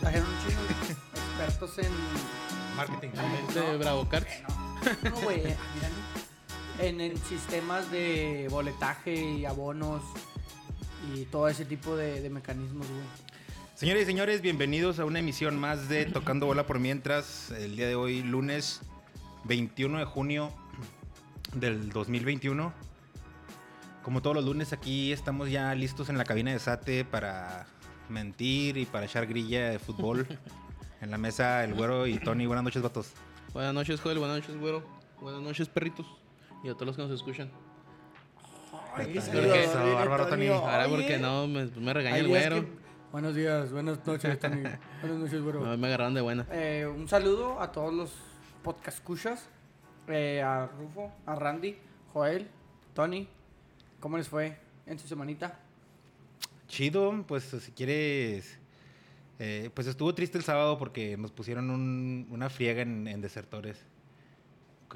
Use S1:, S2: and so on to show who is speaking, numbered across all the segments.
S1: Trajeron un chingo de expertos en.
S2: Marketing.
S3: De Bravo Cards.
S1: No, güey. eh, En, en sistemas de boletaje y abonos y todo ese tipo de, de mecanismos, güey.
S2: Señoras y señores, bienvenidos a una emisión más de Tocando Bola por Mientras. El día de hoy, lunes 21 de junio del 2021. Como todos los lunes, aquí estamos ya listos en la cabina de Sate para mentir y para echar grilla de fútbol. En la mesa, el güero y Tony. Buenas noches, vatos.
S3: Buenas noches, Joel. Buenas noches, güero. Buenas noches, perritos. Y a todos los que nos escuchan.
S1: Ay,
S2: Eso,
S1: saludos, bien,
S2: bárbaro, Tony.
S1: Antonio.
S3: Ahora
S1: Oye,
S3: porque no me, me regaña
S1: hay
S3: el
S1: días
S3: güero.
S1: que- Buenos días, buenas noches, Tony. buenas noches, güero.
S3: No, me agarraron de buena.
S1: Eh, un saludo a todos los podcast escuchas, eh, a Rufo, a Randy, Joel, Tony. ¿Cómo les fue en su semanita?
S2: Chido, pues si quieres. eh, pues estuvo triste el sábado porque nos pusieron un- una friega en, en desertores.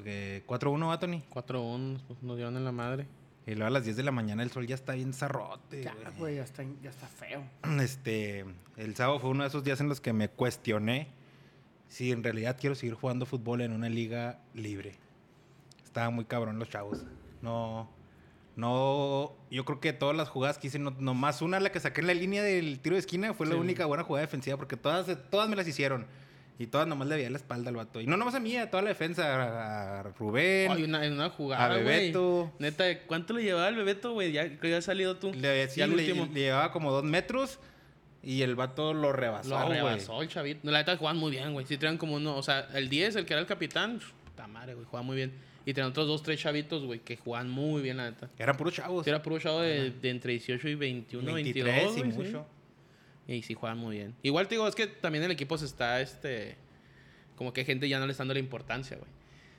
S2: Que 4-1 va, Tony.
S3: 4-1, pues, nos dieron en la madre.
S2: Y luego a las 10 de la mañana el sol ya está bien zarrote.
S1: Ya, pues,
S2: güey.
S1: güey, ya está, ya está feo.
S2: Este, el sábado fue uno de esos días en los que me cuestioné si en realidad quiero seguir jugando fútbol en una liga libre. Estaban muy cabrón los chavos. No, no, yo creo que todas las jugadas que hice, no, nomás una la que saqué en la línea del tiro de esquina fue la
S3: Sí.
S2: única buena jugada defensiva porque todas, todas me las hicieron. Y todas nomás le veía la espalda al vato. Y no nomás a mí, a toda la defensa, a- a Rubén.
S3: Ay, una, en una jugada,
S2: a
S3: güey.
S2: Bebeto.
S3: Neta, ¿cuánto le llevaba al Bebeto, güey? Ya, que ya has salido tú.
S2: Le, sí,
S3: ya al
S2: le-
S3: último.
S2: le llevaba como dos metros y el vato lo rebasó.
S3: Lo
S2: güey.
S3: rebasó el chavito. No, La neta jugaban muy bien, güey. Sí traían como uno, o sea, el 10, el que era el capitán, pf, puta madre, güey, jugaba muy bien. Y tenían otros dos, tres chavitos, güey, que jugaban muy bien, la neta.
S2: Eran puros chavos.
S3: Sí, era puro chavo de, de entre 18 y 21, 22.
S2: y
S3: güey, sí.
S2: mucho.
S3: Y sí juegan muy bien. Igual te digo, es que también el equipo se está, este... Como que gente ya no le está dando la importancia, güey.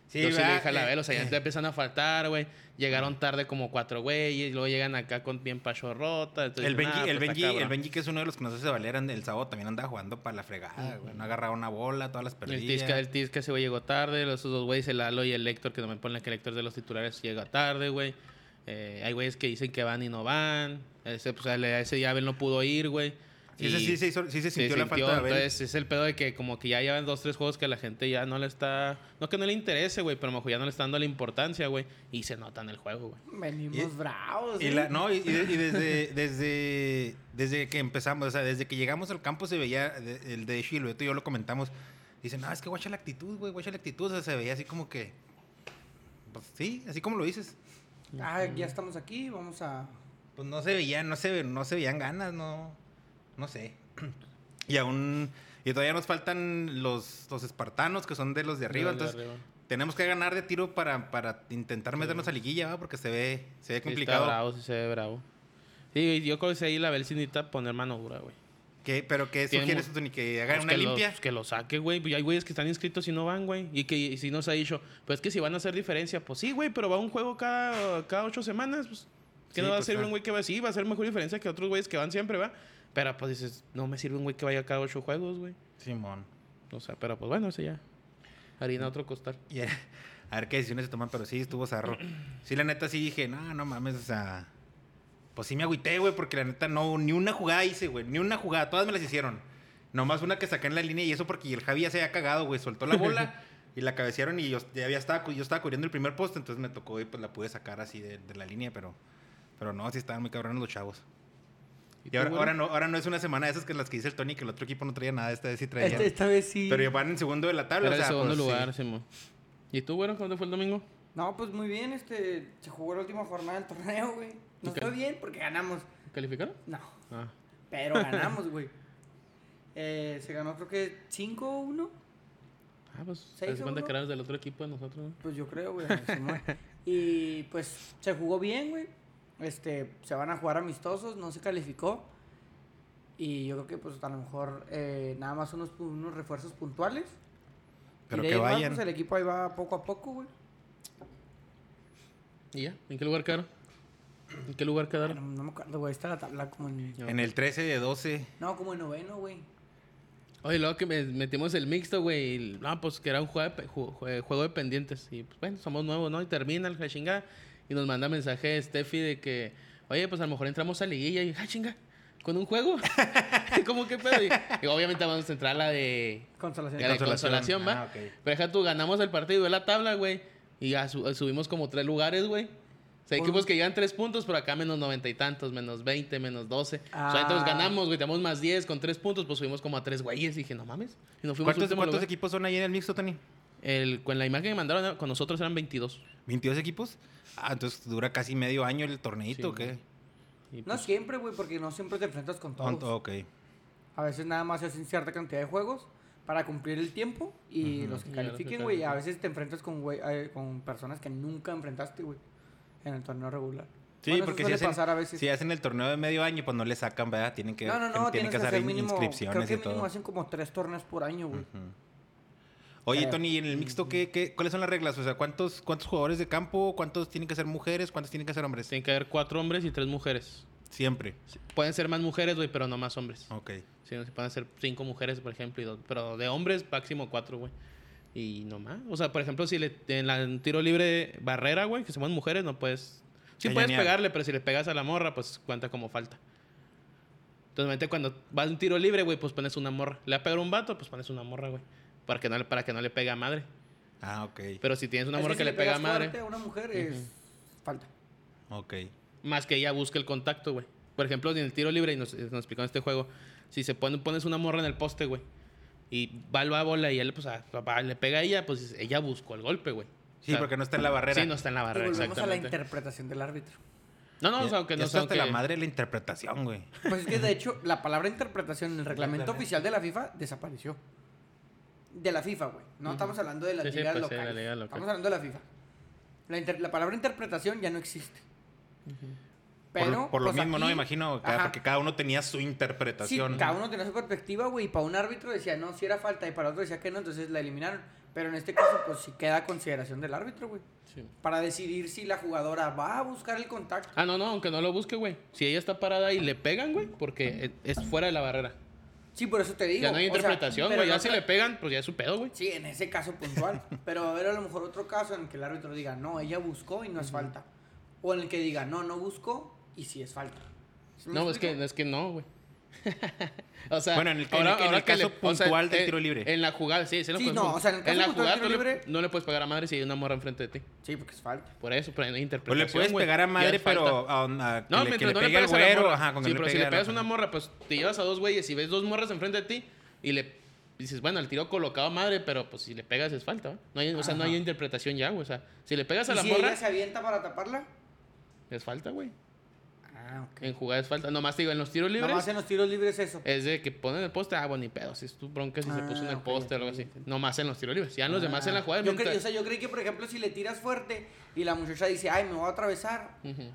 S3: Sí, Yo sí le
S2: ¿verdad?
S3: dije a la
S2: Eh, Mm.
S3: vela, o sea, ya te empiezan a faltar, güey. Llegaron tarde como cuatro güeyes, luego llegan acá con bien pachorrota. entonces
S2: El
S3: dicen,
S2: Benji, el,
S3: "Ah, pues, está
S2: Benji, el
S3: cabrón".
S2: Benji, que es uno de los que nos hace valer, and- el sábado también andaba jugando para la fregada, güey. No agarraba una bola, todas las
S3: El
S2: perdidas.
S3: Tisca, el Tisca, ese güey llegó tarde. Los esos dos güeyes, el Alo y el Héctor, que no me ponen que el Héctor de los titulares llega tarde, güey. Eh, hay güeyes que dicen que van y no van. Ese, pues, el- ese día Abel no pudo ir, güey.
S2: Sí, ese
S3: Y
S2: sí se hizo- sí se sintió la falta de Abel.
S3: Entonces, es el pedo de que como que ya llevan dos, tres juegos que la gente ya no le está... No que no le interese, güey, pero a lo mejor ya no le está dando la importancia, güey. Y se nota en el juego, güey.
S1: Venimos bravos.
S2: Y
S1: ¿eh?
S2: la- no, y, y de- y desde, desde, desde que empezamos, o sea, desde que llegamos al campo se veía de- el de hecho, y el Beto y yo lo comentamos. Dicen, no, es que guacha la actitud, güey, guacha la actitud. O sea, se veía así como que. Pues sí, así como lo dices.
S1: Ah, ya estamos aquí, vamos a...
S2: pues no se veían, no se, ve- no se veían ganas, no, no sé. Y aún, y todavía nos faltan los, los espartanos, que son de los de arriba,
S3: De los de
S2: entonces tenemos que ganar de tiro para, para intentar meternos a liguilla, ¿va? porque se ve, se ve
S3: Sí, está
S2: complicado.
S3: bravo, sí se ve bravo. Sí, yo creo que ahí la Abel sí necesita poner mano dura, güey.
S2: ¿Qué- pero ¿qué
S3: Tiene
S2: sugieres
S3: mu-
S2: tú, ni que hagan
S3: Pues
S2: una
S3: que lo-
S2: limpia?
S3: pues que lo saque, güey. Pues hay güeyes que están inscritos y no van, güey. Y que y si nos ha dicho, pues es que si van a hacer diferencia, pues sí, güey, pero va un juego cada, cada ocho semanas, pues. Que
S2: Sí,
S3: no va
S2: pues,
S3: a servir
S2: ah.
S3: un güey que va sí, va a ser mejor diferencia que otros güeyes que van siempre, va. Pero pues dices, no me sirve un güey que vaya cada ocho juegos, güey.
S2: Simón.
S3: O sea, pero pues bueno, ese ya. Harina a otro costal.
S2: Y era- a ver qué decisiones se toman, pero sí estuvo zarro. Sí, la neta sí dije, no, no mames, o sea. Pues sí me agüité, güey, porque la neta no, ni una jugada hice, güey, ni una jugada, todas me las hicieron. Nomás una que saqué en la línea y eso porque el Javi ya se había cagado, güey, soltó la bola y la cabecearon y yo ya había estaba, cu- yo estaba cubriendo el primer poste, entonces me tocó y pues la pude sacar así de, de la línea, pero, pero no, sí estaban muy cabrones los chavos. Y,
S3: tú,
S2: ahora,
S3: güey?
S2: ahora no, ahora no es una semana de esas que las que dice el Tony, que el otro equipo no traía nada, esta vez sí traía.
S1: Este- esta vez sí.
S2: Pero ya van en segundo de la tabla,
S3: Era
S2: o
S3: el
S2: sea,
S3: segundo
S2: pues, sí.
S3: lugar, Simón. ¿Y tú, güero, cuándo fue el domingo?
S1: No, pues muy bien, este, se jugó la última jornada del torneo, güey. Nos
S3: Ok.
S1: fue bien porque ganamos.
S3: ¿Calificaron?
S1: No,
S3: Ah.
S1: pero ganamos, güey. Eh, se ganó creo que 5-1,
S3: Ah, pues.
S1: Seis
S3: ¿Te das cuenta
S1: uno.
S3: que eras del otro equipo de nosotros, no?
S1: pues yo creo, güey. Simón. y pues se jugó bien, güey. Este, se van a jugar amistosos, no se calificó. Y yo creo que pues a lo mejor eh, nada más unos, pu- unos refuerzos puntuales.
S2: Pero
S1: y de
S2: que
S1: ahí en más,
S2: vayan.
S1: pues, el equipo ahí va poco a poco, güey.
S3: ¿Y ya? ¿En qué lugar quedaron? ¿En qué lugar
S1: No,
S3: quedaron?
S1: no me acuerdo, güey. Está la tabla como en...
S2: En el 13 de 12.
S1: No, como en noveno, güey.
S3: Oye, luego que me- metimos el mixto, güey. y, No, pues que era un juego de, pe- ju- jue- juego de pendientes. Y pues bueno, somos nuevos, ¿no? Y termina el chingada. Y nos manda mensaje Steffi de que, oye, pues a lo mejor entramos a liguilla. Y, ah, chinga, con un juego. ¿Cómo que pedo? Y, y obviamente vamos a entrar a la de.
S1: Consolación.
S3: a la de consolación,
S2: Consolación.
S3: ¿va?
S2: Ah, ok.
S3: Pero deja tú, ganamos el partido de la tabla, güey. Y ya su- subimos como tres lugares, güey. O sea, hay
S1: Por-
S3: equipos que llevan tres puntos, pero acá menos noventa y tantos, menos veinte, menos doce. O sea, entonces
S1: Ah.
S3: ganamos, güey, tenemos más diez con tres puntos, pues subimos como a tres güeyes. Y dije, no mames. Y nos fuimos
S2: ¿Cuántos,
S3: último
S2: cuántos
S3: lugar.
S2: equipos son ahí en el mixto, Tony?
S3: El- Con la imagen que me mandaron eh, con nosotros eran 22.
S2: ¿22 equipos? Ah, entonces dura casi medio año el torneito,
S3: Sí,
S2: ¿o qué?
S3: güey. Y,
S1: No
S3: pues,
S1: siempre, güey, porque no siempre te enfrentas con todos.
S2: ¿Cuánto? Ok.
S1: A veces nada más se hacen cierta cantidad de juegos para cumplir el tiempo y los que
S3: Y a los que
S1: califiquen, güey. A
S3: califiquen.
S1: veces te enfrentas con, güey, eh, con personas que nunca enfrentaste, güey, en el torneo regular.
S2: Sí,
S1: Bueno, eso
S2: porque si
S1: suele
S2: hacen,
S1: pasar a veces.
S2: si hacen el torneo de medio año, pues no le sacan, ¿verdad? Tienen que,
S1: no, no, no,
S2: tienen
S1: tienes que
S2: que hacer
S1: hacer mínimo. Creo
S2: inscripciones
S1: que
S2: y todo.
S1: mínimo hacen como tres torneos por año, güey.
S2: Oye,
S1: Creo.
S2: Tony, ¿y en el mixto qué, qué- cuáles son las reglas? O sea, ¿cuántos, ¿cuántos jugadores de campo? ¿Cuántos tienen que ser mujeres? ¿Cuántos tienen que ser hombres?
S3: Tienen que haber cuatro hombres y tres mujeres.
S2: Siempre.
S3: Pueden ser más mujeres, güey, pero no más hombres.
S2: Ok.
S3: Sí, no se pueden hacer cinco mujeres, por ejemplo, y dos. Pero de hombres, máximo cuatro, güey. Y no más. O sea, por ejemplo, si le, en la en tiro libre barrera, güey, que se mueven mujeres, no puedes. Sí
S2: Cañonear.
S3: puedes pegarle, pero si le pegas a la morra, pues cuenta como falta. Entonces, obviamente, cuando vas a un tiro libre, güey, pues pones una morra. Le va a pegar un vato, pues pones una morra, güey. Para que no, le- para que no le pegue a madre.
S2: Ah, ok.
S3: Pero si tienes una
S1: Es
S3: morra que,
S1: si
S3: le pega a
S1: pegas
S3: madre,
S1: fuerte A una mujer es falta.
S2: Ok.
S3: más que ella busque el contacto, güey. Por ejemplo, en el tiro libre, y nos, nos explicó en este juego, si se pone, pones una morra en el poste, güey, y va la bola y él pues, a- va- le pega a ella, pues ella buscó el golpe, güey.
S2: Sí, porque no está en la barrera.
S3: Sí, no está en la
S1: Y
S3: barrera,
S1: volvemos a la
S3: exactamente.
S1: interpretación del árbitro.
S3: no, no, o sea,
S2: Ya-
S3: aunque
S2: ya
S3: no
S2: está
S3: sea
S2: hasta
S3: aunque-
S2: la madre de la interpretación, güey.
S1: Pues es que de hecho la palabra interpretación en el reglamento oficial de la FIFA desapareció. De la FIFA, güey. No estamos hablando de las
S3: Sí, sí,
S1: ligas
S3: pues, sí, de la
S1: locales.
S3: liga local.
S1: Estamos hablando de la FIFA. La, inter- la palabra interpretación ya no existe.
S2: Por-
S1: Pero
S2: por, lo
S1: pues,
S2: mismo, ¿no?
S1: aquí-
S2: Me imagino, cada-
S1: Ajá.
S2: porque cada uno tenía su
S1: Sí,
S2: interpretación.
S1: cada uno tenía su perspectiva, güey. Y para un árbitro decía no, si era falta. Y para otro decía que no, entonces la eliminaron. Pero en este caso, pues sí queda a consideración del árbitro, güey.
S3: Sí.
S1: Para decidir si la jugadora va a buscar el contacto.
S3: Ah, no, no, aunque no lo busque, güey. Si ella está parada y le pegan, güey, porque es es fuera de la barrera.
S1: Sí, por eso te digo.
S3: ya no hay
S1: o sea,
S3: interpretación,
S1: pero
S3: güey. Ya
S1: no
S3: si
S1: tra-
S3: le pegan, pues ya es su pedo, güey.
S1: Sí, en ese caso puntual. Pero va a haber a lo mejor otro caso en el que el árbitro diga, no, ella buscó y no es falta. O en el que diga, no, no buscó y sí es falta. ¿Sí me
S3: No, es que,
S1: explico?
S3: es que no, güey. o sea,
S2: Bueno, en el- en el- en el
S3: que
S2: caso puntual del tiro libre.
S3: eh, En la jugada, sí, sí, en la
S1: Sí,
S3: jugada-
S1: no, o sea, en el caso
S3: la
S1: puntual del
S3: jugada
S1: tiro
S3: tú le-
S1: libre-
S3: no le puedes pegar a madre si hay una morra enfrente de ti.
S1: Sí, porque es falta.
S3: Por eso, pero no hay
S2: O
S3: interpretación.
S2: Pues le puedes
S3: güey.
S2: pegar a
S3: Ya
S2: madre,
S3: es
S2: pero
S3: falta.
S2: a, un- a que le,
S3: No,
S2: que
S3: mientras
S2: le
S3: no
S2: pegue al
S3: pegues a la
S2: güero.
S3: morra.
S2: Ajá, con que
S3: sí, pero si
S2: pegue
S3: le
S2: al-
S3: pegas a una morra, pues te llevas a dos güeyes y ves dos morras enfrente de ti y le dices, bueno, el tiro colocado a madre, pero pues si le pegas es falta, ¿va? No hay, o sea, no hay
S1: Ajá.
S3: interpretación ya, güey. O sea, si le
S1: ¿Y
S3: pegas a la
S1: si
S3: morra,
S1: ella se avienta para taparla?
S3: es falta, güey.
S1: Ah, ok.
S3: En jugada es falta. Nomás te digo, en los tiros libres. Eh,
S1: Nomás en los tiros libres eso.
S3: Es de que ponen el poste, ah, bueno, ni pedo. Si es tu bronca, si se
S1: Ah,
S3: puso en el
S1: ok,
S3: poste o algo
S1: ok,
S3: así.
S1: entiendo.
S3: Nomás en los tiros libres. Ya en los demás
S1: Ah.
S3: en la jugada.
S1: Yo,
S3: mientras-
S1: creí, o sea, yo creí que, por ejemplo, si le tiras fuerte y la muchacha dice, ay, me voy a atravesar,
S3: Ujú.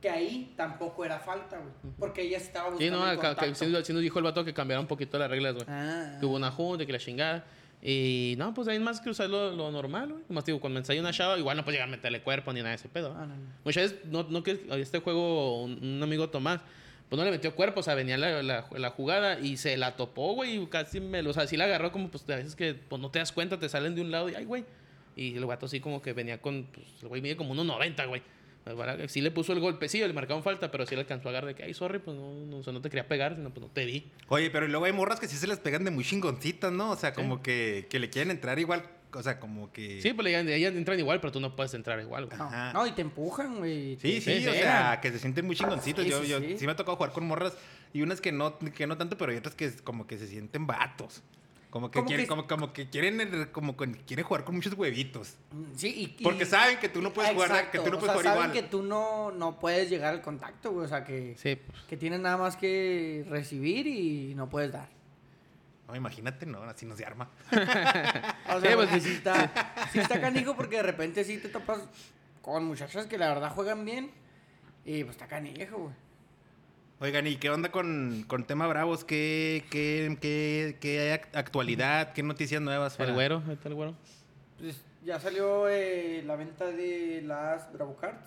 S1: que ahí tampoco era falta, güey. Porque ella estaba buscando.
S3: Sí, no,
S1: el
S3: acá- que,
S1: contacto.
S3: sí, nos- sí nos dijo el vato que cambiaron un poquito las reglas, güey.
S1: Ah.
S3: Que hubo una junta, que la chingada. Y no, pues hay más que usar lo, lo normal, güey. Más digo, cuando ensayo una chava, igual no puedes llegar a meterle cuerpo ni nada de ese pedo.
S1: Ah, no, no.
S3: Muchas veces, no, no que este juego, un, un amigo Tomás, pues no le metió cuerpo, o sea, venía la, la- la jugada y se la topó, güey, y casi me, lo- o sea, sí la agarró como, pues, a veces que, pues, no te das cuenta, te salen de un lado y, ay, güey. Y el vato así como que venía con, pues, el güey mide como 1.90, güey. Pues, para- Sí le puso el golpecillo, le marcaron falta, pero sí le alcanzó a agarrar de que, ay, sorry, pues, no, no, o sea, no te quería pegar, sino, pues, no te vi.
S2: Oye, pero luego hay morras que sí se las pegan de muy chingoncitas, ¿no? O sea, como que, que le quieren entrar igual. O sea, como que.
S3: Sí, pues, le- ellas entran igual, pero tú no puedes entrar igual, güey.
S1: No,
S2: Ajá.
S1: no, y te empujan, güey.
S2: Sí,
S3: Sí,
S2: sí, o
S3: sí.
S2: sea, que se sienten muy chingoncitos.
S1: Sí,
S2: yo,
S1: sí,
S2: yo
S1: sí.
S2: sí me ha tocado jugar con morras y unas que no, que no tanto, pero hay otras que es como que se sienten vatos. Como que
S1: Como
S2: quieren,
S1: que-
S2: como, como que quieren, el- como con- quieren jugar con muchos huevitos.
S1: Sí, y- y-
S2: Porque saben que tú no puedes jugar,
S1: Exacto,
S2: que tú no
S1: o
S2: puedes
S1: sea,
S2: jugar
S1: saben
S2: igual.
S1: que tú no, no puedes llegar al contacto, güey. O sea, que,
S3: Sí, pues.
S1: que tienes nada más que recibir y no puedes dar.
S2: No, imagínate, no, así no se arma.
S1: O sea,
S3: Sí, pues,
S1: porque
S3: sí,
S1: sí está, sí está canijo porque de repente sí te topas con muchachas que la verdad juegan bien y pues está canijo, güey.
S2: Oigan, ¿y qué onda con, con tema Bravos? ¿Qué, qué, qué, qué act- actualidad? ¿Qué noticias nuevas?
S3: El
S2: para-
S3: güero, ahí está el güero.
S1: Pues, ya salió eh, la venta de las Bravo Cards.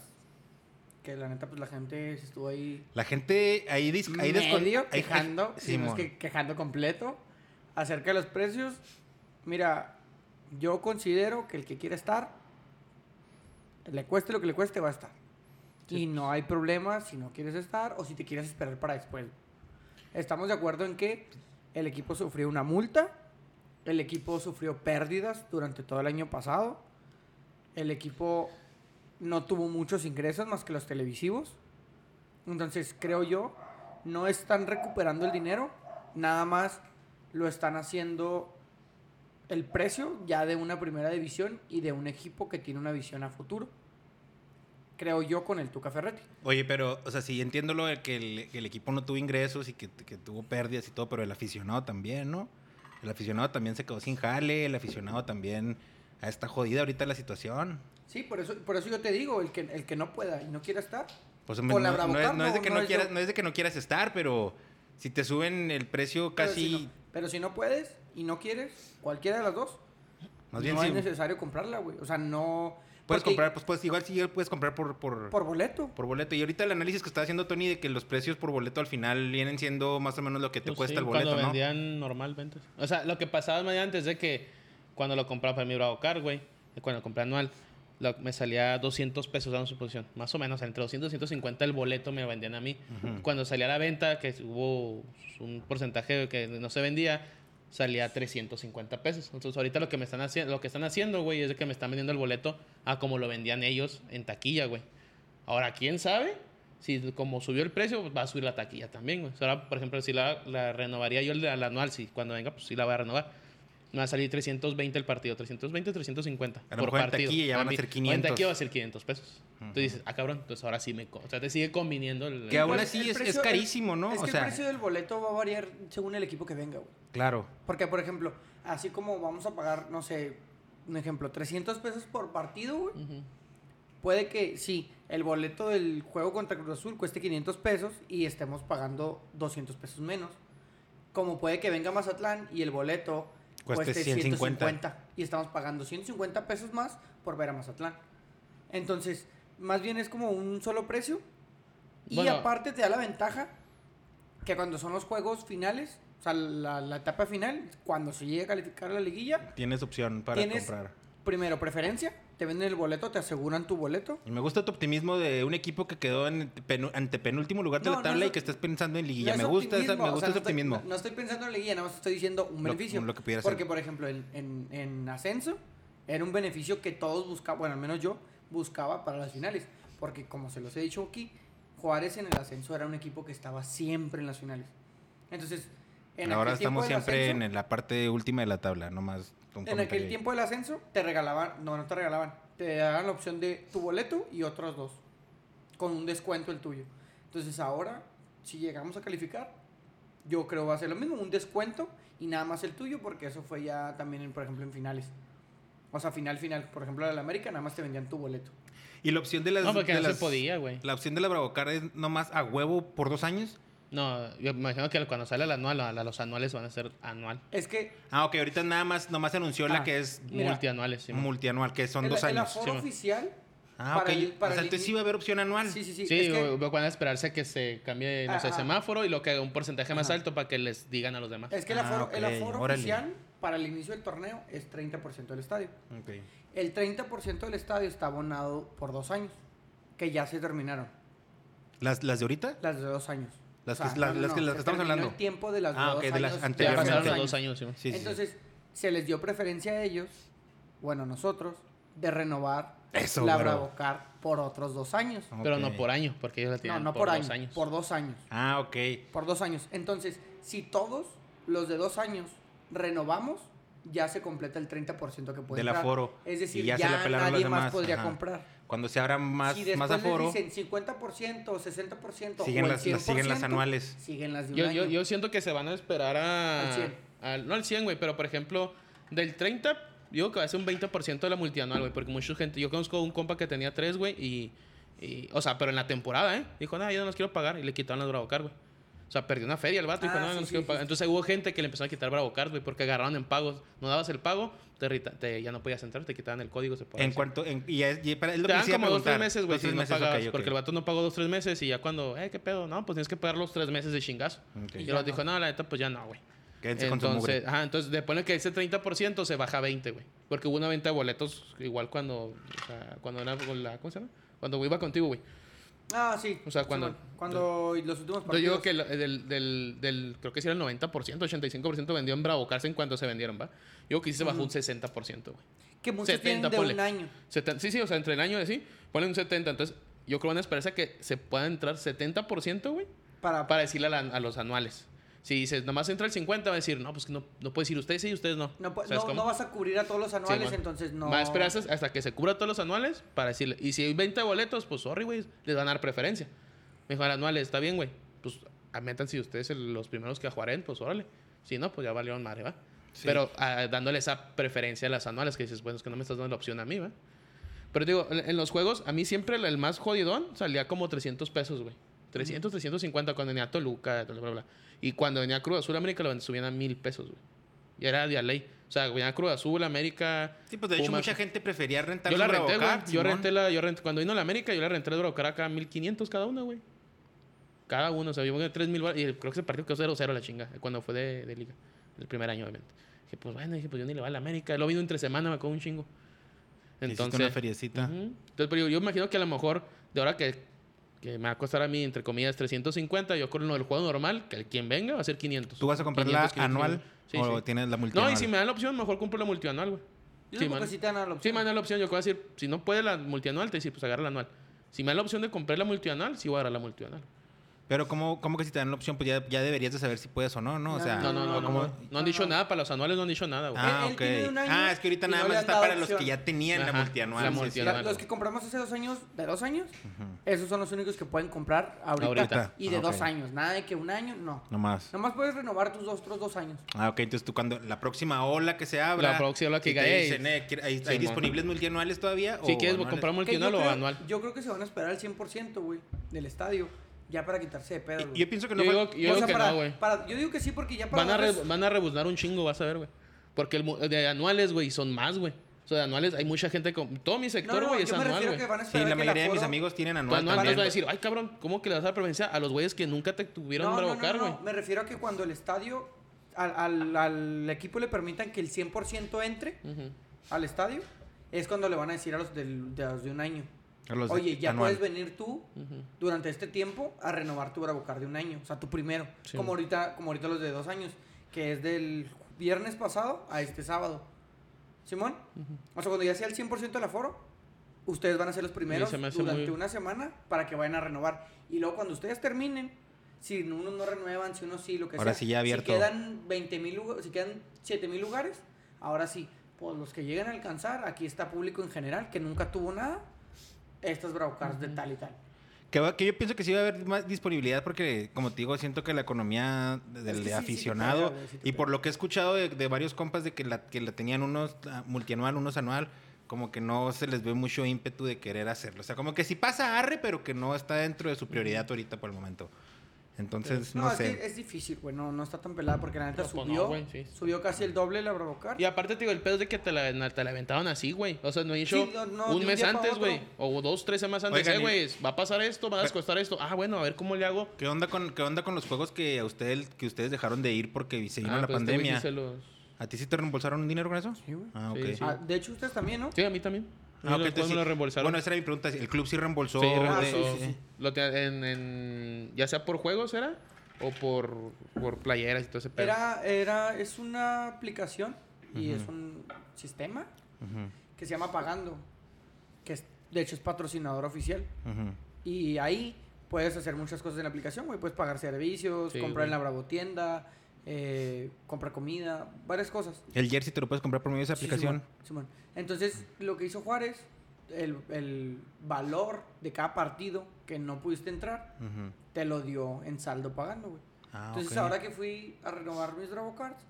S1: Que la neta, pues la gente se estuvo ahí
S2: La gente ahí, dis- ahí descon-
S1: medio
S2: ahí-
S1: quejando,
S2: ahí-
S1: si no es
S2: Simón.
S1: que quejando completo. Acerca de los precios, mira, yo considero que el que quiera estar, le cueste lo que le cueste, va a estar. Y no hay problema si no quieres estar o si te quieres esperar para después. Estamos de acuerdo en que el equipo sufrió una multa, el equipo sufrió pérdidas durante todo el año pasado, el equipo no tuvo muchos ingresos más que los televisivos. Entonces, creo yo, no están recuperando el dinero, nada más lo están haciendo el precio ya de una primera división y de un equipo que tiene una visión a futuro. Creo yo con el Tuca Ferretti.
S2: Oye, pero, o sea, sí entiendo lo de que el, que el equipo no tuvo ingresos y que, que tuvo pérdidas y todo, pero el aficionado también, ¿no? El aficionado también se quedó sin jale, el aficionado también ah, está jodida ahorita la situación.
S1: Sí, por eso, por eso yo te digo, el que, el que no pueda y no quiera estar,
S2: Pues,
S1: Por
S2: hombre,
S1: la
S2: no, no
S1: Bravucam,
S2: es, no es de
S1: no-
S2: que
S1: no
S2: no,
S1: es
S2: quieras,
S1: yo.
S2: no es de que no quieras estar, pero si te suben el precio
S1: pero
S2: casi...
S1: si no- pero si no puedes y no quieres, cualquiera de las dos,
S2: Más bien,
S1: no
S2: si
S1: es necesario comprarla, güey. O sea, no.
S2: puedes
S1: porque-
S2: comprar, pues puedes, igual si puedes comprar por, por,
S1: Por boleto.
S2: por boleto. Y ahorita el análisis que está haciendo Tony de que los precios por boleto al final vienen siendo más o menos lo que te
S3: Pues
S2: cuesta
S3: sí,
S2: el boleto,
S3: Cuando
S2: ¿no?
S3: vendían normalmente. O sea, lo que pasaba medio antes de que cuando lo compraba para mi Bravo Car, güey, cuando lo compré anual, lo- me salía 200 pesos dando su posición. Más o menos, entre 200 y 150 el boleto me lo vendían a mí. Cuando salía a la venta, que hubo un porcentaje que no se vendía, salía a 350 pesos. Entonces, ahorita lo que me están haciendo, lo que están haciendo, güey, es de que me están vendiendo el boleto a como lo vendían ellos en taquilla, güey. Ahora, ¿quién sabe? Si como subió el precio, pues, va a subir la taquilla también, güey. O sea, Ahora, por ejemplo, si la, la renovaría yo el de la anual, si cuando venga, pues sí la voy a renovar. Me va a salir 320 el partido, 320, 350
S2: A lo
S3: por
S2: mejor en
S3: partido.
S2: taquilla ya van a
S3: mí-
S2: ser
S3: o
S2: 500.
S3: En taquilla va a ser 500 pesos. Entonces dices, ah, cabrón, entonces ahora sí me... co- O sea, te sigue conviniendo el...
S2: Que aún
S1: Pues,
S2: así
S1: el
S2: es, es
S1: precio- el-
S2: carísimo, ¿no?
S1: Es que
S2: o sea,
S1: el precio del boleto va a variar según el equipo que venga, güey.
S2: claro.
S1: Porque, por ejemplo, así como vamos a pagar, no sé, un ejemplo, 300 pesos por partido, güey.
S3: Ujú.
S1: Puede que, sí, el boleto del juego contra Cruz Azul cueste 500 pesos y estemos pagando 200 pesos menos. Como puede que venga Mazatlán y el boleto
S2: Cueste
S1: cueste,
S2: 150.
S1: 150 y estamos pagando 150 pesos más por ver a Mazatlán. Entonces, más bien es como un solo precio. Y
S3: Bueno.
S1: aparte te da la ventaja que cuando son los juegos finales, o sea, la, la etapa final, cuando se llegue a calificar la liguilla,
S2: Tienes opción para
S1: Tienes-
S2: comprar.
S1: primero preferencia, te venden el boleto, te aseguran tu boleto.
S2: Y me gusta tu optimismo de un equipo que quedó en penu- antepenúltimo lugar de
S1: No,
S2: la
S1: no
S2: tabla
S1: es
S2: y que estás pensando en
S1: No
S2: liguilla.
S1: es
S2: me gusta, esa-
S1: optimismo,
S2: me
S1: o
S2: gusta
S1: sea,
S2: ese
S1: no estoy-
S2: optimismo.
S1: No, no estoy pensando en la guía, nada más estoy diciendo un
S2: Lo-
S1: beneficio.
S2: lo que pudiera ser.
S1: Porque, por ejemplo, en, en- en ascenso era un beneficio que todos buscaban, bueno, al menos yo buscaba para las finales. Porque, como se los he dicho aquí, Juárez en el ascenso era un equipo que estaba siempre en las finales. Entonces, en
S2: Ahora
S1: aquel tiempo
S2: estamos
S1: del
S2: siempre
S1: ascenso-
S2: en la parte última de la tabla, nomás. un
S1: en
S2: comentario
S1: aquel
S2: ahí.
S1: tiempo del ascenso te regalaban, no, no te regalaban, te daban la opción de tu boleto y otros dos, con un descuento el tuyo. Entonces ahora, si llegamos a calificar, yo creo va a ser lo mismo, un descuento y nada más el tuyo, porque eso fue ya también, en, por ejemplo, en finales. O sea, final, final. Por ejemplo, en la América nada más te vendían tu boleto.
S2: Y la opción de las.
S3: No, porque
S2: de
S3: no se
S2: las-
S3: podía, güey.
S2: La opción de la Bravocar es nomás a huevo por dos años.
S3: No, yo me imagino que cuando sale el anual, a- a los anuales van a ser anual.
S1: Es que
S2: Ah, ok, ahorita nada más, nomás anunció la
S1: Ah,
S2: que es
S1: Mira,
S3: Multianuales, sí. man.
S2: multianual, que son
S1: el,
S2: dos
S1: el
S2: años.
S1: aforo
S3: sí, man.
S1: oficial...
S2: Ah, ok.
S1: para el- para
S2: o sea,
S1: el
S2: entonces
S1: ini-
S2: sí va a haber opción anual.
S1: Sí, sí, sí.
S3: Sí,
S1: es que-
S3: o- o van a esperarse que se cambie, no sé,
S1: Ajá.
S3: semáforo y lo que haga un porcentaje más
S1: Ajá.
S3: alto para que les digan a los demás.
S1: Es que el
S2: Ah,
S1: aforo, el
S2: ok,
S1: aforo
S2: órale.
S1: oficial para el inicio del torneo es 30% del estadio.
S2: Ok.
S1: El 30% del estadio está abonado por dos años, que ya se terminaron.
S2: ¿Las, ¿Las de ahorita?
S1: Las de dos años.
S2: Las que- las- las que- las
S1: se
S2: que estamos
S1: terminó
S2: hablando.
S1: El tiempo de las de
S2: Ah,
S1: dos
S2: ok, de las
S1: años,
S3: Ya
S2: anteriormente.
S3: pasaron los
S2: Anteriormente.
S3: dos años, sí, man.
S2: Sí, sí, sí.
S1: Entonces, se les dio preferencia a ellos, bueno, a nosotros, de renovar
S2: Eso,
S1: la
S2: güero.
S1: Bravocar por otros dos años.
S3: Pero
S2: Ok.
S3: no por año, porque ellos la
S1: No,
S3: tienen
S1: no por,
S3: por,
S1: año,
S3: dos años.
S1: por dos años.
S2: Ah, ok.
S1: Por dos años. Entonces, si todos los de dos años renovamos, ya se completa el 30% que puede
S2: Del
S1: entrar.
S2: aforo.
S1: Es decir,
S2: Y
S1: ya,
S2: ya se la pelaron
S1: nadie
S2: los
S1: más
S2: demás.
S1: podría
S2: Ajá.
S1: comprar.
S2: Cuando se abra más,
S1: si después
S2: más aforo.
S1: les dicen 50% o 60%
S2: Siguen
S1: o el
S2: las- las- siguen las
S1: 100%,
S2: anuales.
S1: Siguen las de un
S3: Yo,
S1: año.
S3: yo, yo siento que se van a esperar a...
S1: Al 100.
S3: al- no al 100, güey, pero por ejemplo, del 30, digo que va a ser un 20% de la multianual, güey, porque mucha gente... Yo conozco un compa que tenía tres, güey, y, y- O sea, pero en la temporada, ¿eh? Dijo, no, yo no los quiero pagar, y le quitaron las Bravocar, güey. O sea, perdió una feria el vato, dijo,
S1: Ah,
S3: no,
S1: sí,
S3: no los
S1: sí,
S3: quiero
S1: sí,
S3: pagar.
S1: sí.
S3: Entonces hubo gente que le empezó a quitar Bravocar, güey, porque agarraron en pagos. No dabas el pago, te, irrita- te- ya no podías entrar, te quitaban el código, se podía
S2: En
S3: hacer.
S2: cuanto. En, y es, y para- es lo
S3: Te
S2: que
S3: dan
S2: les iba a
S3: como dos, tres
S2: preguntar.
S3: meses, güey,
S2: Dos,
S3: si
S2: tres
S3: no
S2: meses, ok,
S3: pagabas.
S2: ok.
S3: Porque el vato no pagó dos, tres meses y ya cuando, eh, qué pedo, no, pues tienes que pagar los tres meses de chingazo.
S2: Ok.
S3: Y
S1: Ya
S3: yo
S1: no.
S3: dijo, no, la neta, pues ya no, güey.
S2: Quédense con su
S3: Entonces,
S2: mugre.
S3: ajá, entonces después de que ese 30% se baja a 20, güey. Porque hubo una venta de boletos igual cuando, o sea, cuando era con la, ¿cómo se llama? Cuando iba contigo, güey.
S1: Ah, sí.
S3: O sea,
S1: sí,
S3: cuando-
S1: man. cuando los últimos
S3: Yo
S1: partidos.
S3: digo que lo- del, del, del, creo que sí era el 90%, 85% vendió en Bravo Cárcel en cuanto se vendieron, ¿va? Yo creo que sí se bajó un 60%, güey.
S1: Que muchos
S3: 70,
S1: tienen de
S3: ponle.
S1: un año.
S3: Seten- Sí, sí, o sea, entre el año de sí, ponen un 70. Entonces, yo creo que van a esperarse a que se pueda entrar 70%, güey,
S1: Para,
S3: para decirle a, la- a los anuales. Si dices, nomás entra el 50, va a decir, no, pues que no, no puedes ir ustedes sí, ustedes no.
S1: no, pu-
S3: ¿Sabes
S1: no,
S3: cómo?
S1: no vas a cubrir a todos los anuales,
S3: man.
S1: entonces no.
S3: Va a esperarse hasta que se cubra todos los anuales para decirle. Y si hay 20 boletos, pues sorry, güey, les van a dar preferencia. Me dijo, "Al anuales, está bien, güey. Pues aumentan si ustedes el- los primeros que juaren, pues órale. Si no, pues ya valieron madre, va.
S2: Sí.
S3: Pero ah, dándole esa preferencia a las anuales que dices, bueno, es que no me estás dando la opción a mí, va. Pero digo, en en los juegos, a mí siempre el- el más jodidón salía como 300 pesos, güey. 300, 350 cuando venía a Toluca, bla, bla, bla. Y cuando venía a Cruz Azul América lo subían a mil pesos, güey. Y era de a ley. O sea, venía a Cruz Azul América.
S2: Sí, pues de hecho
S3: Pumas.
S2: mucha gente prefería rentar
S3: Yo
S2: su
S3: la renté, güey.
S2: Bravocar,
S3: Yo
S2: Simón.
S3: renté la, yo renté, cuando vino la América, yo la renté el Brocar acá 1500 cada una, güey. Cada uno, o sea, yo pagué 3000 bar- y creo que ese partido quedó 0-0 la chinga, cuando fue de, de liga, el primer año obviamente. Dije, pues bueno, dije, pues yo ni le voy a la América, lo vino entre semana, me acuerdo un chingo.
S2: Hiciste
S3: Entonces,
S2: una feriecita.
S3: Ujú. Entonces, pero yo, yo imagino que a lo mejor de ahora que, que me va a costar a mí, entre comillas, 350, yo con lo del juego normal, que el quien venga va a ser 500.
S2: ¿Tú vas a comprar
S3: 500,
S2: la
S3: 500,
S2: anual
S3: Sí,
S2: o
S3: sí.
S2: tienes la
S3: No,
S2: multianual?
S3: y si me dan la opción, mejor compro la multianual, güey.
S1: Yo
S3: Sí,
S1: supongo
S3: man.
S1: que sí te dan a la
S3: Sí,
S1: opción.
S3: me dan la opción. Yo voy a decir, si no puede la multianual, te decir, pues agarra la anual. Si me da la opción de comprar la multianual, sí voy a agarrar la multianual.
S2: Pero ¿cómo, cómo que si te dan la opción? Pues ya, ya deberías de saber si puedes o no, Ah, ¿no? O sea,
S3: No, no, no.
S1: no,
S3: No,
S2: ¿cómo?
S3: no. No han dicho
S1: Ah, no.
S3: nada para los anuales, no han dicho nada, güey.
S2: Ah,
S1: Él- él
S2: ok.
S1: tiene un año
S2: ah, es que ahorita
S1: y
S2: nada
S1: no le
S2: más
S1: han
S2: está
S1: dado
S2: para los que
S1: opción.
S2: ya tenían la
S3: Ajá,
S2: multianual.
S3: la
S2: sí, sí.
S3: multianual.
S1: Los que compramos hace dos años, de dos años, esos son los únicos que pueden comprar ahorita.
S2: Ahorita.
S1: Y de
S2: Ah, ok.
S1: dos años, nada de que un año, no.
S2: No más.
S1: Nomás puedes renovar tus dos, otros dos años.
S2: Ah, ok. Entonces tú cuando la próxima ola que se abra...
S3: La próxima ola que
S2: y te
S3: diga,
S2: dicen,
S3: "Ey,
S2: eh, ¿quiere- ¿hay, hay
S3: Simón".
S2: disponibles multianuales todavía?
S3: Si
S2: o
S3: quieres
S2: anuales?
S3: comprar
S1: Que
S3: multianual
S1: yo,
S3: o
S1: creo,
S3: anual.
S1: yo creo que se van a esperar al 100%, güey, del estadio, ya para quitarse de pedo,
S2: Y-
S1: güey.
S2: Yo pienso que no...
S3: Yo
S2: fue-
S3: digo, yo
S1: O
S3: digo
S1: sea,
S3: que
S1: para-
S3: no, güey.
S1: para- Yo digo que sí, porque ya para.
S3: Van a, re-
S1: otras-
S3: van a rebuznar un chingo, vas a ver, güey. Porque el mu- de anuales, güey, son más, güey. O sea, de anuales hay mucha gente con... Todo mi
S1: No,
S3: sector,
S1: no,
S3: güey, es
S1: yo me
S3: anual,
S1: refiero
S3: güey.
S1: a que van a
S2: Sí,
S1: esperar.
S2: la
S1: que
S2: mayoría de mis
S1: aforo-
S2: amigos tienen
S3: Tu
S2: anual
S3: anual
S2: también.
S3: les va a decir, ay, cabrón, ¿cómo que le vas a dar preferencia a los güeyes que nunca te tuvieron
S1: No, no,
S3: Bravocar,
S1: no,
S3: güey?
S1: no, me refiero a que cuando el estadio, al, al- al equipo le permitan que el 100% entre
S3: Ujú.
S1: al estadio, es cuando le van a decir a los, del- de, los de un año.
S2: A los de-
S1: Oye, ya
S2: anual.
S1: puedes venir tú durante este tiempo a renovar tu Bravocar de un año, o sea, tu primero,
S3: Sí.
S1: como, ahorita, como ahorita los de dos años, que es del viernes pasado a este sábado. ¿Simón? O sea, cuando ya sea el 100% del aforo, ustedes van a ser los primeros
S3: se me hace
S1: durante
S3: muy-
S1: una semana para que vayan a renovar. Y luego cuando ustedes terminen, si unos no renuevan, si unos sí, lo que
S2: Ahora
S1: sea.
S2: sí ya abierto.
S1: Si quedan 20 mil lugares, si quedan 7 mil lugares, ahora sí. Pues los que lleguen a alcanzar, aquí está público en general que nunca tuvo nada. Estas Braucars de tal y tal.
S2: Que, va- que yo pienso que sí va a haber más disponibilidad porque, como te digo, siento que la economía
S1: Es
S2: del
S1: que sí, sí te
S2: aficionado
S1: pega, güey, sí te
S2: y por
S1: pega.
S2: lo que he escuchado de, de varios compas de que la, que la tenían unos ah, multianual, unos anual, como que no se les ve mucho ímpetu de querer hacerlo. O sea, como que sí pasa arre, pero que no está dentro de su prioridad ahorita por el momento. Entonces, no,
S1: es
S2: sé.
S3: eh,
S1: que es difícil, güey. No, no está tan pelada porque la neta
S3: No, pues no,
S1: subió.
S3: güey, sí.
S1: Subió casi el doble la Bravocar.
S3: Y aparte, te digo, el pedo es de que te la, na- te la aventaron así, güey. O sea, no he dicho
S1: Sí, no, no, de
S3: un
S1: un
S3: mes
S1: día pa'
S3: antes,
S1: otro.
S3: güey. O dos, tres semanas antes.
S2: Oigan,
S3: eh,
S2: y-
S3: güey, va a pasar esto, va a
S2: Pe-
S3: costar esto. Ah, bueno, a ver cómo le hago.
S2: ¿Qué onda con, qué onda con los juegos que a ustedes, que ustedes dejaron de ir porque se vino
S3: Ah,
S2: la
S3: pues, este güey
S2: pandemia?
S3: sí se los-
S2: ¿A ti sí te reembolsaron un dinero con eso?
S1: Sí, güey.
S2: Ah, ok.
S3: Sí, sí.
S1: Ah, de hecho, ustedes también, ¿no?
S3: Sí, a mí también. A mí
S2: Ah, ok,
S3: los
S2: entonces
S3: juegos me
S2: sí.
S3: los reembolsaron.
S2: Bueno, esa era mi pregunta. El club sí reembolsó.
S3: Sí,
S2: de-
S3: reembolsó. Ah,
S1: Ah, sí, sí, sí.
S3: Lo te- en, en- ya sea por juegos era o por, por playeras y todo ese pedo.
S1: Era, era, es una aplicación y es un sistema
S2: Ujú,
S1: que se llama Pagando, que es- de hecho es patrocinador oficial.
S2: ujú.
S1: Y ahí puedes hacer muchas cosas en la aplicación, güey. Puedes pagar servicios,
S3: Sí,
S1: comprar en
S3: güey.
S1: la Bravo Tienda, eh, comprar comida, varias cosas.
S2: El jersey te lo puedes comprar por medio de esa
S1: Sí,
S2: aplicación.
S1: Simón, Simón. Entonces, lo que hizo Juárez, el, el valor de cada partido que no pudiste entrar,
S2: Ujú.
S1: te lo dio en saldo pagando, güey.
S2: Ah,
S1: Entonces,
S2: ok.
S1: ahora que fui a renovar mis Bravo Cards,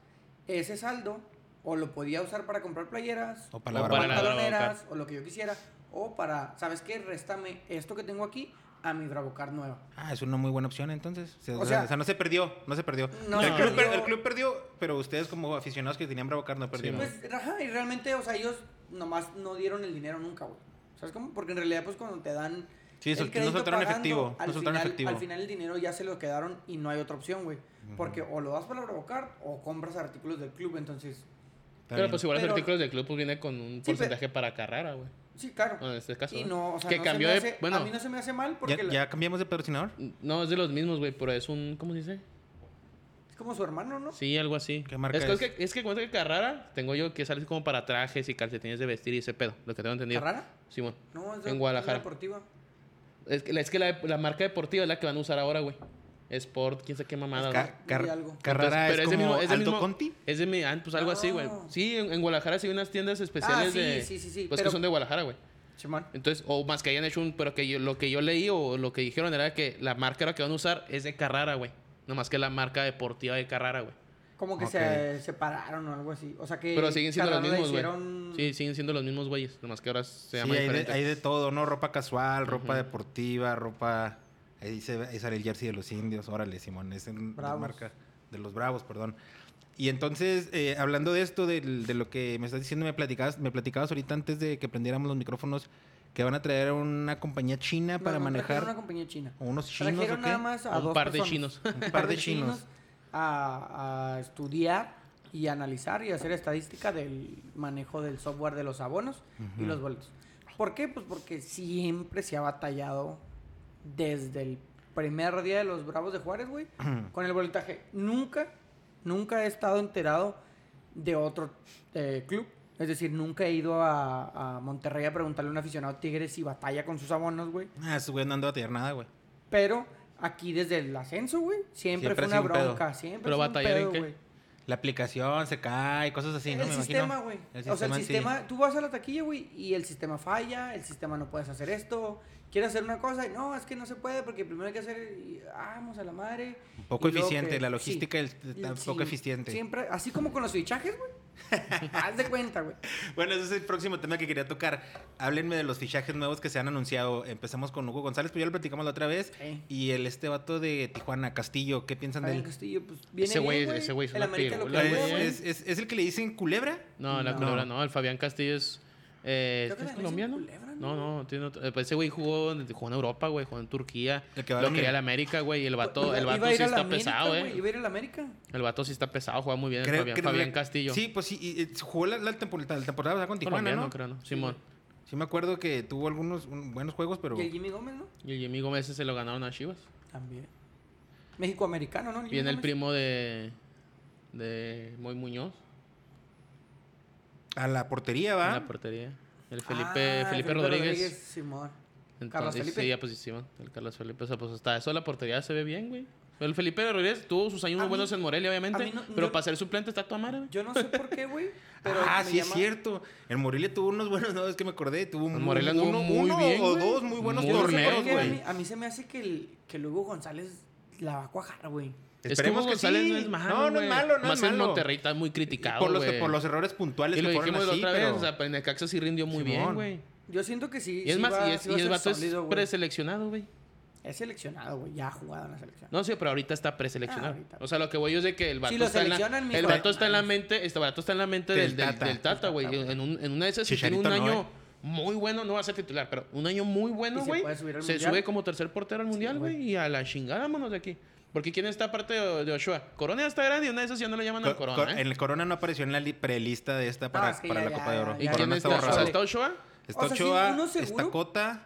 S1: ese saldo o lo podía usar para comprar playeras,
S2: O para la
S3: o
S2: barba.
S3: para la-
S1: pantaloneras,
S3: Bravo
S1: o lo que yo quisiera, o para, ¿sabes qué? Réstame esto que tengo aquí a mi Bravo Card nueva.
S2: Ah, es una muy buena opción entonces. Se-
S1: O
S2: o, sea,
S1: sea-
S2: o sea, no se perdió, no se perdió.
S1: No
S2: el,
S1: se
S2: club per-
S1: perdió.
S2: el club perdió, pero ustedes como aficionados que tenían Bravo Card no perdieron.
S1: Pues, ajá, y realmente, o sea, ellos nomás no dieron el dinero nunca, güey. ¿Sabes cómo? Porque en realidad, pues, cuando te dan
S2: Sí,
S1: el
S2: sol- no
S1: crédito
S2: soltaron
S1: pagando,
S2: efectivo,
S1: Al,
S2: no soltaron
S1: final,
S2: efectivo.
S1: al final el dinero ya se lo quedaron y no hay otra opción, güey. Porque o lo das para provocar o compras artículos del club. Entonces,
S2: Está
S3: Pero
S2: bien.
S3: pues igual los
S1: Pero-
S3: artículos del club pues viene con un
S1: pero-
S3: porcentaje para carrera, güey.
S1: sí, claro.
S3: Bueno, en este caso.
S1: y
S3: ¿no?
S1: no, o sea,
S3: que
S1: no se
S3: cambió
S1: me
S3: de.
S1: hace-
S3: bueno,
S1: a mí no se me hace mal porque
S2: ¿Ya,
S1: la-
S2: ya cambiamos de patrocinador?
S3: no, es de los mismos, güey, pero es un. ¿Cómo se dice?
S1: es como su hermano, ¿no?
S3: Sí, algo así.
S2: ¿Qué marca
S3: es, que-
S2: es?
S3: que, es que cuenta que Carrara, tengo yo que sale como para trajes y calcetines de vestir y ese pedo, lo que tengo entendido.
S1: ¿Carrara?
S3: Simón.
S1: No, es de
S3: En Guadalajara.
S1: es deportiva.
S3: Es que, es que la, la marca deportiva es la que van a usar ahora, güey. Sport, quién sabe qué mamada. ¿no?
S2: Ca- Car-
S1: Y algo.
S2: Carrara
S3: Entonces,
S2: es
S3: del
S2: como
S3: mismo- del
S2: Aldo
S3: mismo-
S2: Conti.
S3: Es de mi, ah, pues algo así, güey.
S1: No.
S3: Sí, en, en Guadalajara sí hay unas tiendas especiales
S1: Ah, sí,
S3: de.
S1: sí, sí, sí,
S3: Pues
S1: pero-
S3: que son de Guadalajara, güey.
S1: Simón.
S3: Entonces, o más que hayan hecho un. Pero que yo, lo que yo leí o lo que dijeron era que la marca ahora que van a usar es de Carrara, güey. No más que la marca deportiva de Carrara, güey.
S1: Como que se separaron o algo así. O sea que.
S3: Pero siguen siendo los
S1: Carrara le
S3: mismos,
S1: hicieron-
S3: güey. Sí, siguen siendo los mismos güeyes. Nomás que ahora se
S2: Sí,
S3: llama
S2: hay de,
S3: diferente.
S2: hay de todo, ¿no? Ropa casual, ropa deportiva, ropa... Ahí, se, ve- ahí sale el jersey de los indios, órale, Simón, es en la
S1: Bravos.
S2: marca de los bravos, perdón. Y entonces, eh, hablando de esto, del- de, lo que me estás diciendo, me platicabas, me platicabas ahorita antes de que prendiéramos los micrófonos, que van a traer a una compañía china
S1: No,
S2: para
S1: no, trajeron
S2: manejar
S1: Una compañía china.
S2: unos chinos,
S1: Trajeron
S2: ¿o qué?
S1: nada más a
S3: Un
S1: dos
S3: par de
S1: personas.
S3: chinos.
S2: un par de chinos.
S1: a, a estudiar y analizar y hacer estadística del manejo del software de los abonos y los boletos. ¿Por qué? Pues porque siempre se ha batallado desde el primer día de los Bravos de Juárez, güey, con el boletaje. Nunca, nunca he estado enterado de otro eh, club. Es decir, nunca he ido a, a Monterrey a preguntarle a un aficionado tigre si batalla con sus abonos, güey.
S2: Ah, esos güeyes no andan a tirar nada, güey.
S1: Pero aquí desde el ascenso, güey, siempre,
S2: Siempre
S1: fue
S2: ha
S1: una
S2: sido un pedo.
S1: bronca. Siempre
S3: ¿Pero
S1: fue un
S3: batallar en
S1: pedo,
S3: qué?
S1: güey.
S2: La aplicación se cae, cosas así, ¿no?
S1: el
S2: Me imagino.
S1: sistema, güey. O sea, el
S2: en sí.
S1: sistema, tú vas a la taquilla, güey, y el sistema falla, el sistema no puedes hacer esto, quieres hacer una cosa, y no, es que no se puede porque primero hay que hacer, y, ah, vamos a la madre.
S2: Un poco
S1: y luego
S2: eficiente,
S1: que-
S2: la
S1: sí.
S2: logística es un
S1: Sí,
S2: poco eficiente.
S1: Siempre, así como con los fichajes, güey. Haz de cuenta, güey.
S2: Bueno, ese es el próximo tema que quería tocar. Háblenme de los fichajes nuevos que se han anunciado. Empezamos con Hugo González, pues ya lo platicamos la otra vez.
S1: Sí.
S2: Y el este vato de Tijuana, Castillo, ¿qué piensan de
S1: Fabián
S2: él?
S1: Castillo, pues viene
S3: Ese güey-
S1: bien, güey.
S3: ese güey es
S1: El
S3: una
S1: América lo
S2: O sea,
S3: pirula,
S1: clavó,
S3: güey.
S1: güey.
S2: ¿Es, es- es- es el que le dicen culebra?
S3: No, la
S1: No.
S3: culebra no. El Fabián Castillo es. Eh,
S1: Creo que
S3: ¿es
S1: le dicen
S3: colombiano?
S1: culebra, ¿no?
S3: no, no, tiene otro- eh, pues ese güey jugó, en- jugó en Europa, güey, jugó en Turquía.
S2: El que va a
S3: lo
S2: venir.
S3: quería el América, güey. y El vato,
S1: Iba-
S3: el
S1: iba a
S3: vato
S1: ir
S3: sí
S1: a la
S3: está
S1: América,
S3: pesado,
S1: güey,
S3: eh.
S1: Iba a ir a la América.
S3: El vato sí está pesado, juega muy bien. el
S2: Creo-
S3: Fabián,
S2: creo-
S3: Fabián Castillo.
S2: Sí, pues sí, y- y jugó la, la temporada, la temporada pasada con Tijuana,
S3: Colombiano,
S2: ¿no?
S3: creo, ¿no? Simón.
S2: Sí me acuerdo que tuvo algunos un- buenos juegos, pero...
S1: Y el Jimmy Gómez, ¿no?
S3: Y el Jimmy Gómez ese se lo ganaron a Chivas.
S1: También. México-americano, ¿no?
S3: Viene el
S1: Gómez.
S3: primo de. de Moy Muñoz,
S2: A la portería
S3: en
S2: va.
S3: la portería. El
S1: Ah,
S3: Felipe, Felipe, Rodríguez.
S1: Simón.
S3: Entonces,
S1: Carlos Felipe.
S3: Sí, ya, pues sí, sí, man. el Carlos Felipe. O sea, pues hasta eso la portería se ve bien, güey. El Felipe Rodríguez tuvo sus años
S1: A
S3: muy
S1: mí-
S3: buenos en Morelia,
S1: a
S3: obviamente.
S1: mí no-
S3: pero
S1: yo-
S3: para ser suplente está tu madre, güey.
S1: Yo no sé por qué, güey. Pero
S2: ah,
S1: me
S2: sí, es
S1: llama-
S2: cierto. El Morelia tuvo unos buenos, no, es que me acordé, tuvo
S3: En
S2: un,
S3: Morelia anduvo
S2: uno,
S3: muy
S2: uno
S3: bien,
S2: o
S3: güey.
S2: dos muy buenos
S3: Muy
S1: Yo no sé por qué,
S2: torneos,
S1: a
S2: güey.
S1: mí- A mí se me hace que el, que el Hugo González la va a cuajar, güey.
S3: Es que Hugo González no es malo.
S2: No, no
S3: güey.
S2: es malo, no
S3: Más
S2: es malo.
S3: en Monterrey está muy criticado.
S2: por, los,
S3: güey.
S2: por los errores puntuales
S3: Y lo
S2: que fueron
S3: dijimos la
S2: así,
S3: otra
S2: pero
S3: vez. O sea, en Necaxa sí rindió muy bien,
S2: Simón.
S3: güey.
S1: Yo siento que sí.
S3: Y es
S1: sí
S3: más,
S1: va-
S3: y, es,
S1: sí va a
S3: y el
S1: ser
S3: vato
S1: sólido,
S3: es
S1: güey.
S3: preseleccionado, güey.
S1: Es seleccionado, güey. Ya ha jugado en la selección.
S3: No, sí, pero ahorita está
S1: Ah,
S3: preseleccionado.
S1: ahorita.
S3: o sea, lo que voy yo es de que el vato
S1: lo
S3: está en la,
S1: seleccionan, mijo,
S3: el
S1: no
S3: vato está en la
S1: mames.
S3: mente, este vato está en la mente
S2: Del
S3: del, del- del
S2: Tata.
S3: Tata, güey.
S2: Tata, güey.
S3: En, un- en una de esas si tiene un
S2: Chicharito no,
S3: año
S2: eh.
S3: muy bueno, no va a ser titular, pero un año muy
S1: Y
S3: bueno,
S1: se
S3: güey.
S1: puede subir al
S3: Se,
S1: Mundial.
S3: sube como tercer portero al mundial, güey, y a la chingada vámonos de aquí. Porque quién está aparte de, de Ochoa? Corona ya está grande y una de esas ya no le llaman al
S2: Co-
S3: Corona,
S2: cor-
S3: ¿eh?
S2: el Corona no apareció en la li- prelista de esta para,
S1: es que
S2: para
S1: ya,
S2: la
S1: ya,
S2: Copa de
S1: ya,
S2: Oro.
S1: ya.
S3: ¿Y
S1: el
S3: quién
S2: Corona
S3: está?
S2: está
S1: estaba
S3: O sea,
S2: borrado.
S1: solo?
S3: está Ochoa.
S2: Está
S1: O sea, sí,
S2: Ochoa,
S1: uno
S2: está
S1: seguro.
S2: Cota,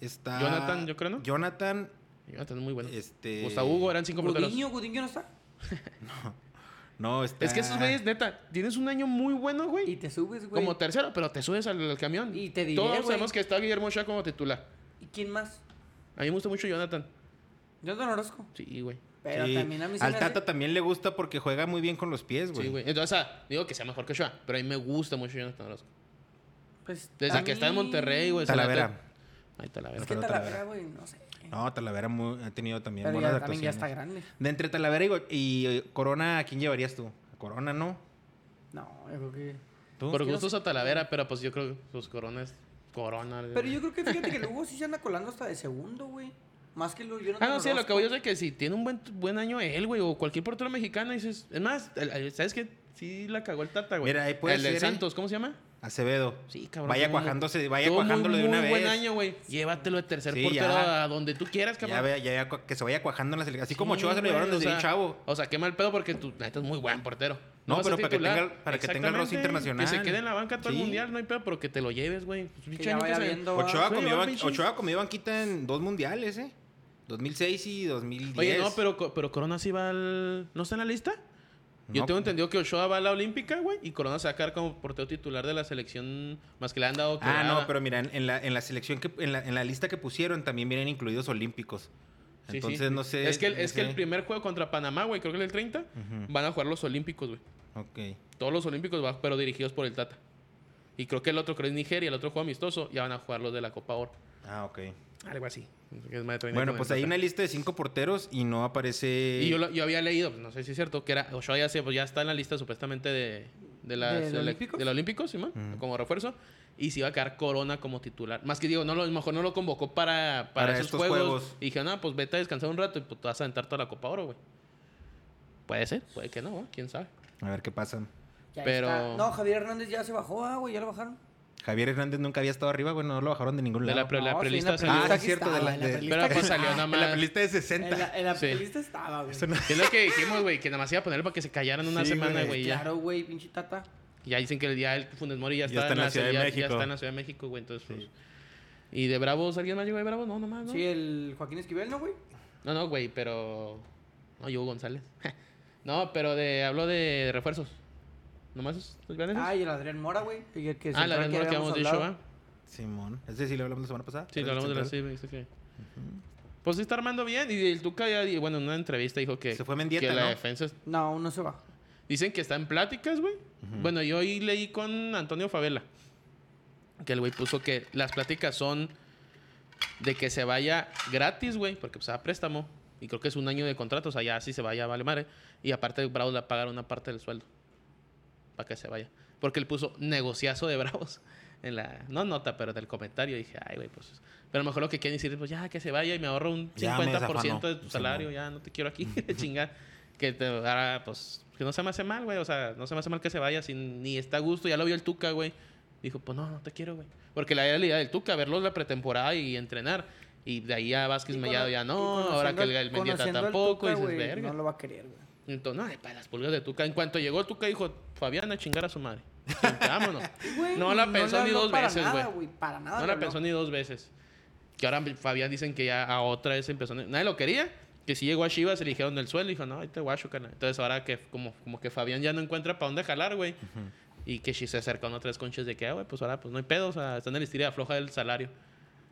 S2: está...
S3: Jonathan, yo creo, ¿no?
S2: Jonathan,
S3: Ya está muy bueno.
S2: este...
S3: Gustavo Hugo eran cinco porteros.
S1: Gudiño, Gudiño no está.
S2: No, está...
S3: Es que esos güeyes, neta, tienes un año muy bueno, güey.
S1: Ah. Y te subes, güey.
S3: Como tercero, pero te subes al, al camión.
S1: Y te diré,
S3: Todos
S1: güey.
S3: sabemos que está Guillermo Ochoa como titular.
S1: ¿Y quién más?
S3: A mí me gusta mucho Jonathan.
S1: Jonathan Orozco.
S3: Sí, güey.
S1: Pero
S2: Sí.
S1: también a mí se
S2: Al
S1: me hace-
S2: Tata también le gusta porque juega muy bien con los pies, güey.
S3: Sí, güey. Entonces, o sea, digo que sea mejor que Ochoa, pero a mí me gusta mucho Jonathan Orozco.
S1: pues,
S3: Desde
S1: a
S3: que está en
S1: mí-
S3: Monterrey, güey. se
S2: Talavera.
S3: nota- Ay, Pues, Talavera.
S1: Es que
S2: Pero
S1: Talavera,
S2: Talavera.
S1: güey, no sé.
S2: No, Talavera muy- ha tenido también
S1: Pero
S2: buenas
S1: ya, también ya
S2: actuaciones.
S1: está grande.
S2: De entre Talavera y, Go- y, eh, Corona, ¿a quién llevarías tú? A Corona, ¿no?
S1: No, yo creo que...
S2: ¿Tú?
S3: Por
S1: que no
S3: gustos a Talavera, pero pues yo creo que sus coronas. Corona.
S1: Pero yo creo que fíjate que el Hugo sí se anda colando hasta de segundo, güey. Más que lo yo
S3: Ah, no, sí, lo que voy es de que si tiene un buen, buen año él, güey, o cualquier portero mexicano, dices. Es más, el- el- ¿sabes qué? Sí la cagó el Tata, güey.
S2: Mira, ahí puede
S3: El
S2: ser,
S3: del
S2: ¿eh?
S3: Santos, ¿cómo se llama?
S2: Acevedo.
S3: Sí, cabrón.
S2: Vaya
S3: tuvo muy-
S2: cuajándose, vaya
S3: tuvo muy-
S2: cuajándolo de una vez.
S3: muy buen año, güey. Llévatelo de tercer
S2: Sí,
S3: portero
S2: ya.
S3: a donde tú quieras, cabrón.
S2: Ya, vea- ya, vea cua- que se vaya cuajando en la selección. Así como
S3: Sí,
S2: Ochoa se lo
S3: güey,
S2: llevaron
S3: o
S2: desde
S3: sea,
S2: bien chavo.
S3: O sea, qué mal pedo porque tú, la neta, es muy buen portero.
S2: No,
S3: vas a
S2: pero para que
S3: titular.
S2: tenga- para que tenga el roce
S3: Exactamente.
S2: internacional.
S3: Que se quede en la banca todo el
S2: Sí.
S3: mundial, no hay pedo, pero que te lo lleves, güey. Pues, pinche
S1: Que ya
S3: año
S1: vaya
S3: se-
S1: viendo. ah.
S2: Ochoa
S3: Sí,
S2: comió,
S3: va,
S2: ban-
S3: pinches.
S2: Ochoa comió banquita en dos mundiales, ¿eh? 2006 y 2010.
S3: Oye, no, pero, Co- pero Corona sí va al... ¿No está en la lista? Yo
S2: No,
S3: tengo
S2: pues.
S3: entendido que Ochoa va a la Olímpica, güey, y Corona se va a quedar como portero titular de la selección, más que le han dado...
S2: Ah,
S3: quebrada.
S2: no, pero mira, en, en la, en la selección, que, en, la, en la lista que pusieron también vienen incluidos olímpicos.
S3: Sí,
S2: Entonces,
S3: sí.
S2: no sé.
S3: Es que, el,
S2: no
S3: es que el
S2: sé.
S3: primer juego contra Panamá, güey, creo que es el 30,
S2: Ujú.
S3: van a jugar los Olímpicos, güey.
S2: Ok.
S3: Todos los Olímpicos, va- pero dirigidos por el Tata. Y creo que el otro, creo que es Nigeria, el otro juego amistoso, ya van a jugar los de la Copa Oro.
S2: Ah, ok.
S3: Algo así. Que es más de 30
S2: Bueno,
S3: con
S2: pues
S3: el
S2: hay
S3: Tata.
S2: una lista de cinco porteros y no aparece.
S3: Y yo, lo- yo había leído, pues, no sé si es cierto, que era Ochoa ya, se- pues, ya está en la lista supuestamente de, de, la,
S1: ¿Del
S3: sele-
S1: Olímpicos?
S3: del Olímpicos, Simón,
S2: Ujú.
S3: como refuerzo. Y se iba a quedar Corona como titular. Más que digo, no lo, a lo mejor no lo convocó para, para,
S2: Para
S3: esos
S2: estos
S3: juegos.
S2: juegos.
S3: Y dije, no, pues vete a descansar un rato y pues, te vas a aventar toda la Copa Oro, güey. Puede ser, puede que no, güey, quién sabe.
S2: A ver qué pasa.
S1: Ya
S3: Pero-
S1: está. No, Javier Hernández ya se bajó, ah, güey, ya lo bajaron.
S2: Javier Hernández nunca había estado arriba, bueno, no lo bajaron de ningún
S3: De
S2: lado.
S3: la pre- la
S1: No, sí,
S3: prelista
S1: en
S3: salió.
S2: Ah,
S1: prelista
S2: sí,
S1: aquí
S2: cierto, de
S1: estaba,
S2: la-
S1: en la
S2: de-
S1: prelista
S3: Pero pues
S1: aquí
S3: salió nada
S2: en la
S3: más.
S2: prelista de
S1: estaba.
S2: 60.
S1: En la, en la
S3: Sí.
S1: prelista estaba, güey.
S3: Es lo que dijimos, güey, que nada más iba a poner para que se callaran una
S2: Sí,
S3: semana,
S2: güey,
S3: güey. ya.
S1: Claro, güey, pinche tata.
S3: Ya dicen que el día del Funes Mori ya,
S2: Ya
S3: está, en la, Ciudad
S2: de
S3: ya- Ya
S2: México.
S3: está en la Ciudad de México, güey. Entonces, pues. ¿Y de Bravos? ¿Alguien más llegó de Bravos? No, nomás, ¿no?
S1: Sí, el Joaquín Esquivel, ¿no, güey?
S3: No, no, güey, pero. No, yo Hugo González. no, pero de hablo de refuerzos. ¿Nomás esos? ¿Los ganan esos?
S1: Ah, y el Adrián Mora, güey. y el que
S3: ah,
S1: central
S3: la misma que
S1: habíamos
S3: habíamos dicho, ¿eh?
S1: hablado.
S3: ¿va?
S2: Simón. ¿Es decir, lo hablamos la semana pasada?
S3: Sí, lo hablamos de la sí,
S2: Central.
S3: me dice que. Pues sí está armando bien. Y el Tuca ya, di- bueno, en una entrevista dijo que.
S2: Se fue Mendieta,
S3: que la
S2: ¿no?
S3: defensa. es-
S1: No, aún no se va.
S3: Dicen que está en pláticas, güey. Bueno, yo hoy leí con Antonio Favela. Que el güey puso que las pláticas son de que se vaya gratis, güey, porque pues a préstamo. Y creo que es un año de contrato, o sea, ya si se vaya, vale madre. Y aparte, Bravos le pagaron una parte del sueldo para que se vaya. Porque él puso negociazo de Bravos en la, no nota, pero del comentario. dije, ay, güey, pues. Pero a lo mejor lo que quieren decir es, pues ya que se vaya y me ahorro un
S2: Ya me
S3: 50% de
S2: desafanó.
S3: tu
S2: Sí,
S3: salario,
S2: no.
S3: ya no te quiero aquí, chingar. Que te ahora, pues, que no se me hace mal, güey. O sea, no se me hace mal que se vaya, sin, ni está a gusto. Ya lo vio el Tuca, güey. Dijo, pues no, no te quiero, güey. Porque la realidad del Tuca, verlos la pretemporada y entrenar. Y de ahí a Vázquez
S1: Y
S3: Mellado
S1: cono-
S3: ya
S1: y
S3: no,
S1: conociendo
S3: ahora que el,
S1: al-
S3: el Mendieta
S1: conociendo al
S3: tampoco,
S1: Tuca,
S3: y dices,
S1: güey,
S3: verga.
S1: No lo va a querer, güey.
S3: Entonces, no, para las pulgas de Tuca. En cuanto llegó Tuca, dijo, Fabián, a chingar a su madre. Siente, Vámonos.
S1: Güey,
S3: no la pensó
S1: le
S3: ni
S1: habló
S3: dos
S1: para
S3: veces,
S1: nada,
S3: güey.
S1: Para nada.
S2: Ah,
S1: le
S3: No la
S1: habló.
S3: pensó ni dos veces. Que ahora Fabián dicen que ya a otra vez empezó. Nadie lo quería. Que si llegó a Chivas, se le dijeron del suelo. Dijo, no, ahí te guacho, carnal. Entonces, ahora que como, como que Fabián ya no encuentra para dónde jalar, güey. Y que si se acercaron otras conchas de que, ah, güey, pues ahora pues no hay pedo. O sea, están en el estilo afloja del salario.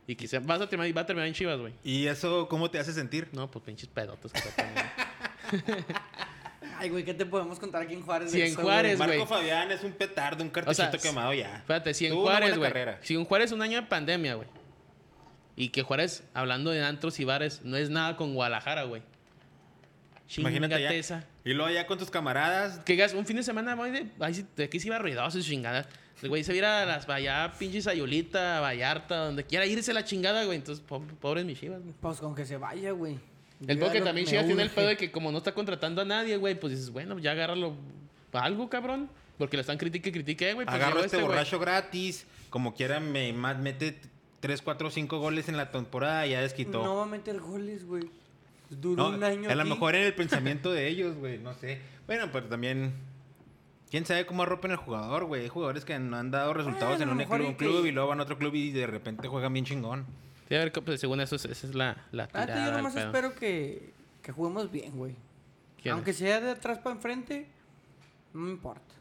S3: Y quizás vas a terminar, va a terminar en Chivas, güey.
S2: ¿Y eso cómo te hace sentir?
S3: No, pues pinches pedotas que se ponen.
S1: Ay, güey, ¿qué te podemos contar aquí en Juárez? de
S3: Sí, en
S1: eso,
S3: Juárez,
S1: güey?
S2: Marco
S3: Pues, güey.
S2: Fabián es un petardo, un cartuchito
S3: O sea,
S2: quemado ya.
S3: Espérate, si en
S2: Tuvo una
S3: Juárez,
S2: buena
S3: güey.
S2: carrera.
S3: Si en Juárez un año de pandemia, güey. Y que Juárez, hablando de antros y bares, no es nada con Guadalajara, güey.
S2: Imagínate
S3: Chingate
S2: ya.
S3: esa.
S2: Y luego allá con tus camaradas.
S3: Que digas, un fin de semana, güey, de, ay, sí, de aquí se iba ruidoso y chingadas. El güey se va a ir a las allá, pinche Sayulita, Vallarta, donde quiera irse la chingada, güey. Entonces, po- pobres mis chivas, güey.
S1: Pues con que se vaya, güey.
S3: El
S1: Yo
S3: pedo
S1: ya
S3: que
S1: lo-
S3: también
S1: me
S3: Chivas tiene el
S1: urge.
S3: pedo de que como no está contratando a nadie, güey, pues dices, bueno, ya agárralo para algo, cabrón. Porque le están critique y critique, güey. Pues
S2: agarro
S3: llegó
S2: este
S3: güey.
S2: borracho gratis. Como quiera, me ma- mete 3, 4, 5 goles en la temporada y ya desquitó.
S1: No va a meter goles, güey.
S2: No,
S1: Pues, Duró un año.
S2: A lo
S1: aquí.
S2: mejor en el pensamiento de ellos, güey, no sé. Bueno, pero también. ¿Quién sabe cómo arropen al jugador, güey? Hay jugadores que no han dado resultados
S1: Bueno, a
S2: en
S1: lo
S2: un
S1: mejor
S2: club,
S1: y
S2: un
S1: que-
S2: club y luego van a otro club y de repente juegan bien chingón.
S3: Sí, a ver, pues, según eso, es- esa es la, la
S1: Ah,
S3: tirada.
S1: te- yo
S3: del
S1: nomás
S3: pedo.
S1: espero que, que juguemos bien, güey.
S3: ¿Quién?
S1: Aunque sea de atrás para enfrente, no me importa.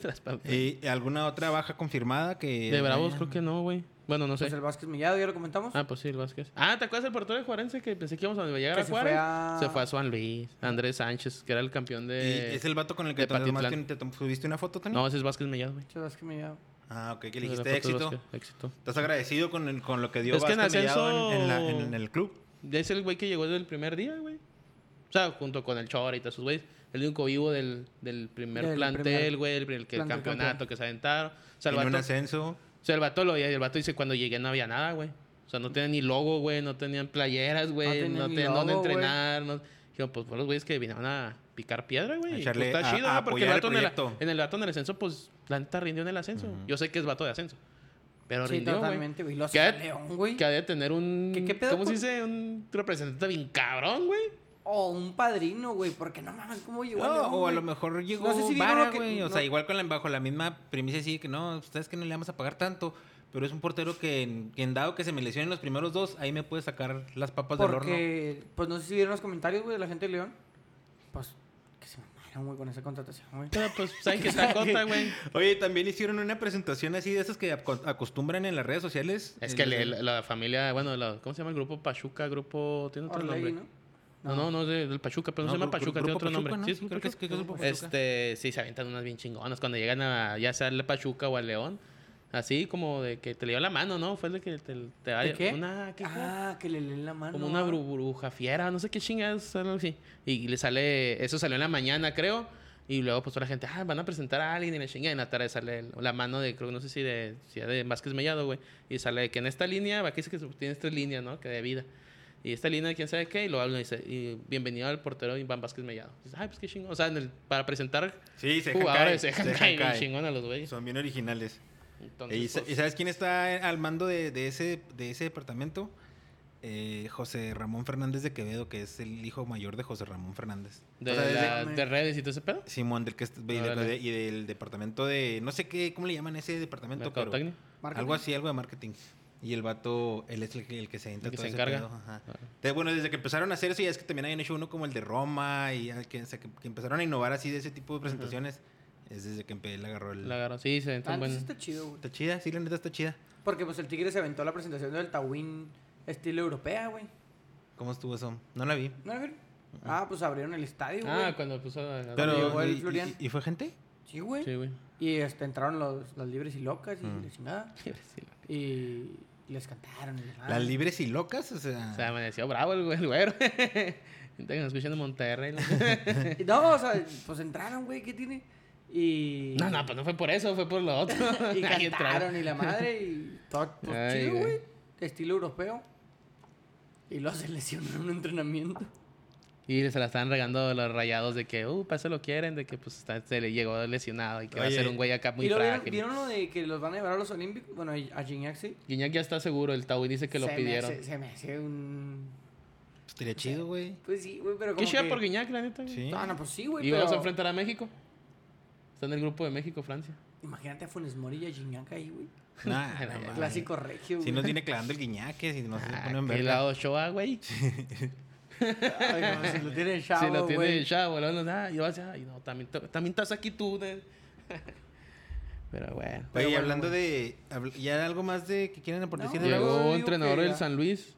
S3: Tras pa-
S2: ¿Y Eh, alguna otra baja confirmada que.
S3: De Bravos creo que no, güey. Bueno, no sé.
S1: Pues el Vázquez Millado, ya lo comentamos.
S3: Ah, pues sí, el Vázquez. Ah, ¿te acuerdas del portero de Juarense que pensé que íbamos a llegar
S1: Que
S3: a
S1: se fue
S3: Juárez? Se fue
S1: a-
S3: a... Juan Luis, Andrés Sánchez, que era el campeón
S2: Y
S3: de...
S2: Eh, es el vato con el que
S3: de
S2: te, tomaste-
S3: Patitlán.
S2: te tom- subiste una foto, Tony.
S3: No, ese es Vázquez Mellado, güey.
S1: Che, Vázquez Millado.
S2: Ah, ok, que
S3: De
S2: le
S3: la
S2: dijiste
S3: foto de
S2: éxito.
S3: Vázquez, éxito.
S2: Estás agradecido con, el- con lo que dio
S3: Es que en
S2: Vázquez Mellado en, en la-
S3: ascenso-
S2: en el club.
S3: Es el güey que llegó desde el primer día, güey. O sea, junto con el Chora y todos esos güeyes. El único vivo del, del primer
S1: Del primer
S3: plantel, güey. El, el que- el
S1: plantel
S3: campeonato
S1: campeón.
S3: que se aventaron. O sea, el
S2: Tiene un
S3: vato-
S2: ascenso.
S3: O sea, el vato lo el vato dice cuando llegué no había nada, güey. O sea, no tenían ni logo, güey, no tenían playeras, güey,
S1: tenían
S3: no
S1: ni
S3: tenían dónde
S1: logo, güey.
S3: entrenar. No... Dijeron, pues fueron los güeyes que vinieron a, picar piedra, güey. y
S2: Echarle
S3: pues está
S2: a-
S3: chido,
S2: a
S3: ¿no? Porque el
S2: apoyar
S3: vato
S2: el
S3: en el,
S2: proyecto.
S3: en el vato en el ascenso, pues, la neta rindió en el ascenso. Yo sé que es vato de ascenso. Pero
S1: Sí,
S3: rindió, güey.
S1: totalmente, güey. Los
S3: ¿Qué?
S1: León, güey.
S3: Que ha de tener un...
S1: ¿Qué- qué pedo
S3: ¿Cómo
S1: con-
S3: se dice? Un representante bien cabrón, güey.
S1: O un padrino, güey. Porque no mames, ¿cómo llegó?
S2: No,
S1: León,
S2: o a
S1: güey?
S2: lo mejor llegó
S1: No sé si vieron
S2: vara,
S1: lo que-
S2: güey. O
S1: no.
S2: sea, igual con la, bajo la misma premisa, sí, que no, ustedes que no le vamos a pagar tanto. Pero es un portero que, en- que en dado que se me lesionen los primeros dos, ahí me puede sacar las papas del horno.
S1: Porque, pues no sé si vieron los comentarios, güey, de la gente de León. Pues que se mamaron, güey, con esa contratación, güey.
S3: Pero, pues, saben que está cota, güey.
S2: Oye, también hicieron una presentación así de esas que aco- acostumbran en las redes sociales.
S3: Es que
S2: El-
S3: le- la, la familia, bueno, la- ¿cómo se llama el grupo? Pachuca, grupo... Tiene otro
S1: Orlegui,
S3: nombre.
S1: ¿no?
S3: No, no, no, es de- del Pachuca, pero
S2: No,
S3: no, se llama
S2: gru-
S3: Pachuca,
S2: grupo
S3: tiene otro
S2: Pachuca,
S3: nombre.
S2: ¿no?
S3: Sí, es un
S2: Creo que es- creo que es grupo Pachuca.
S3: Este, sí, se avientan unas bien chingonas cuando llegan a ya sea al Pachuca o al León. Así como de que te le dio la mano, ¿no? Fue de que te, te da
S1: ¿De qué?
S3: una ¿qué fue?
S1: Ah, que le leen la mano.
S3: como una
S1: ah.
S3: bru- bruja fiera, no sé qué chingas, algo así. Y le sale, eso salió en la mañana, creo. Y luego pues toda la gente, ah, van a presentar a alguien y la chingada. En la tarde sale el- la mano de, creo que no sé si de, si era de Vázquez Mellado, güey. Y sale de que en esta línea, va que dice que tienes tres líneas, ¿no? Que de vida. Y esta línea, quién sabe qué, y lo hablan y dice, y bienvenido al portero Iván Vázquez Mellado. Dices, ay, pues qué chingón. O sea, en el- para presentar
S2: Sí, se dejan caer,
S3: jugadores, se dejan
S2: Este, uh, se dejan
S3: caer bien
S2: caer.
S3: chingón a los güeyes.
S2: Son bien originales.
S3: Entonces,
S2: ¿Y, sa-
S3: pues,
S2: y sabes quién está al mando de, de ese, de ese departamento? Eh, José Ramón Fernández de Quevedo, que es el hijo mayor de José Ramón Fernández.
S3: de,
S2: O sea, desde-
S3: la- de redes y todo ese pedo.
S2: Simón, del que est- y, de-
S3: Órale.
S2: y del departamento de. No sé qué, ¿cómo le llaman a ese departamento? Pero
S3: Mercadotecnia.
S1: Marketing.
S2: algo así, algo de marketing. Y el vato, él es el, que- el que se entra
S3: El que
S2: todo
S3: se
S2: ese
S3: encarga. Ah.
S2: pedo, ajá. Entonces, bueno, desde que empezaron a hacer eso, ya es que también habían hecho uno como el de Roma, y al que, o sea, que- que empezaron a innovar así de ese tipo de presentaciones. Es desde que empe- él agarró el.
S3: La agarró. Sí, se
S1: Ah,
S3: entonces,
S1: entonces
S3: bueno.
S1: está chido, güey.
S2: Está chida, sí, la neta está chida.
S1: Porque pues el Tigre se aventó la presentación del Tawin estilo europea, güey.
S2: ¿Cómo estuvo eso? No la vi.
S1: ¿No la vieron? Ah, pues abrieron el estadio, güey.
S3: Ah, cuando puso la- la-
S1: Pero- llegó el
S2: ¿y-
S1: Florian.
S2: ¿Y, y fue gente?
S1: Sí, güey.
S3: Sí, güey.
S1: Y este, entraron los, las libres y locas y
S2: Mm.
S1: la chingada. Y les cantaron. y
S3: Ah.
S1: la-
S2: ¿Las libres y locas? O sea,
S3: Se amaneció bravo el, güey, el güero. Gente que nos escuchan de Monterrey. ¿no?
S1: Y No, o sea, pues entraron, güey, ¿qué tiene? Y...
S3: no, no, pues no fue por eso, fue por lo otro.
S1: Y
S3: Ahí entraron.
S1: cantaron y la madre y todo pues,
S3: Ay,
S1: chido,
S3: güey.
S1: güey. Estilo europeo. Y lo se lesionó en un entrenamiento.
S3: Y se la estaban regando los rayados de que, uh, para eso lo quieren, de que pues está- se le llegó lesionado y que va a
S2: Oye.
S3: ser un güey acá muy
S1: ¿Y lo vieron,
S3: frágil.
S1: vieron lo de que los van a llevar a los Olímpicos? Bueno, a Gignac sí.
S3: Guiñac ya está seguro, el Tawi dice que lo
S1: Se me
S3: pidieron.
S1: hace- se me hace un...
S2: pues, estaría chido, güey.
S1: Pues sí, güey, pero
S3: Qué
S1: como
S3: chido
S1: que-
S3: por Guiñac, la neta. güey.
S2: Sí.
S1: Ah, no, pues sí, Ah, güey,
S3: y vamos a
S1: pero...
S3: enfrentar a México. Está en el grupo de México, Francia.
S1: Imagínate a Funes Mori y a Gignac ahí, güey.
S2: Nah,
S3: no,
S2: no,
S3: Ay.
S1: Clásico regio, güey.
S2: Si nos viene clavando el guiñaque, si nos se
S3: Ah,
S2: ponen
S3: qué
S2: verga.
S3: lado Shoah, güey.
S1: Ay, no, si lo tiene el chavo,
S3: si lo tiene
S1: güey.
S3: el chavo, luego nos- ah, y vas a ay, no, también, to- también estás aquí tú. de- Pero bueno.
S2: Oye,
S1: Pero
S2: y
S1: bueno,
S2: hablando de. habl- ¿Ya algo más de que quieren aportar?
S1: No,
S2: ¿Tienen
S1: luego
S2: algo?
S3: Llegó
S1: digo
S3: entrenador
S1: que
S3: del
S1: ya.
S3: San Luis,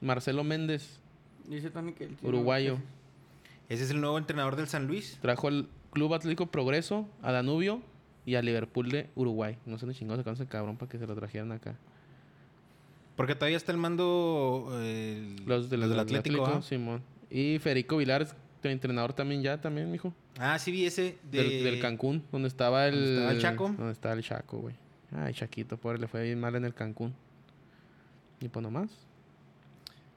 S3: Marcelo Méndez,
S1: Dice Tony que el tío-
S3: uruguayo.
S2: Ese es el nuevo entrenador del San Luis.
S3: Trajo al Club Atlético Progreso, a Danubio y a Liverpool de Uruguay. No sé de chingados sacaron ese cabrón para que se lo trajeran acá.
S2: Porque todavía está el mando. eh, el-
S3: Los del, del Atlético,
S2: ¿ah?
S3: Simón. Y Federico Vilar, este entrenador también ya, también, mijo.
S2: Ah, sí, vi ese. De...
S3: Del, del Cancún, donde estaba el...
S2: ¿Dónde estaba el Chaco?
S3: Donde estaba el Chaco, güey. Ay, Chaquito, pobre, le fue bien mal en el Cancún. Y pues nomás.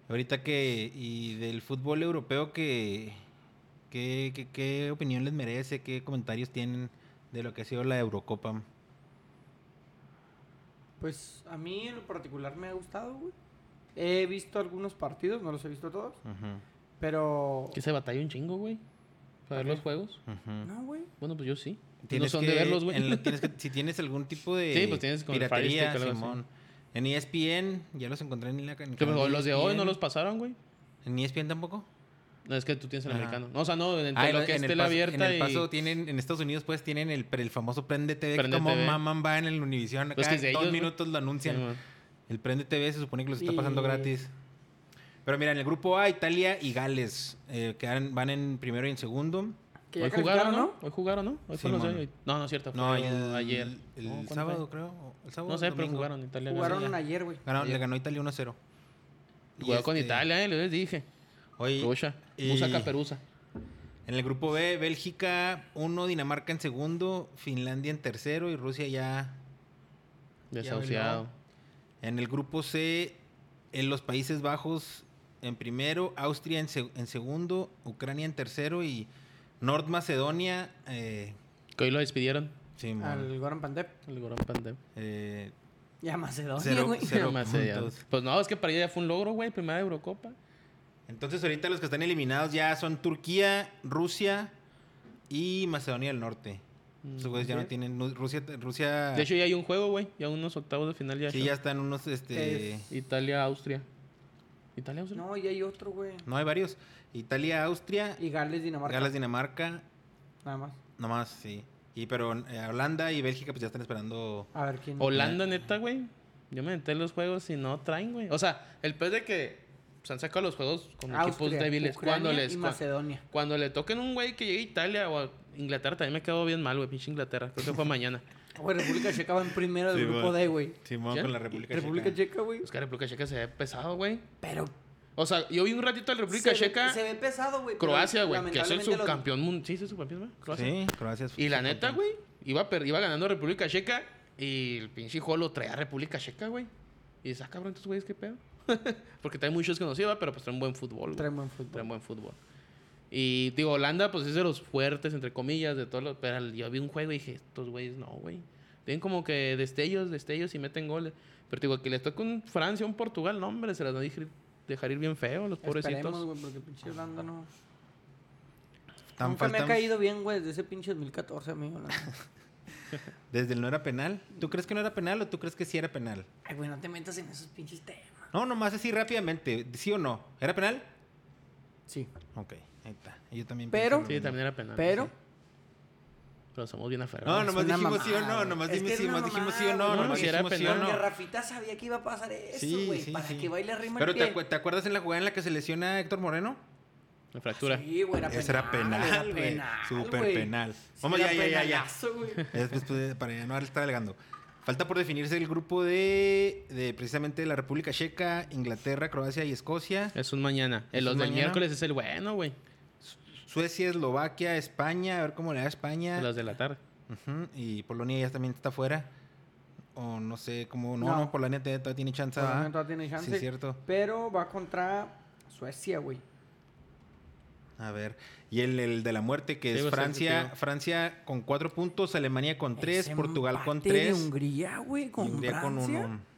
S2: Ahorita que. Y del fútbol europeo que. ¿Qué, qué, qué opinión les merece? ¿Qué comentarios tienen de lo que ha sido la Eurocopa?
S1: Pues a mí en lo particular me ha gustado, güey. He visto algunos partidos, no los he visto todos,
S2: Ujú,
S1: pero...
S3: Que se batalla un chingo, güey. Para ver los juegos.
S2: ujú.
S1: No, güey.
S3: Bueno, pues yo sí. No
S2: Tienes
S3: son
S2: que-
S3: de verlos, güey.
S2: en la- tienes que- si tienes algún tipo de
S3: Sí, pues tienes como el Fire
S2: piratería,
S3: Stick o algo así.
S2: Simón. En E ESPN, ya los encontré en la en el
S3: Que, pues,
S2: canal
S3: los de hoy no
S2: ESPN.
S3: los pasaron, güey.
S2: ¿En E ESPN tampoco?
S3: No, es que tú tienes el
S2: Ajá.
S3: americano. No, o sea, no, entre
S2: Ah,
S3: lo que es
S2: el
S3: tela
S2: Paso- En
S3: abierta
S2: el paso
S3: y...
S2: tienen, en Estados Unidos pues tienen el, pre- el famoso Prende TV,
S3: Prende
S2: como
S3: TV.
S2: maman va en el Univision,
S3: Pues
S2: acá
S3: que es de
S2: dos
S3: ellos, güey.
S2: minutos lo anuncian.
S3: Simón.
S2: el Prende TV se supone que los está pasando
S1: Y-
S2: gratis. Pero mira, en el grupo A, Italia y Gales eh, quedan- van en primero y en segundo.
S1: Que ya
S3: Hoy Pues jugaron,
S1: calificaron,
S3: ¿no?
S1: ¿no?
S3: Hoy jugaron, ¿no? Hoy fueron los
S2: Simón.
S3: de hoy. No, no es cierto.
S2: No,
S3: fue
S2: el-
S3: ayer.
S2: El,
S3: No, ¿cuándo
S2: sábado,
S3: fue?
S2: creo. o el sábado,
S3: No sé, pero
S2: domingo.
S3: jugaron Italia.
S1: Jugaron
S3: Brasil.
S1: ayer, güey.
S2: Ganaron-
S3: Ayer.
S2: le ganó Italia 1-0. Y
S3: Jugó con
S2: este,
S3: Italia, eh, les dije.
S2: Oye,
S3: Rusia.
S2: y-
S3: Musa Caperuza.
S2: En el grupo B, Bélgica 1, Dinamarca en segundo, Finlandia en tercero y Rusia ya.
S3: Desahuciado.
S2: En el grupo C, en los Países Bajos en primero, Austria en, seg- en segundo, Ucrania en tercero y North Macedonia. Eh,
S3: Que hoy lo despidieron.
S2: sí, mon.
S1: Al Goran Pandep.
S3: El Goran Pandev.
S2: Eh,
S1: Ya Macedonia,
S2: Cero-
S1: güey.
S2: cero. Pero
S3: Más allá.
S2: puntos.
S3: Pues no, es que para ella ya fue un logro, güey. Primera Eurocopa.
S2: entonces, ahorita los que están eliminados ya son Turquía, Rusia y Macedonia del Norte. Esos güeyes ya no
S1: Mm, ok.
S2: tienen. no, Rusia. Rusia
S3: De hecho, ya hay un juego, güey. Ya unos octavos de final ya.
S2: Ah. sí, ya están unos. Este,
S1: Es-
S3: Italia-Austria. ¿Italia-Austria?
S1: No, y hay otro, güey.
S2: No hay varios. Italia, Austria,
S1: Y Gales, Dinamarca.
S2: Gales, Dinamarca,
S1: Nada más.
S2: nomás, sí. Y pero eh, Holanda y Bélgica pues ya están esperando.
S1: A ver quién.
S3: Holanda, neta, güey. Yo me metí en los juegos y no traen, güey. O sea, el pez de que se han sacado los juegos con equipos
S1: Austria,
S3: débiles.
S1: Ucrania
S3: cuando les
S1: y
S3: cua-
S1: Macedonia.
S3: cuando le toquen un güey que llegue a Italia o a Inglaterra, también me quedó bien mal, güey. Pinche Inglaterra. Creo que fue mañana.
S1: Güey, República Checa va en primero
S2: Sí,
S1: del grupo
S2: güey.
S1: D, güey.
S2: Simón
S3: ¿Quién?
S2: con la República,
S1: República
S2: Checa.
S1: Checa, güey.
S3: Es que República Checa se ve pesado, güey.
S1: Pero.
S3: O sea, yo vi un ratito al República
S1: se ve-
S3: Checa,
S1: Se ve pesado, güey. pero
S3: Croacia, güey, que es el
S1: lamentablemente los-
S3: subcampeón mundial. Sí, es el subcampeón, ¿verdad? Croacia.
S2: Sí, Croacia es-
S3: Y la neta, güey, iba, per- iba ganando República Checa y el pinche Jolo traía a República Checa, güey. Y dices, ah, cabrón, estos güeyes, qué pedo. Porque traen muchos que nos iba, pero pues traen buen fútbol, güey.
S1: Traen buen
S3: Traen
S1: fútbol.
S3: buen fútbol. Y digo, Holanda, pues es de los fuertes, entre comillas, de todos los. Pero el- yo vi un juego y dije, estos güeyes no, güey. Tienen como que destellos, destellos y meten goles. Pero digo, que les toca un Francia, un Portugal, no, hombre, se las va a dejar ir- dejar ir bien feo, los pobrecitos.
S1: Esperemos, güey, porque pinche Holanda no.
S2: Tan
S1: Nunca me ha
S2: faltan-
S1: caído bien, güey, desde ese pinche 2014, amigo. la-
S2: Desde el no era penal. ¿Tú crees que no era penal o tú crees que sí era penal?
S1: Ay, güey, no te metas en esos pinches temas.
S2: No, nomás así rápidamente. ¿Sí o no? ¿Era penal?
S1: Sí.
S2: Ok, ahí está. Yo también
S1: Pero-
S2: pienso lo
S3: Sí,
S2: mismo.
S3: también era penal.
S1: Pero.
S3: sí. Pero somos bien aferrados.
S2: No, nomás
S1: una
S2: dijimos sí o
S1: mamada,
S2: no,
S1: güey.
S2: nomás
S1: Es que
S2: dijimos
S1: es
S2: sí,
S1: una
S2: nomás dijimos sí o
S1: mamada,
S2: no,
S1: güey.
S2: nomás
S1: Si
S3: era
S2: dijimos sí o
S3: penal.
S1: Porque
S2: no.
S1: Rafita sabía que iba a pasar eso,
S2: Sí,
S1: güey.
S2: sí,
S1: para
S2: sí.
S1: que baile rima
S2: Pero
S1: el
S2: te,
S1: pie.
S2: acu- ¿te acuerdas en la jugada en la que se lesiona Héctor Moreno?
S3: La fractura.
S1: Sí, güey, era
S2: Ese era penal, güey. Súper
S1: güey.
S2: penal.
S1: Sí,
S2: Vamos,
S1: era
S2: ya, ya, ya, ya.
S1: penalazo, güey.
S2: Es- es- pues, para ya no estar alegando. Falta por definirse el grupo de, de precisamente la República Checa, Inglaterra, Croacia y Escocia.
S3: Es un mañana.
S2: Es
S3: El los
S2: un
S3: del
S2: mañana.
S3: miércoles es el bueno, güey.
S2: Suecia, Eslovaquia, España, a ver cómo le da a
S1: Ah.
S2: España.
S3: Los de la tarde.
S2: Ujú, Y Polonia ya también está fuera. O no sé cómo. No,
S1: No.
S2: no, Polonia te- todavía tiene chance.
S1: Por el
S2: ¿verdad?
S1: momento tiene chance.
S2: Sí, es cierto.
S1: Pero va contra Suecia, güey.
S2: A ver. Y el, el de la muerte, que
S3: Sí,
S2: es
S3: va a ser
S2: Francia.
S3: efectivo.
S2: Francia con cuatro puntos, Alemania con tres,
S1: Ese
S2: Portugal con
S1: empate de
S2: tres.
S1: Hungría, güey,
S2: y
S1: con
S2: Hungría con
S1: Francia.
S2: uno.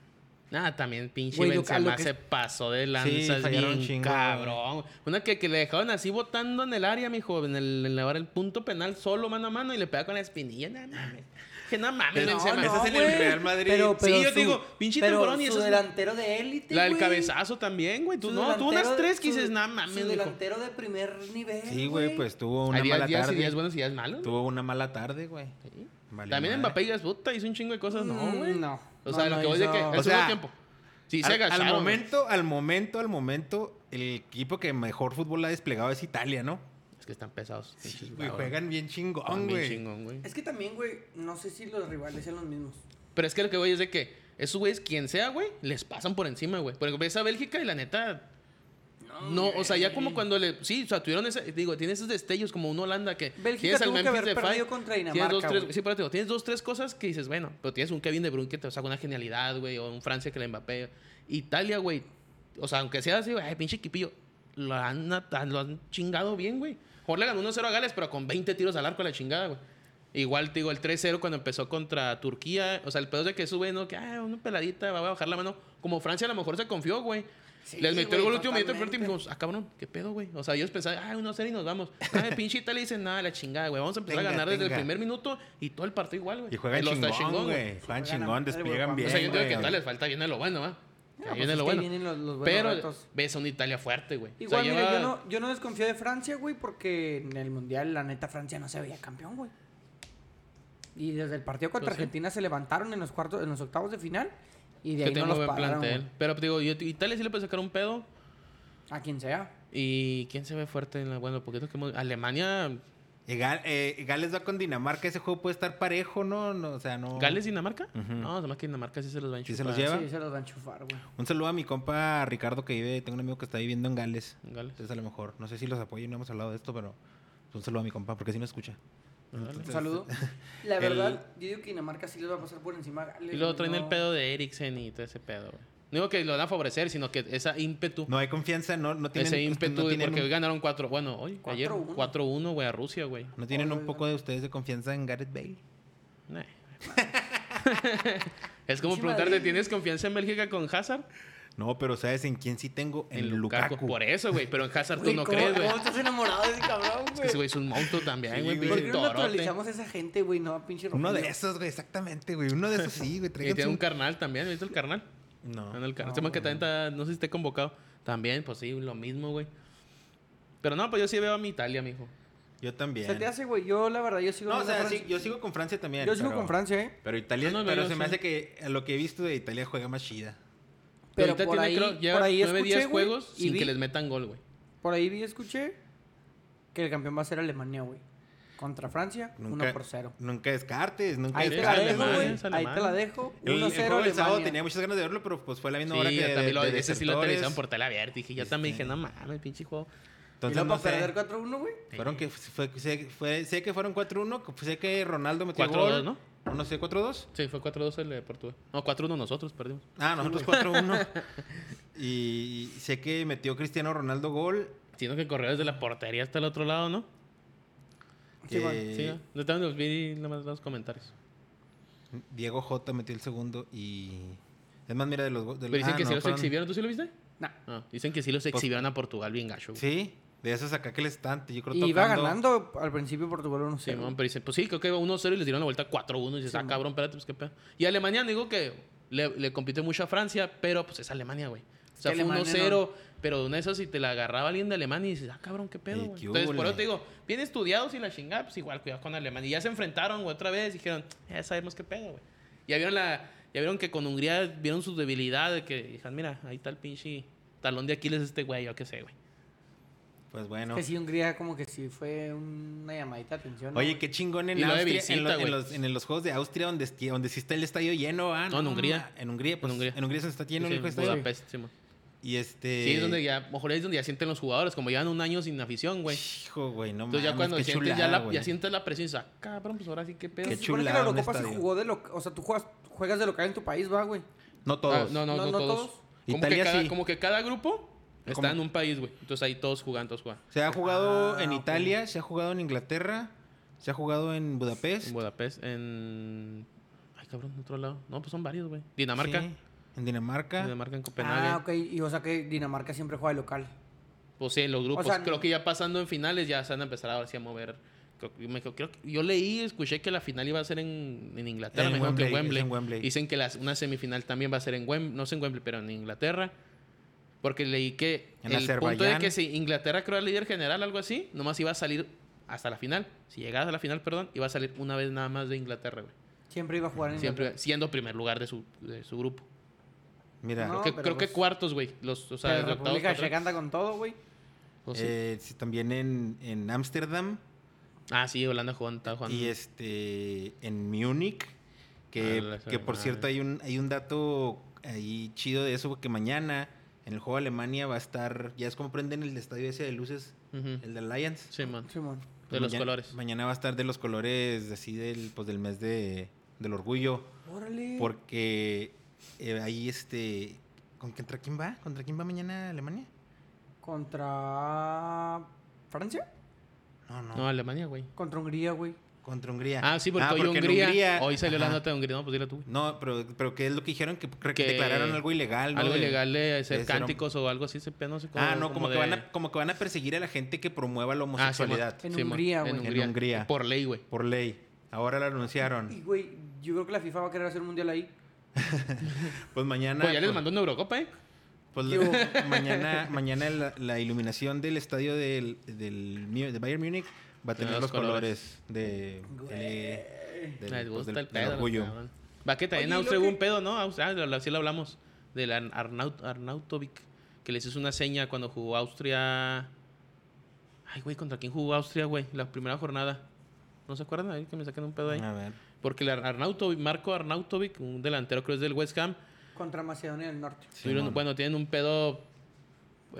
S3: Nada, también pinche
S1: Güey, lo que- a lo
S3: Benzema
S1: que-
S3: se pasó de lanzas
S2: fallaron
S3: bien
S2: chingo,
S3: cabrón. Una que, que le dejaron así botando en el área, mijo, en el, en la hora el punto penal solo mano a mano y le pega con la espinilla, no mames. Que no mames,
S2: No,
S3: Benzema.
S2: no. ese es en el
S1: güey.
S2: Real Madrid.
S1: Pero,
S2: Sí,
S1: pero
S3: yo
S1: su-
S3: digo, pinche
S1: pero
S3: temporón y
S1: su
S3: eso es-
S1: delantero de élite,
S3: La del
S1: este güey.
S3: cabezazo también, güey.
S1: Su
S3: Tú no, tú
S1: delantero
S3: unas
S1: de-
S3: tres que
S1: su-
S3: dices, no
S1: Su
S3: mames, mijo.
S1: delantero de primer nivel,
S2: Sí, güey, pues tuvo una
S3: Hay días,
S2: mala
S3: días y
S2: tarde.
S3: días buenos y días malos.
S2: Tuvo una mala tarde, güey.
S3: Sí.
S2: Valió
S3: También
S2: madre.
S3: Mbappé y puta, hizo un chingo de cosas, no,
S1: Mm,
S3: güey.
S1: no.
S3: O sea,
S1: No,
S3: lo
S1: no
S3: que voy de que
S1: hizo-
S3: el
S2: O
S3: segundo
S2: sea,
S3: tiempo. Sí, se
S2: Al, al
S3: agacharon. güey.
S2: momento, al momento, al momento, el equipo que mejor fútbol ha desplegado es Italia, ¿no?
S3: Es que están pesados. pinches
S2: Güey,
S3: jugadores.
S2: juegan bien chingón,
S3: Están bien
S2: güey.
S3: chingón, güey.
S1: Es que también, güey, no sé si los rivales sean los mismos. Ah,
S3: Pero es que lo que voy es de que esos güeyes, quien sea, güey, les pasan por encima, güey. Por ejemplo, esa Bélgica y la neta. No, o sea, ya como cuando le. Sí, o sea, tuvieron ese. Digo, tiene esos destellos como un Holanda que.
S1: Bélgica
S3: tienes al
S1: tuvo que
S3: Memphis
S1: haber
S3: Depay,
S1: perdido contra
S3: tienes
S1: Dinamarca,
S3: dos, tres-
S1: güey.
S3: sí, pero te digo, tienes dos, tres cosas que dices, bueno, pero tienes un Kevin De Bruyne que te saca una genialidad, güey, o un Francia que la Mbappé. Italia, güey. O sea, aunque sea así, güey, ay, pinche equipillo. Lo han, lo han chingado bien, güey. Mejor le ganó 1-0 a Gales, pero con 20 tiros al arco a la chingada, güey. Igual te digo, el 3-0 cuando empezó contra Turquía. O sea, el pedo es de que sube, ¿no? Que, ah, una peladita, va a bajar la mano. Como Francia a lo mejor se confió, güey.
S1: Sí,
S3: Les metió
S1: güey,
S3: el gol último minuto, pero
S1: totalmente.
S3: último dijimos, ah, cabrón, ¿qué pedo, güey? O sea, ellos pensaban, ah, 1-0 y nos vamos. Ah, el pinche Italia dice, nada, la chingada, güey. Vamos a empezar a
S2: Tenga,
S3: ganar desde
S2: tenga.
S3: el primer minuto y todo el partido igual, güey.
S2: Y juegan
S3: Lo está
S2: chingón, güey. Juegan
S1: Juegan
S2: chingón,
S1: a-
S2: despliegan bien.
S3: O sea, yo digo
S2: güey.
S3: que tal les falta, viene lo bueno, ¿va?
S1: No,
S3: Que
S1: pues
S3: viene
S1: es
S3: lo
S1: que
S3: bueno.
S1: vienen los- los buenos
S3: pero
S1: retos.
S3: ves a una Italia fuerte, güey. O sea,
S1: Igual, mira,
S3: lleva-
S1: yo no, yo no desconfío de Francia, güey, porque en el Mundial, la neta, Francia no se veía campeón, güey. Y desde el partido contra
S3: Pues sí.
S1: Argentina se levantaron en los cuartos, en los octavos de final. Y de
S3: que
S1: ahí no
S3: tengo
S1: los
S3: buen
S1: pararon,
S3: plantel.
S1: güey.
S3: Pero digo, yo, Italia sí le puede sacar un pedo.
S1: A quien sea.
S3: ¿Y quién se ve fuerte en la... Bueno, poquito que hemos... Alemania,
S2: Y Gal- eh, Gales va con Dinamarca. Ese juego puede estar parejo, ¿no? No, o sea, no.
S3: Gales, Dinamarca.
S2: Ujú.
S3: No, además que Dinamarca sí se los va a
S2: Sí
S3: enchufar.
S2: se los lleva.
S1: Sí, se los va a enchufar, güey.
S2: Un saludo a mi compa Ricardo que vive. Tengo un amigo que está viviendo en Gales.
S3: Gales.
S2: Entonces, a lo mejor. No sé si los apoyo. No hemos hablado de esto, pero. pues, Un saludo a mi compa porque si no escucha.
S1: Un
S2: Entonces,
S1: saludo. La
S2: el-
S1: verdad, yo digo que Dinamarca sí les va a pasar por encima a Gales,
S3: Y luego
S1: güey,
S3: traen el
S1: no.
S3: pedo de Eriksen y todo ese pedo, güey. No digo que lo van a favorecer, sino que esa ímpetu,
S2: No hay confianza, no, no tienen...
S3: ese
S2: no
S3: ímpetu, de-
S2: tienen
S3: porque
S2: un-
S3: hoy ganaron 4, bueno, hoy, ayer
S1: 4-1.
S3: 4-1, güey, a Rusia, güey.
S2: ¿No tienen un
S1: Oigan.
S2: poco de ustedes de confianza en Gareth Bale?
S3: Nah. es como
S1: Pinche
S3: preguntarte,
S1: Madrid.
S3: ¿tienes confianza en Bélgica con Hazard?
S2: No, pero ¿sabes en quién sí tengo? En, Lukaku.
S3: Por eso, güey, pero en Hazard tú
S1: Güey,
S3: no
S1: ¿cómo-
S3: crees, güey.
S1: ¿Cómo estás enamorado de ese cabrón, güey?
S3: Ese güey es un monstruo también,
S2: Sí,
S3: güey,
S2: güey.
S1: ¿Por
S3: pinche
S1: qué no
S3: torote.
S1: naturalizamos a esa gente, güey? No, pinche
S2: Uno de
S1: Robinho.
S2: esos, güey, exactamente, güey. Uno de esos sí, güey.
S3: Y tiene un
S2: tráiganse
S3: carnal también, ¿viste el carnal?
S2: un- No.
S3: En el carnal.
S1: no,
S3: Este man que
S1: güey.
S3: también está, no sé si esté convocado. También, pues sí, lo mismo, güey. Pero no, pues yo sí veo a mi Italia, mijo.
S2: Yo también.
S1: Se te hace, güey. Yo, la verdad, yo sigo
S2: No, o
S1: más a
S2: sea,
S1: Francia.
S2: sí, yo sigo con Francia también.
S1: Yo sigo
S2: pero-
S1: con Francia, ¿eh?
S2: Pero Italia,
S3: No, no,
S2: pero
S3: yo
S2: se me
S3: sí.
S2: hace que a lo que he visto de Italia juega más chida.
S1: Pero
S3: ahorita
S1: por
S3: tiene,
S1: ahí,
S3: creo, lleva
S1: por ahí
S3: 9,
S1: escuché,
S3: 10
S1: güey,
S3: juegos
S1: y
S3: sin
S1: vi-
S3: que les metan gol, güey.
S1: Por ahí vi, escuché que el campeón va a ser Alemania, güey. Contra Francia, 1 por 0.
S2: Nunca descartes, nunca
S1: Ahí te la
S2: descartes.
S1: dejo,
S3: Alemania,
S1: güey.
S3: es
S1: Ahí
S3: Alemania.
S1: te la dejo.
S2: El, el
S1: 1-0
S2: juego del sábado
S1: Alemania.
S2: tenía muchas ganas de verlo, pero pues fue a la misma hora
S3: sí,
S2: que
S3: yo
S2: de-
S3: también lo,
S2: de
S3: ese sí lo
S2: desertores.
S3: televisaron por tele abierta. Dije, yo también
S2: Este.
S3: dije, no mames, pinche juego.
S1: Y
S2: Entonces,
S1: luego
S2: no
S1: para
S2: sé,
S1: perder 4-1, güey.
S2: fueron que fue, sé, fue- sé que fueron 4-1, que- sé que Ronaldo metió
S3: 4-2,
S2: gol.
S3: ¿no?
S2: ¿no? No sé, 4-2.
S3: Sí, fue 4-2 el de Portugal. No, 4-1 nosotros perdimos.
S2: Ah, nosotros 4-1. y sé que metió Cristiano Ronaldo gol.
S3: Sino que corrió desde la portería hasta el otro lado, ¿no?
S1: Sí,
S2: que
S1: bueno.
S3: Sí, ¿no? Yo también los vi nada más los comentarios.
S2: Diego J metió el segundo y... Es más, mira, de los... go- De
S3: Pero dicen
S2: ah,
S3: que
S2: no,
S3: sí los
S2: fueron-
S3: exhibieron. ¿Tú sí lo viste?
S1: Nah.
S3: Ah, dicen que sí
S1: Pues
S3: los exhibieron a Portugal bien gacho. güey.
S2: Sí, de esos acá que les están, yo creo
S1: Y iba
S2: tocando.
S1: ganando al principio Portugal 1-0.
S3: Sí, Simón, pero dicen, pues sí, creo que iba 1-0 y les dieron la vuelta 4-1. Y dices, ah,
S1: Simón.
S3: cabrón, espérate, pues qué pedo. Y Alemania, digo que le, le compite mucho a Francia, pero pues es Alemania, güey. O sea,
S1: que
S3: fue
S1: Alemania
S3: 1-0, pero una de esas si te la agarraba alguien de Alemania y dices, ah, cabrón, qué pedo,
S2: Y
S3: güey.
S2: qué
S3: Entonces, por
S2: hule.
S3: eso te digo, bien estudiados y la chingada, pues igual, cuidado con Alemania. Y ya se enfrentaron, güey, otra vez, y dijeron, ya sabemos qué pedo, güey. Ya vieron la... Ya vieron que con Hungría vieron su debilidad, de que dijeron, mira, ahí está el pinche talón de Aquiles este güey, yo qué sé, güey.
S2: Pues bueno.
S1: Que sí, Hungría como que sí fue una llamadita de atención. ¿no,
S2: Oye,
S1: güey?
S2: qué chingón en
S3: Y lo de
S2: Austria,
S3: visita,
S2: en, lo- en
S3: güey.
S2: los, en los juegos de Austria, donde, esti- donde sí está el estadio lleno. Ah,
S3: No, en Hungría.
S2: ma- En Hungría, pues, en
S3: Hungría.
S2: Hungría. se está lleno
S3: Sí,
S2: el hijo de
S1: este
S3: en
S2: estadio.
S3: Budapest, Simón.
S2: Y este...
S3: Sí, es donde ya, mejor es donde ya sienten los jugadores, como llevan un año sin afición, güey.
S2: Hijo, güey, no
S3: Entonces ya
S2: mames,
S3: cuando
S2: qué
S3: sientes, ya,
S2: chulada,
S3: la,
S2: güey.
S3: ya sientes la presión y dices, ah, cabrón, pues ahora sí, qué pedo.
S1: Que
S2: qué
S1: se supone que la
S2: chulada un
S1: Eurocopa se
S2: estadio.
S1: jugó de local. O sea, tú juegas, juegas de local en tu país, va, güey.
S2: No
S3: Ah,
S2: todos.
S3: no, no,
S1: No,
S3: no,
S1: no
S3: todos.
S1: todos.
S3: Como,
S2: Italia
S3: que cada,
S2: sí.
S3: como que cada grupo está
S2: Como-
S3: en un país, güey. Entonces ahí todos juegan, todos juegan.
S2: Se ha jugado
S1: Ah,
S2: en
S1: ok.
S2: Italia, se ha jugado en Inglaterra, se ha jugado en Budapest.
S3: En Budapest, en... Ay, cabrón, en otro lado. No, pues son varios, güey. Dinamarca.
S2: sí, en Dinamarca.
S3: Dinamarca en Copenhague.
S1: Ah, ok. Y o sea que Dinamarca siempre juega de local.
S3: Pues sí, los grupos.
S1: O sea,
S3: creo que ya pasando en finales ya se han empezado ahora sí a mover. Creo- yo me- creo que- yo leí, escuché que la final iba a ser en, en Inglaterra,
S2: En
S3: me dijeron que
S2: Wembley,
S3: en Wembley.
S2: es en Wembley.
S3: Dicen que las- una semifinal también va a ser en Wembley, no sé en Wembley, pero en Inglaterra. Porque leí que
S2: En
S3: el punto de
S2: Azerbaiyán.
S3: que si Inglaterra creó el líder general, algo así, nomás iba a salir hasta la final. Si llegabas a la final, perdón, iba a salir una vez nada más de Inglaterra, güey.
S1: Siempre iba a jugar en
S3: Siempre siendo primer lugar de su, de su grupo.
S2: Mira,
S1: No,
S3: Que-
S1: pero
S3: creo
S1: pues-
S3: que cuartos, güey. Los, o sea,
S1: Pero
S3: los octavos,
S1: República
S3: cuartos.
S1: Checa anda con todo, güey.
S3: Pues sí.
S2: eh, sí, también en en Ámsterdam
S3: ah, sí, Holanda jugó- estaba jugando.
S2: y este en Múnich, que,
S3: Ah, la
S2: que por
S3: semana.
S2: cierto hay un hay un dato ahí chido de eso que mañana en el juego de Alemania va a estar, ya es como prenden el estadio ese de luces,
S3: Ujú.
S2: el de Allianz.
S3: Sí, man.
S1: Simón.
S3: De Mm. los
S2: Maña-
S3: colores.
S2: Mañana va a estar de los colores así del pues del mes de del orgullo.
S1: Órale.
S2: Porque eh, ahí este. ¿con- ¿Contra quién va? ¿Contra quién va mañana Alemania?
S1: Contra Francia.
S2: No, no.
S3: No, Alemania, güey.
S1: Contra Hungría, güey.
S2: Contra Hungría.
S3: Ah, sí, porque hoy
S2: en
S3: Hungría, Hoy salió la
S2: ajá.
S3: nota de Hungría. No, pues dile tú. güey.
S2: No, pero, pero ¿qué es lo que dijeron? Que, re-
S3: Que-
S2: declararon algo ilegal. ¿no?
S3: Algo
S2: De-
S3: ilegal de hacer
S2: de ser hom-
S3: cánticos o algo así. Ese pedo, no sé cómo.
S2: Ah, no, como, que
S3: de-
S2: van a, como que van a perseguir a la gente que promueva la
S3: Ah, sí, man.
S2: homosexualidad
S1: En
S3: Sí, man.
S1: Hungría,
S3: En
S1: güey.
S2: En
S3: Hungría.
S2: Hungría.
S3: Por ley, güey.
S2: por ley. Ahora lo
S1: Y,
S2: anunciaron.
S1: güey, yo creo que la FIFA va a querer hacer un mundial ahí.
S2: Pues mañana.
S3: Pues ya les
S2: pues-
S3: mandó una Eurocopa, ¿eh?
S2: Pues
S1: ¿Qué hubo?
S2: la- mañana, mañana la, la iluminación del estadio del, del, Mu- de Bayern Múnich va a tener
S3: los Ah,
S2: los colores, de, de- del-
S3: Les
S2: pues,
S3: gusta
S2: del- del
S3: el pedo. los
S2: orgullo.
S3: cabrón. Va que
S1: Oye,
S3: también
S1: ¿y
S3: Austria
S1: lo
S3: hubo
S1: que-
S3: un pedo, ¿no? Austria- Ah, lo- así lo hablamos. Del Ar- Arnaut, Arnautovic. Que les hizo una seña cuando jugó Austria. Ay, güey, ¿contra quién jugó Austria, güey? La primera jornada. ¿No se acuerdan? Ahí que me sacan un pedo ahí.
S2: A ver.
S3: Porque el Ar- Arnautovic, Marco Arnautovic, un delantero creo es del West Ham,
S1: Contra Macedonia del Norte.
S3: tuvieron-
S2: Simón.
S3: bueno, tienen un pedo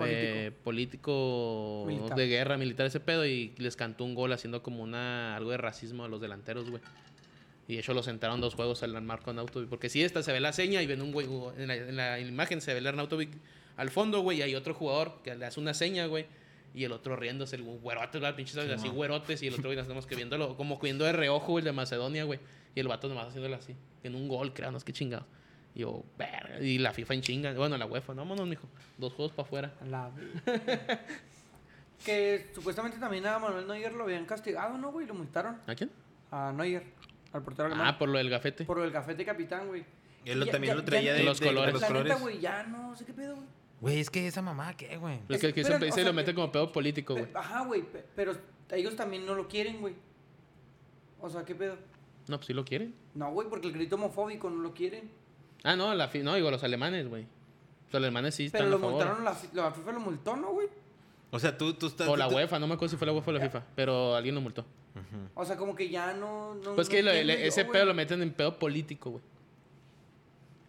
S3: eh, político,
S1: Militar.
S3: de guerra militar ese pedo y les cantó un gol haciendo como una algo de racismo a los delanteros, güey. Y de hecho lo sentaron dos juegos al armar con Nautovic. Porque si esta se ve la seña y ven un güey, en la, en la imagen se ve el Nautovic al fondo, güey, y hay otro jugador que le hace una seña, güey. Y el otro riéndose, el güerote, ¿verdad? pinches
S2: Sí,
S3: así
S2: mo.
S3: güerotes. Y el otro, güey, nos tenemos que viéndolo, como viendo de reojo, el de Macedonia, güey. Y el vato nomás haciéndolo así. En un gol, creo, no es que chingado. Y yo, verga. Y la FIFA en chinga. Bueno, la UEFA, no, vámonos, mijo. Dos juegos para afuera.
S1: A la ve- que supuestamente también a Manuel Neuer lo habían castigado, ¿no, güey? Lo multaron
S3: ¿A quién?
S1: a Neuer, al portero alemán.
S3: Ah, por lo del gafete.
S1: Por el gafete capitán, güey.
S2: Él lo- también lo traía
S3: ya-
S2: de
S3: Los colores.
S2: Los
S1: la
S2: colores.
S1: neta, güey, ya no sé qué pedo, güey.
S2: Güey, es que esa mamá, ¿qué, güey?
S3: Lo que, que hizo
S1: Espera,
S3: un país
S1: o
S3: y
S1: sea, eh,
S3: lo mete
S1: que-
S3: como pedo político, güey.
S1: Pe- Ajá, güey, pe- pero ellos también no lo quieren, güey. O sea, ¿qué pedo?
S3: No, pues sí lo quieren.
S1: No, güey, porque el grito homofóbico no lo quieren.
S3: Ah, no, la fi- no, digo, los alemanes, güey. Los alemanes sí están
S1: Pero
S3: a
S1: lo
S3: favor. Mm.
S1: multaron, la, fi- la FIFA lo multó, ¿no, güey?
S2: O sea, tú, tú estás.
S3: O la
S2: tú-
S3: UEFA, no me acuerdo si fue la UEFA o la FIFA, pero alguien lo multó.
S1: O sea, como que ya no... no
S3: Pues
S1: no
S3: que lo-
S1: entiendo
S3: le-
S1: yo,
S3: ese
S1: güey.
S3: pedo lo meten en pedo político, güey.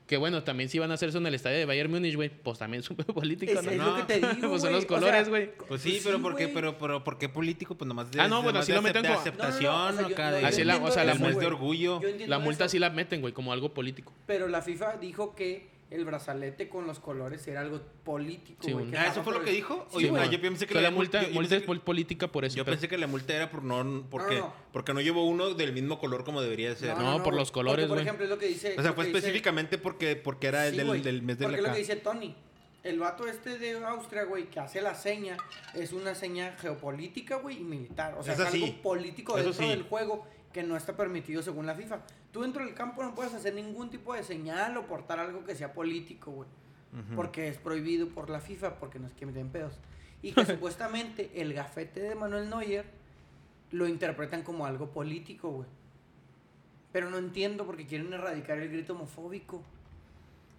S3: Que bueno, también si van a hacerse en el estadio de Bayern Múnich, güey, pues también es un pedo político,
S1: Es,
S3: ¿no?
S1: es
S2: No.
S1: lo que te digo,
S3: Pues son
S1: güey,
S3: los
S1: o sea,
S3: colores, güey.
S1: co-
S2: Pues sí, pero ¿por qué?
S1: güey.
S2: Pero, pero ¿por qué político? Pues nomás de,
S3: Ah, no,
S2: nomás
S3: bueno, así
S2: de
S3: lo meten
S2: acepta-
S3: como-
S1: No, no, no, o
S2: aceptación
S1: sea, yo-
S2: acá
S1: yo
S2: de-
S3: Así la- o sea,
S1: entiendo eso,
S3: la
S2: del mes
S3: multa-
S2: de
S1: güey.
S2: orgullo.
S1: Yo entiendo
S3: La multa
S1: eso,
S3: sí la meten, güey, como algo político.
S1: Pero la FIFA dijo que el brazalete con los colores era algo político,
S3: Sí,
S1: güey.
S3: un-
S1: que
S2: Ah, ¿eso
S1: estaba
S2: fue lo
S1: por
S2: que
S1: el-
S2: dijo?
S1: Sí,
S2: Oye,
S1: güey.
S2: ah, yo pensé que
S3: O sea,
S2: la
S3: la multa,
S2: yo- yo
S3: multa
S2: pensé
S3: es
S2: que-
S3: pol- política por eso.
S2: Yo
S3: pero-
S2: pensé que la multa era por no, porque,
S1: No, no, no.
S2: porque no llevó uno del mismo color como debería ser.
S3: No, por
S1: güey,
S3: los colores,
S1: porque, por
S3: güey.
S1: ejemplo, es lo que dice...
S2: O sea,
S1: lo
S2: fue
S1: que dice-
S2: específicamente porque, porque era el
S1: Sí,
S2: del,
S1: güey,
S2: del mes de
S1: Porque
S2: la
S1: es lo
S2: acá.
S1: que dice Tony. El vato este de Austria, güey, que hace la seña, es una seña geopolítica, güey, y militar. O sea, es,
S2: Eso sí.
S1: algo político
S2: Eso
S1: dentro
S2: sí.
S1: del juego que no está permitido según la FIFA. Tú dentro del campo no puedes hacer ningún tipo de señal o portar algo que sea político, güey. Porque es prohibido por la FIFA, porque nos quieren meter en pedos. Y que supuestamente el gafete de Manuel Neuer lo interpretan como algo político, güey. Pero no entiendo porque quieren erradicar el grito homofóbico.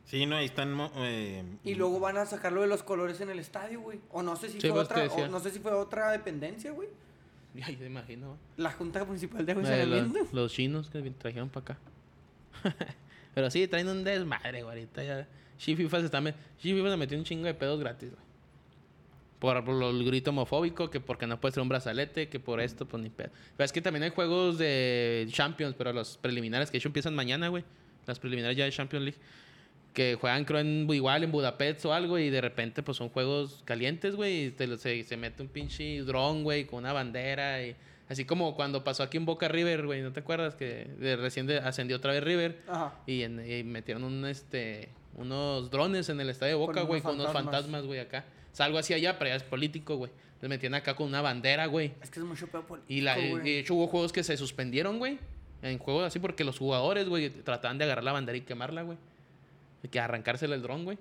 S2: Sí, no, ahí están. mo- eh,
S1: Y luego van a sacarlo de los colores en el estadio, güey. O no sé si
S3: Sí,
S1: fue
S3: pues, te
S1: otra,
S3: decía.
S1: o no sé si fue otra dependencia, güey.
S3: Ay, yo imagino.
S1: La Junta Municipal de
S2: Pues
S3: Eh, lo-
S1: Aguascalientes.
S3: los, chinos que vin- trajeron para acá. Pero sí, traen un desmadre, güey. Ahorita ya. Sí, FIFA se, está me- sí, FIFA se metió un chingo de pedos gratis, güey. Por, por lo- el grito homofóbico, que porque no puede ser un brazalete, que por esto, pues ni pedo. Pero es que también hay juegos de Champions, pero los preliminares, que de hecho empiezan mañana, güey. Las preliminares ya de Champions League. Que juegan, creo, en, igual en Budapest o algo, y de repente, pues son juegos calientes, güey. Y te lo- se, se mete un pinche dron, güey, con una bandera. Y, así como cuando pasó aquí en Boca River, güey, ¿no te acuerdas? Que de- recién de- ascendió otra vez River.
S1: Ajá.
S3: Y, en- y metieron un, este, unos drones en el estadio de
S1: Con
S3: Boca,
S1: unos
S3: güey, con unos
S1: fantasmas.
S3: fantasmas, güey, acá. Salgo hacia allá, pero ya es político, güey. Les metían acá con una bandera, güey.
S1: Es que es mucho peor político.
S3: Y la, y
S1: güey.
S3: de hecho hubo juegos que se suspendieron, güey. En juegos así porque los jugadores, güey, trataban de agarrar la bandera y quemarla, güey. Y que arrancársela el dron, güey.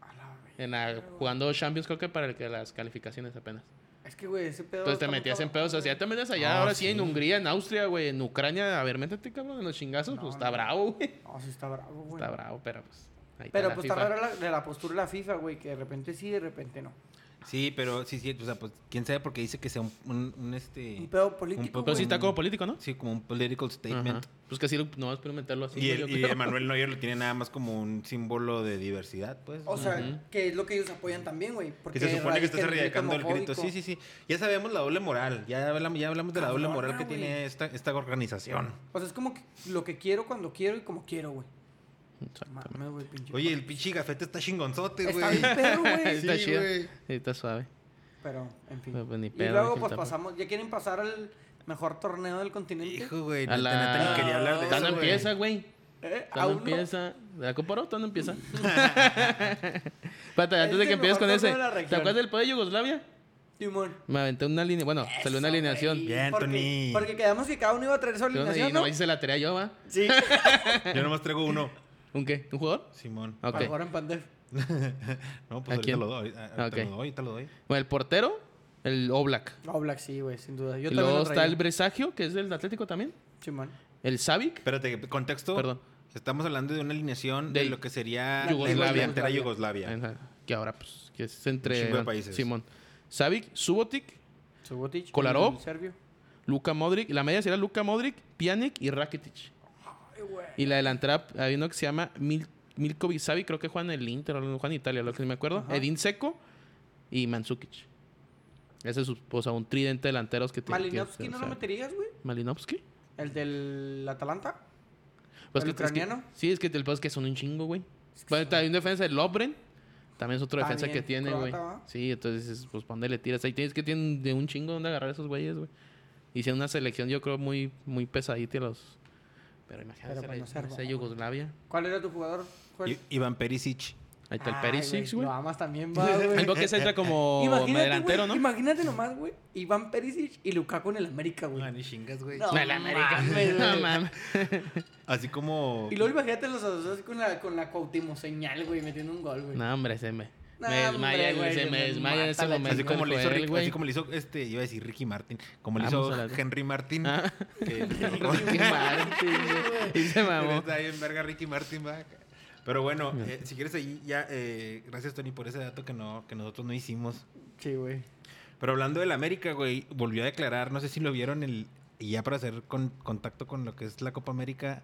S1: A la verga,
S3: En la-
S1: güey.
S3: jugando Champions, creo que para el que las calificaciones apenas.
S1: Es que, güey, ese pedo.
S3: Entonces te
S1: está muy
S3: metías en
S1: cabrón,
S3: pedos. O sea,
S1: güey.
S3: ya te metes allá,
S2: Ah,
S3: ahora sí,
S2: sí.
S3: en Hungría, en Austria, güey, en Ucrania. A ver, métete, cabrón, en los chingazos.
S1: No,
S3: pues está
S1: no.
S3: bravo, güey.
S1: No, sí está bravo, güey.
S3: Está bravo, pero pues. ahí está
S1: Pero
S3: la
S1: pues está
S3: FIFA.
S1: rara la, de la postura de la FIFA, güey, que de repente sí, de repente no.
S2: Sí, pero sí, sí, o sea, pues quién sabe porque dice que sea un, un- un, este.
S1: Un pedo político,
S2: poco
S3: Pero sí
S1: güey.
S3: está como político, ¿no?
S2: Sí, como un political statement.
S3: Ajá. Pues que sí, lo- no, espero meterlo así.
S2: Y,
S3: ¿no? Yo
S2: el, y
S3: creo.
S2: Emanuel Neuer lo tiene nada más como un símbolo de diversidad, pues.
S1: O sea,
S3: Ujú.
S1: que es lo que ellos apoyan también, güey.
S2: que
S1: Porque
S2: se supone que estás
S1: erradiquen el
S2: erradicando el grito. Sí,
S1: homofóbico.
S2: sí, sí. Ya sabemos la doble moral. Ya hablamos, ya hablamos de la doble
S1: Cabrona,
S2: moral que
S1: Ah, güey.
S2: tiene esta, esta organización.
S1: O sea, es como que lo que quiero, cuando quiero y como quiero, güey.
S3: Exactamente.
S1: Mames, güey, pinche.
S2: Oye, el pinche gafete está chingonzote,
S1: Está
S2: güey.
S1: bien pedo, güey.
S3: está
S2: Sí,
S3: chido.
S2: güey.
S3: Sí, Está suave.
S1: Pero, en fin.
S3: Pero, pues, ni
S1: y
S3: pedo,
S1: luego,
S3: gente,
S1: pues
S3: tampoco.
S1: pasamos. ¿Ya quieren pasar al mejor torneo del continente?
S2: Hijo, güey. neta,
S3: A la...
S2: neta, ni quería hablar de
S3: Todavía
S2: eso,
S3: no
S2: güey.
S3: empieza, güey.
S1: ¿Eh?
S3: Todavía
S1: ¿Aún
S3: no
S1: no?
S3: empieza. ¿La comparó? Todavía no empieza. Espérate, antes de
S1: Es
S3: que
S1: el mejor
S3: empieces con
S1: torneo
S3: ese.
S1: de la
S3: ¿Te
S1: región.
S3: acuerdas del poder de Yugoslavia?
S1: Timón.
S3: Me aventé una línea. Bueno, salió una
S1: Eso,
S3: alineación.
S1: güey.
S2: Bien,
S1: porque,
S2: Tony.
S1: Porque quedamos que cada uno iba a traer su
S3: Salió una- Y
S1: alineación,
S3: no
S1: ¿no?
S3: hice la tarea yo, ¿va?
S1: Sí.
S2: Yo nomás traigo uno.
S3: ¿Un qué? ¿Un jugador?
S2: Simón.
S3: Ok.
S1: Para jugar en Pandef.
S2: No,
S3: Ah, ¿A
S2: pues ahorita
S3: quién?
S2: lo doy. a- Ahorita
S3: Ok.
S2: lo doy, ahorita lo doy.
S3: Bueno, el portero, el Oblak.
S1: Oblak, sí, güey, sin duda. Yo
S3: Y
S1: también
S3: luego
S1: lo
S3: está el
S1: traía.
S3: Presagio, que es del Atlético también.
S1: Simón.
S3: El Savic.
S2: Espérate, contexto.
S3: Perdón.
S2: Estamos hablando de una alineación de,
S3: De
S2: lo que sería
S3: Yugoslavia.
S2: la entera Yugoslavia.
S3: Ajá. Que ahora, pues, que es
S2: Un chingo de
S3: entre
S2: países.
S3: Simón. Savic, Subotic,
S1: Subotic.
S3: Kolarov.
S1: el Serbio.
S3: Luka Modric. La media será Luka Modric, Pjanic y Rakitic.
S1: Ay, güey.
S3: Y la delantera hay uno que se llama Mil, Milko Savic, creo que juega en el Inter o juega en Italia, lo que me acuerdo.
S1: Ajá.
S3: Edin Seco y Mandzukic. Ese es su- o sea, un tridente delanteros que tiene.
S1: Malinowski no lo meterías, güey.
S3: ¿Malinovski?
S1: ¿El del Atalanta?
S3: Pues
S1: ¿El
S3: que- es que-
S1: ucraniano?
S3: sí, es que el pedo es que son un chingo, güey.
S1: Es que
S3: Bueno,
S1: son-
S3: también defensa el Lobren. También es otro defensa
S1: También,
S3: que tiene, güey.
S1: croata, ¿va?
S3: Sí, entonces, es, pues, ¿pa' dónde le tiras? Ahí tienes que tienen de un chingo donde agarrar a esos güeyes, güey. Hicieron una selección, yo creo, muy, muy pesadita y los... Pero imagínate,
S1: Pero, pues, no se
S3: esa-
S1: armó,
S3: esa
S1: güey.
S3: Yugoslavia.
S1: ¿Cuál era tu jugador? juez?
S2: I- Iván Perisic.
S3: Ahí está el
S1: Ay,
S3: Perisic, güey.
S1: Lo amas también, va, güey.
S3: El que se entra como delantero,
S1: güey,
S3: ¿no?
S1: Imagínate nomás, güey. Iván Perisic y Lukaku en el América, güey.
S2: Ah, ni chingas, güey.
S1: No,
S3: No, el América.
S1: mames,
S3: No
S1: güey.
S3: mames.
S2: Así como.
S1: Y luego imagínate los asociados con la, con la Cuauhtémoc señal, güey, metiendo un gol, güey.
S3: No, hombre, se me.
S1: No,
S3: me desmaya,
S1: hombre, güey,
S3: se me
S1: me
S3: desmaya en
S1: mata
S3: ese
S1: la
S3: momento.
S2: Así como, le hizo
S3: Joel,
S2: Rick-
S3: güey.
S2: así como le hizo, este, iba a decir Ricky Martin, como le
S3: Vamos
S2: hizo
S3: a la-
S2: Henry Martin.
S3: Ah.
S2: que-
S3: Qué mal, sí, güey. Y se mamó.
S2: Está bien verga Ricky Martin, va. Pero bueno, eh, si quieres ahí ya, eh, gracias Tony por ese dato que no que nosotros no hicimos.
S1: Sí, güey.
S2: Pero hablando del América, güey, volvió a declarar, no sé si lo vieron el y ya para hacer con- contacto con lo que es la Copa América,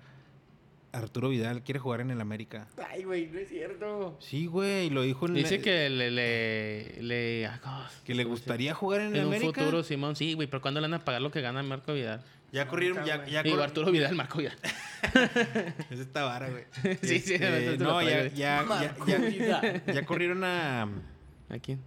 S2: Arturo Vidal quiere jugar en el América.
S1: Ay, güey, no es cierto.
S2: Sí, güey, lo dijo en la-
S3: Dice que le. le, le ah, ¿cómo se
S2: eh, que le
S3: dice?
S2: gustaría jugar en
S3: En
S2: el
S3: un
S2: América.
S3: futuro, Simón, sí, güey, pero ¿cuándo le van a pagar lo que gana Marco Vidal?
S2: Ya corrieron, ya, ya
S3: Digo,
S2: cor-
S3: Arturo Vidal, Marco Vidal.
S2: Es esta vara, güey.
S3: Sí, sí,
S2: Este,
S3: te lo
S2: no,
S3: traigo,
S2: ya, ya,
S3: güey.
S2: ya,
S1: Marco
S2: ya,
S1: Vidal.
S2: ya corrieron a,
S3: ¿A quién?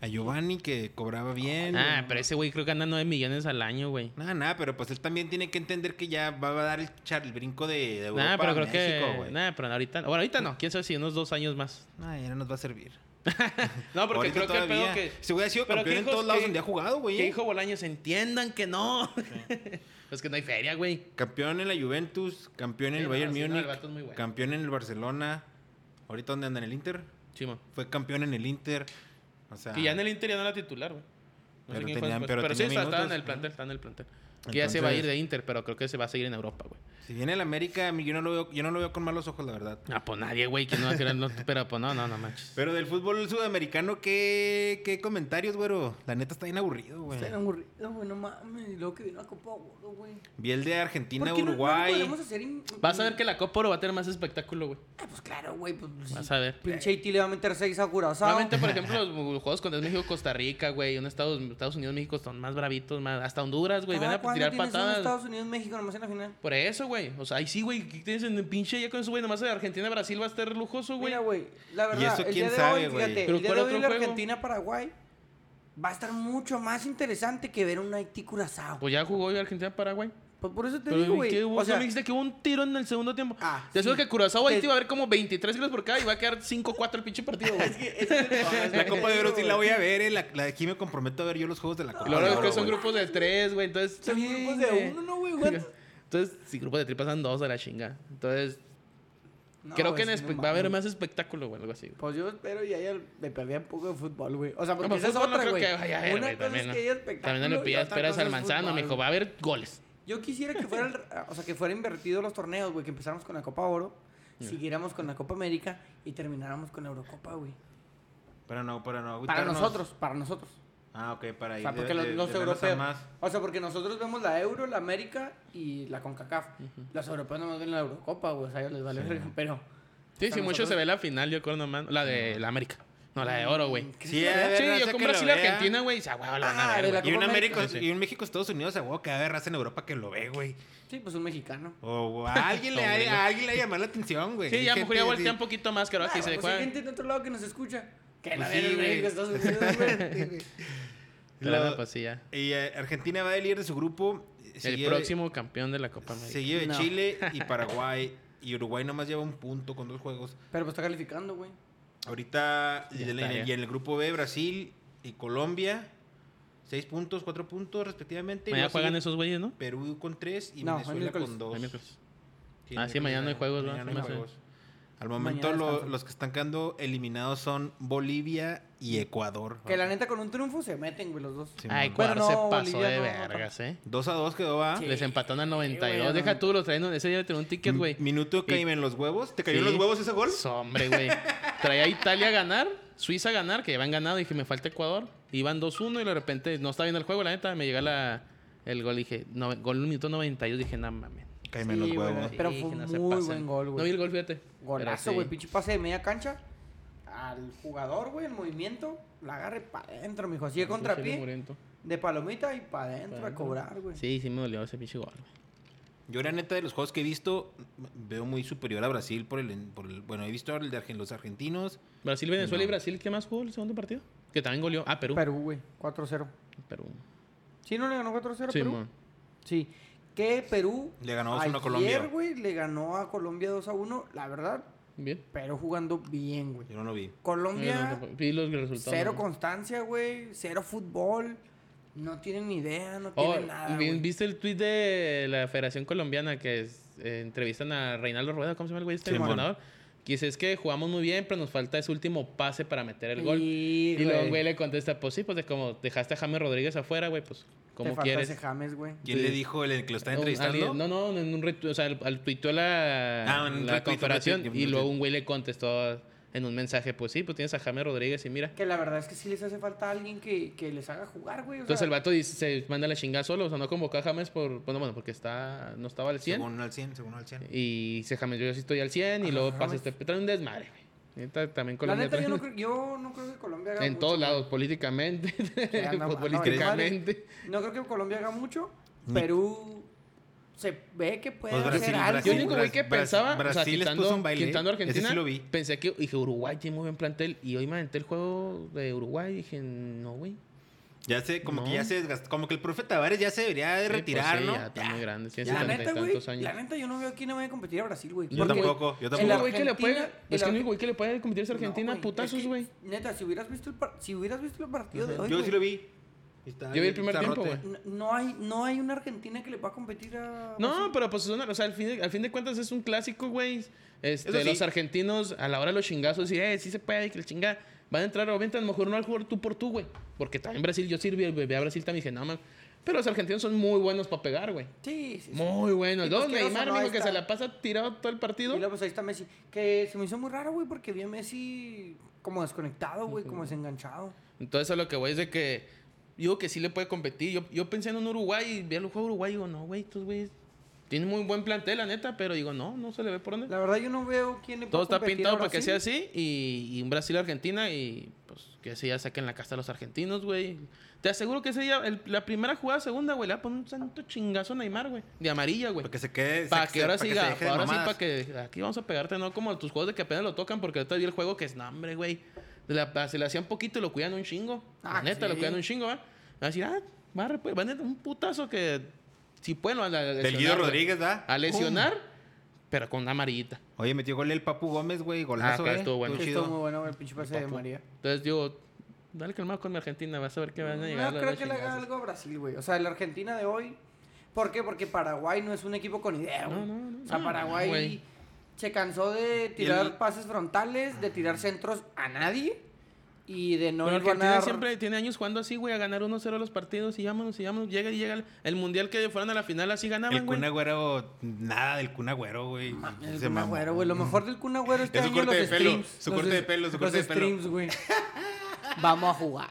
S2: a Giovanni que cobraba bien.
S3: Ah, pero ese güey creo que anda 9 millones al año, güey.
S2: Nada, nada, pero pues él también tiene que entender que ya va a dar el, char- el brinco de, de Europa
S3: Nah, pero
S2: a
S3: creo
S2: México,
S3: que.
S2: güey.
S3: Nah, pero ahorita. Bueno, ahorita no, quién sabe si unos dos años más.
S2: Nah, ya no nos va a servir.
S3: No, porque creo que el pedo que.
S2: Se hubiera sido
S3: pero que
S2: campeón en
S3: hijos
S2: todos lados
S3: que-
S2: donde ha jugado, güey.
S3: Que
S2: eh.
S3: dijo Bolaños, entiendan que no. pues que no hay feria, güey.
S2: Campeón en la Juventus, campeón en
S3: Sí,
S2: el
S3: no,
S2: Bayern
S3: sí, no, el
S2: Múnich,
S3: vato es muy bueno.
S2: campeón en el Barcelona. Ahorita donde anda en el Inter.
S3: Simón.
S2: Fue campeón en el Inter. O sea,
S3: Que ya en el Inter ya no era titular, güey. No
S2: Pero
S3: sé quién fue
S2: tenía-
S3: después,
S2: pero
S3: pero sí,
S2: tenía
S3: está, estaba en
S2: minutos,
S3: el
S2: ¿no?
S3: plantel, está en el plantel. Que ya se va a ir de Inter, pero creo que se va a seguir en Europa, güey.
S2: si viene el América, yo no lo veo, yo no lo veo con malos ojos, la verdad.
S3: Ah, pues nadie, güey, que no va a querer. no, pero pues no, no, no manches.
S2: Pero del fútbol sudamericano, ¿qué, qué comentarios, güero? La neta está bien aburrido, güey.
S1: Está aburrido, güey, no mames. Y luego que vino a Copa Oro, güey.
S2: Vi el de
S1: ¿Por
S2: Argentina,
S1: qué no- no lo
S2: Uruguay.
S1: podemos hacer in-
S3: Vas a ver que la Copa Oro va a tener más espectáculo, güey.
S1: Ah, pues claro, güey. Pues,
S3: Vas
S1: sí.
S3: a ver.
S1: Pinche Haití le va a meter seis a Curazao.
S3: Realmente, por ejemplo, los juegos contra México-Costa Rica, güey. Un Estados, Estados Unidos-México son más bravitos, más, hasta Honduras, güey. Van
S1: Cada
S3: a
S1: cuándo
S3: tirar
S1: tienes un
S3: patadas.
S1: Estados Unidos-México nomás en la final.
S3: Por eso, güey. O sea, ahí sí, güey. ¿Qué tienes en el pinche ya con eso, güey? Nomás de Argentina-Brasil va a estar lujoso, güey.
S1: Mira, güey, la verdad,
S2: eso
S1: el
S2: quién
S1: día de
S2: sabe,
S1: hoy,
S2: güey.
S1: fíjate,
S3: Pero
S1: el día
S3: ¿cuál
S1: de
S3: otro
S1: hoy la
S3: juego?
S1: Argentina-Paraguay va a estar mucho más interesante que ver un Haití-Curazao.
S3: Pues ya jugó hoy Argentina-Paraguay.
S1: Pues por eso te
S3: Pero
S1: digo,
S3: vi que
S1: güey.
S3: hubo,
S1: O sea,
S3: me dijiste que hubo un tiro en el segundo tiempo.
S1: Ah,
S3: Te aseguro
S1: sí.
S3: que Curazao ahí
S1: Te-
S3: te iba a ver como 23 kilos por cada y va a quedar 5-4 el pinche partido, güey.
S1: es que- es que-
S2: La Copa de Oro sí la voy a ver, eh. La, la de aquí me comprometo a ver yo los juegos de la Copa
S3: Y luego
S2: de Oro.
S3: después son
S2: güey.
S3: grupos de 3, güey. Entonces,
S1: Son grupos de
S3: chingue.
S1: uno, ¿no, güey? What?
S3: Entonces, si grupos de 3 pasan 2 a la chinga. Entonces,
S1: No,
S3: creo que
S1: güey,
S3: en
S1: sí,
S3: espe-
S1: no
S3: va a haber
S1: mames.
S3: más espectáculo, güey, algo así. güey.
S1: Pues yo espero y haya me perdí un poco de fútbol, güey. O sea, porque
S3: No, pues
S1: esa es
S3: fútbol no
S1: otra,
S3: creo
S1: güey.
S3: que vaya a haber,
S1: Una
S3: güey,
S1: cosa
S3: también,
S1: es
S3: ¿no?
S1: que haya espectáculo.
S3: También no le
S1: y
S3: pidas
S1: otra
S3: peras
S1: cosa
S3: al
S1: es
S3: manzano,
S1: fútbol,
S3: mijo.
S1: güey.
S3: Va a haber goles.
S1: Yo quisiera que fuera, el- o sea, que fuera invertido los torneos, güey, que empezáramos con la Copa Oro, siguiéramos con la Copa América y termináramos con la Eurocopa, güey.
S2: Pero no, pero no.
S1: Para
S2: agüitarnos.
S1: nosotros, para nosotros.
S2: Ah, ok, para
S1: O
S2: ahí.
S1: sea, porque los, los europeos. O sea, porque nosotros vemos la Euro, la América y la CONCACAF. Los europeos no ven la Eurocopa, güey. O sea, a ellos les vale verga, pero.
S3: Sí,
S1: Para
S3: si mucho
S1: nosotros-
S3: se ve la final, yo creo nomás. La de la América. No, la de oro, güey.
S1: ¿Qué
S2: Sí,
S1: es la
S2: eh,
S3: Sí,
S2: raza
S3: yo
S2: que
S3: con
S2: lo
S3: Brasil y
S2: vea.
S3: Argentina, güey, se a huevo la van a
S1: Ah, de
S3: ver,
S1: la
S3: güey.
S2: Y
S1: Copa
S2: un,
S1: América.
S2: América,
S3: Sí, sí.
S2: y un México, Estados Unidos, a huevo que va a haber raza en Europa que lo ve, güey.
S1: Sí, pues un mexicano.
S2: O a alguien le
S3: Hombre,
S2: ha,
S3: no.
S2: a alguien le ha llamado la atención, güey.
S3: Sí,
S2: Hay
S3: ya a lo mejor
S2: gente
S3: ya
S2: así.
S3: voltea un poquito más, creo
S1: Ah,
S3: que se
S1: pues hay
S3: juegan.
S1: gente de otro lado que nos escucha. Que la
S2: Pues
S1: ven
S2: sí,
S1: en
S2: güey.
S1: México, Estados Unidos, güey.
S3: Pero no,
S2: Luego-
S3: pues sí, ya.
S2: Y eh, Argentina va de líder de su grupo.
S3: El
S2: seguido de-
S3: próximo campeón de la Copa América.
S2: Seguido de
S1: No.
S2: Chile y Paraguay. Y Uruguay nomás lleva un punto con dos juegos.
S1: Pero pues está calificando, güey.
S2: Ahorita y
S3: Ya
S2: en,
S3: está,
S2: el,
S3: ya.
S2: y en el grupo B, Brasil y Colombia. Seis puntos, cuatro puntos respectivamente. y
S3: Mañana
S2: luego
S3: juegan
S2: sigue
S3: esos güeyes, ¿no?
S2: Perú con tres y
S1: No, hoy
S2: Venezuela
S1: miércoles.
S2: con
S3: Ay,
S2: dos.
S3: miércoles. Ah, sí, mañana hay juegos, ¿verdad?
S2: Mañana hay
S3: Sí.
S2: juegos. Al momento
S1: Mañana
S2: lo-
S1: descansan.
S2: los que están quedando eliminados son Bolivia y Ecuador.
S1: Que la neta con un triunfo se meten, güey, los dos.
S2: Sí,
S3: Ay,
S2: mamá.
S3: Ecuador
S1: Bueno,
S3: se
S1: no,
S3: pasó
S1: Bolivia
S3: de
S1: no, no,
S3: vergas, ¿eh?
S2: Dos a dos quedó, va.
S1: Sí.
S3: Les empataron al 92.
S1: güey,
S3: Deja
S1: no.
S3: tú, los traen. Ese día le tiró un ticket, güey.
S2: Minuto que
S3: Y-
S2: en los huevos. ¿Te cayó en
S3: Sí.
S2: los huevos ese gol?
S3: So, Hombre, güey. Traía a Italia a ganar, Suiza a ganar, que ya habían ganado. Dije, me falta Ecuador. Iban 2-1 y de repente no estaba viendo el juego, la neta. Me llega la, el gol. Dije, no, gol en el minuto 92. Dije, no mames.
S2: Cáeme en los
S1: Sí, güey,
S2: huevos.
S1: sí. Pero
S3: Dije,
S1: fue
S3: no
S1: un
S3: se
S1: muy
S3: pasen.
S1: buen gol, güey.
S3: No vi el gol, fíjate.
S1: Golazo,
S3: Pero
S1: güey.
S3: sí.
S1: Pinche pase de media cancha. Al jugador, güey, el movimiento. La agarre para adentro, mijo. Así de
S3: Chile
S1: contrapié.
S3: Muriento.
S1: De palomita y para adentro
S3: Pa'
S1: a
S3: dentro.
S1: cobrar, güey.
S3: Sí, sí me dolió ese pinche gol. güey.
S2: Yo, la neta, de los juegos que he visto, veo muy superior a Brasil por el. por el- bueno, he visto el de Argen- los argentinos.
S3: Brasil, Venezuela y
S2: No.
S3: Brasil, ¿qué más jugó el segundo partido? Que también goleó. Ah, Perú. Perú.
S1: Perú, güey. 4-0. ¿Sí no le ganó 4-0 a
S3: Sí,
S1: Perú?
S3: mon.
S1: Sí. Que Perú.
S2: Le ganó 2-1 a
S1: ayer,
S2: Colombia.
S1: güey, le ganó a Colombia 2 a 1. La verdad,
S3: Bien.
S1: pero jugando bien, güey.
S2: Yo no lo vi.
S1: Colombia,
S3: Vi los resultados.
S1: cero
S3: ¿no?
S1: constancia, güey. Cero fútbol. No tienen ni idea, no
S3: Oh,
S1: tienen nada.
S3: vi-
S1: güey.
S3: ¿Viste el tweet de la Federación Colombiana que es- eh, entrevistan a Reinaldo Rueda? ¿Cómo se llama el güey? Este el
S2: Simón.
S3: entrenador. Que dice, es que jugamos muy bien, pero nos falta ese último pase para meter el gol.
S1: Sí,
S3: Y luego
S1: güey.
S3: el güey le contesta, pues sí, pues de como dejaste a James Rodríguez afuera, güey, pues
S1: Te
S3: como
S1: falta
S3: quieres.
S1: ese James, güey.
S2: ¿Quién
S3: Sí.
S2: le dijo el que lo está
S3: Un-
S2: entrevistando?
S3: alguien- no, no, en un retu- o sea, al, al tuiteó la,
S2: Ah, en un
S3: la
S2: retuit, un
S3: comparación
S2: retuit, un
S3: y
S2: retuit.
S3: luego un güey le contestó en un mensaje, pues sí, pues tienes a James Rodríguez y mira.
S1: Que la verdad es que sí les hace falta alguien que, que les haga jugar, güey. o
S3: Entonces
S1: sea,
S3: el vato dice, se manda la chingada solo, o sea, no convocó a James por, bueno, bueno, porque está, no estaba al 100.
S2: Según al 100, según al 100.
S3: Y dice James, yo sí estoy al 100 y
S1: Ajá,
S3: luego pasa
S1: James.
S3: este... Trae un desmadre, güey. Neta, también
S1: La
S3: Colombia...
S1: neta, yo
S3: trae-
S1: no, creo, yo no creo que Colombia haga
S3: en
S1: mucho,
S3: todos
S1: güey.
S3: lados, políticamente,
S1: anda- anda
S3: futbolísticamente.
S1: No creo que Colombia haga mucho.
S2: Ni-
S1: Perú se ve que puede
S2: Pues Brasil,
S1: hacer algo.
S3: Yo
S2: Brasil,
S3: el único güey que
S2: Bras-
S3: pensaba, o sea,
S2: Brasil les
S3: quitando,
S2: puso un baile,
S3: quitando
S2: ¿eh? Ese
S3: Argentina,
S2: sí lo vi.
S3: pensé que dije Uruguay tiene muy buen plantel y hoy me aventé el juego de Uruguay y dije, no, güey.
S2: Ya sé, como
S3: No.
S2: que ya se desgastó. Como que el profe Tavares ya se debería de
S3: Sí, pues,
S2: retirar,
S3: sí,
S2: ¿no?
S3: Ya, está muy grande, tiene
S1: La
S2: Ya,
S3: setenta
S1: neta,
S3: y
S1: güey.
S3: tantos
S1: La
S3: años.
S1: neta, yo no veo quién no va a competir a Brasil, güey.
S2: Yo
S1: Porque
S2: tampoco, yo
S1: en la
S3: El
S2: tampoco.
S3: güey que le puede,
S1: Argentina-
S3: es
S1: en
S3: que el
S1: la-
S3: único güey que le puede competir es
S1: No,
S3: Argentina,
S1: güey,
S3: putazos,
S1: es que,
S3: güey.
S1: Neta, si hubieras visto el, par- si hubieras visto el partido de hoy,
S2: Yo
S1: güey,
S2: sí lo vi. Está-
S3: Yo vi el primer
S2: está
S3: tiempo,
S2: rote.
S3: güey.
S1: n- no hay, no hay una Argentina que le va a competir a.
S3: No, pero pues es una- o sea, al fin, de, al fin de cuentas es un clásico, güey. Este,
S2: Eso sí.
S3: Los argentinos, a la hora de los chingazos, y eh, sí se puede, que el chinga. Van a entrar, obviamente, a lo mejor no al jugar tú por tú, güey. Porque también Brasil, yo sirve, bebé a Brasil también dije, no, man. Pero los argentinos son muy buenos para pegar, güey.
S1: Sí, sí. sí.
S3: Muy buenos.
S1: Y pues,
S3: Dos,
S1: quieras o
S3: Neymar,
S1: no,
S3: digo
S1: ahí
S3: que
S1: está.
S3: se la pasa tirado todo el partido.
S1: Y luego, pues ahí está Messi. Que se me hizo muy raro, güey, porque vi a Messi como desconectado, güey, como desenganchado.
S3: Entonces, a lo que voy es de que. Digo que sí le puede competir. Yo, yo pensé en un Uruguay y vi el juego de Uruguay y digo, no, güey, estos güeyes. Tienen muy buen plantel, la neta, pero digo, no, no se le ve por dónde.
S1: La verdad, yo no veo quién le
S3: Todo
S1: puede
S3: está
S1: competir
S3: pintado
S1: a
S3: para que sea
S1: Brasil.
S3: así. Y, y un Brasil-Argentina. Y pues que ese día saquen la casta a los argentinos, güey. Te aseguro que ese día, el- la primera jugada, segunda, güey, le va a poner un santo chingazo a Neymar, güey. De amarilla, güey.
S2: Para que se quede.
S3: Para
S2: se-
S3: que ahora
S2: para
S3: sí,
S2: se
S3: ga-
S2: deje de
S3: ahora sí,
S2: mamadas.
S3: para que aquí vamos a pegarte, no como tus juegos de que apenas lo tocan, porque ahorita vi el juego que es, no, hombre, güey. La- Se le hacían poquito y lo cuidan un chingo. la
S1: Ah,
S3: neta, lo
S1: sí.
S3: cuidan un chingo, ¿va? Va a decir, ah, va a rep- va a neta, un putazo que, si pueden, a, a
S2: Del
S3: lesionar,
S2: Guido
S3: güey.
S2: Rodríguez, ¿verdad?
S3: A lesionar,
S1: Uh.
S3: pero con una amarillita.
S2: Oye, metió gol el Papu Gómez, güey. Golazo,
S3: Ah, acá
S2: eh.
S3: estuvo bueno.
S1: Sí,
S2: Estuvo
S1: estuvo
S2: chido.
S1: muy bueno güey, el pinche pase de
S3: Papu.
S1: María.
S3: Entonces, digo, dale calmado con mi Argentina, vas a ver que van a llegar.
S1: No
S3: los
S1: creo que le haga
S3: chingazos.
S1: algo a Brasil, güey. O sea, la Argentina de hoy. ¿Por qué? Porque Paraguay no es un equipo con idea, güey.
S3: No, no, no,
S1: o sea,
S3: no,
S1: Paraguay
S3: güey.
S1: se cansó de tirar
S2: el-
S1: pases frontales, de tirar centros a nadie y de no
S3: Pero
S1: ir a
S3: Argentina
S1: ganar.
S3: siempre tiene años jugando así, güey, a ganar 1-0 los partidos y llámanos y llámanos. Llega y llega el, el mundial que fueron a la final, así
S2: El
S3: ganaban, güey.
S2: Kun Agüero, nada del Kun Agüero, güey.
S1: El
S2: Se
S1: Kun
S2: mamó.
S1: Agüero, güey. Lo mejor del Kun Agüero este
S2: Es su
S1: año
S2: corte
S1: los
S2: de pelo,
S1: streams.
S2: su
S1: los
S2: corte de
S1: es-
S2: pelo, su
S1: los
S2: corte de pelo.
S1: streams, güey. Vamos a jugar.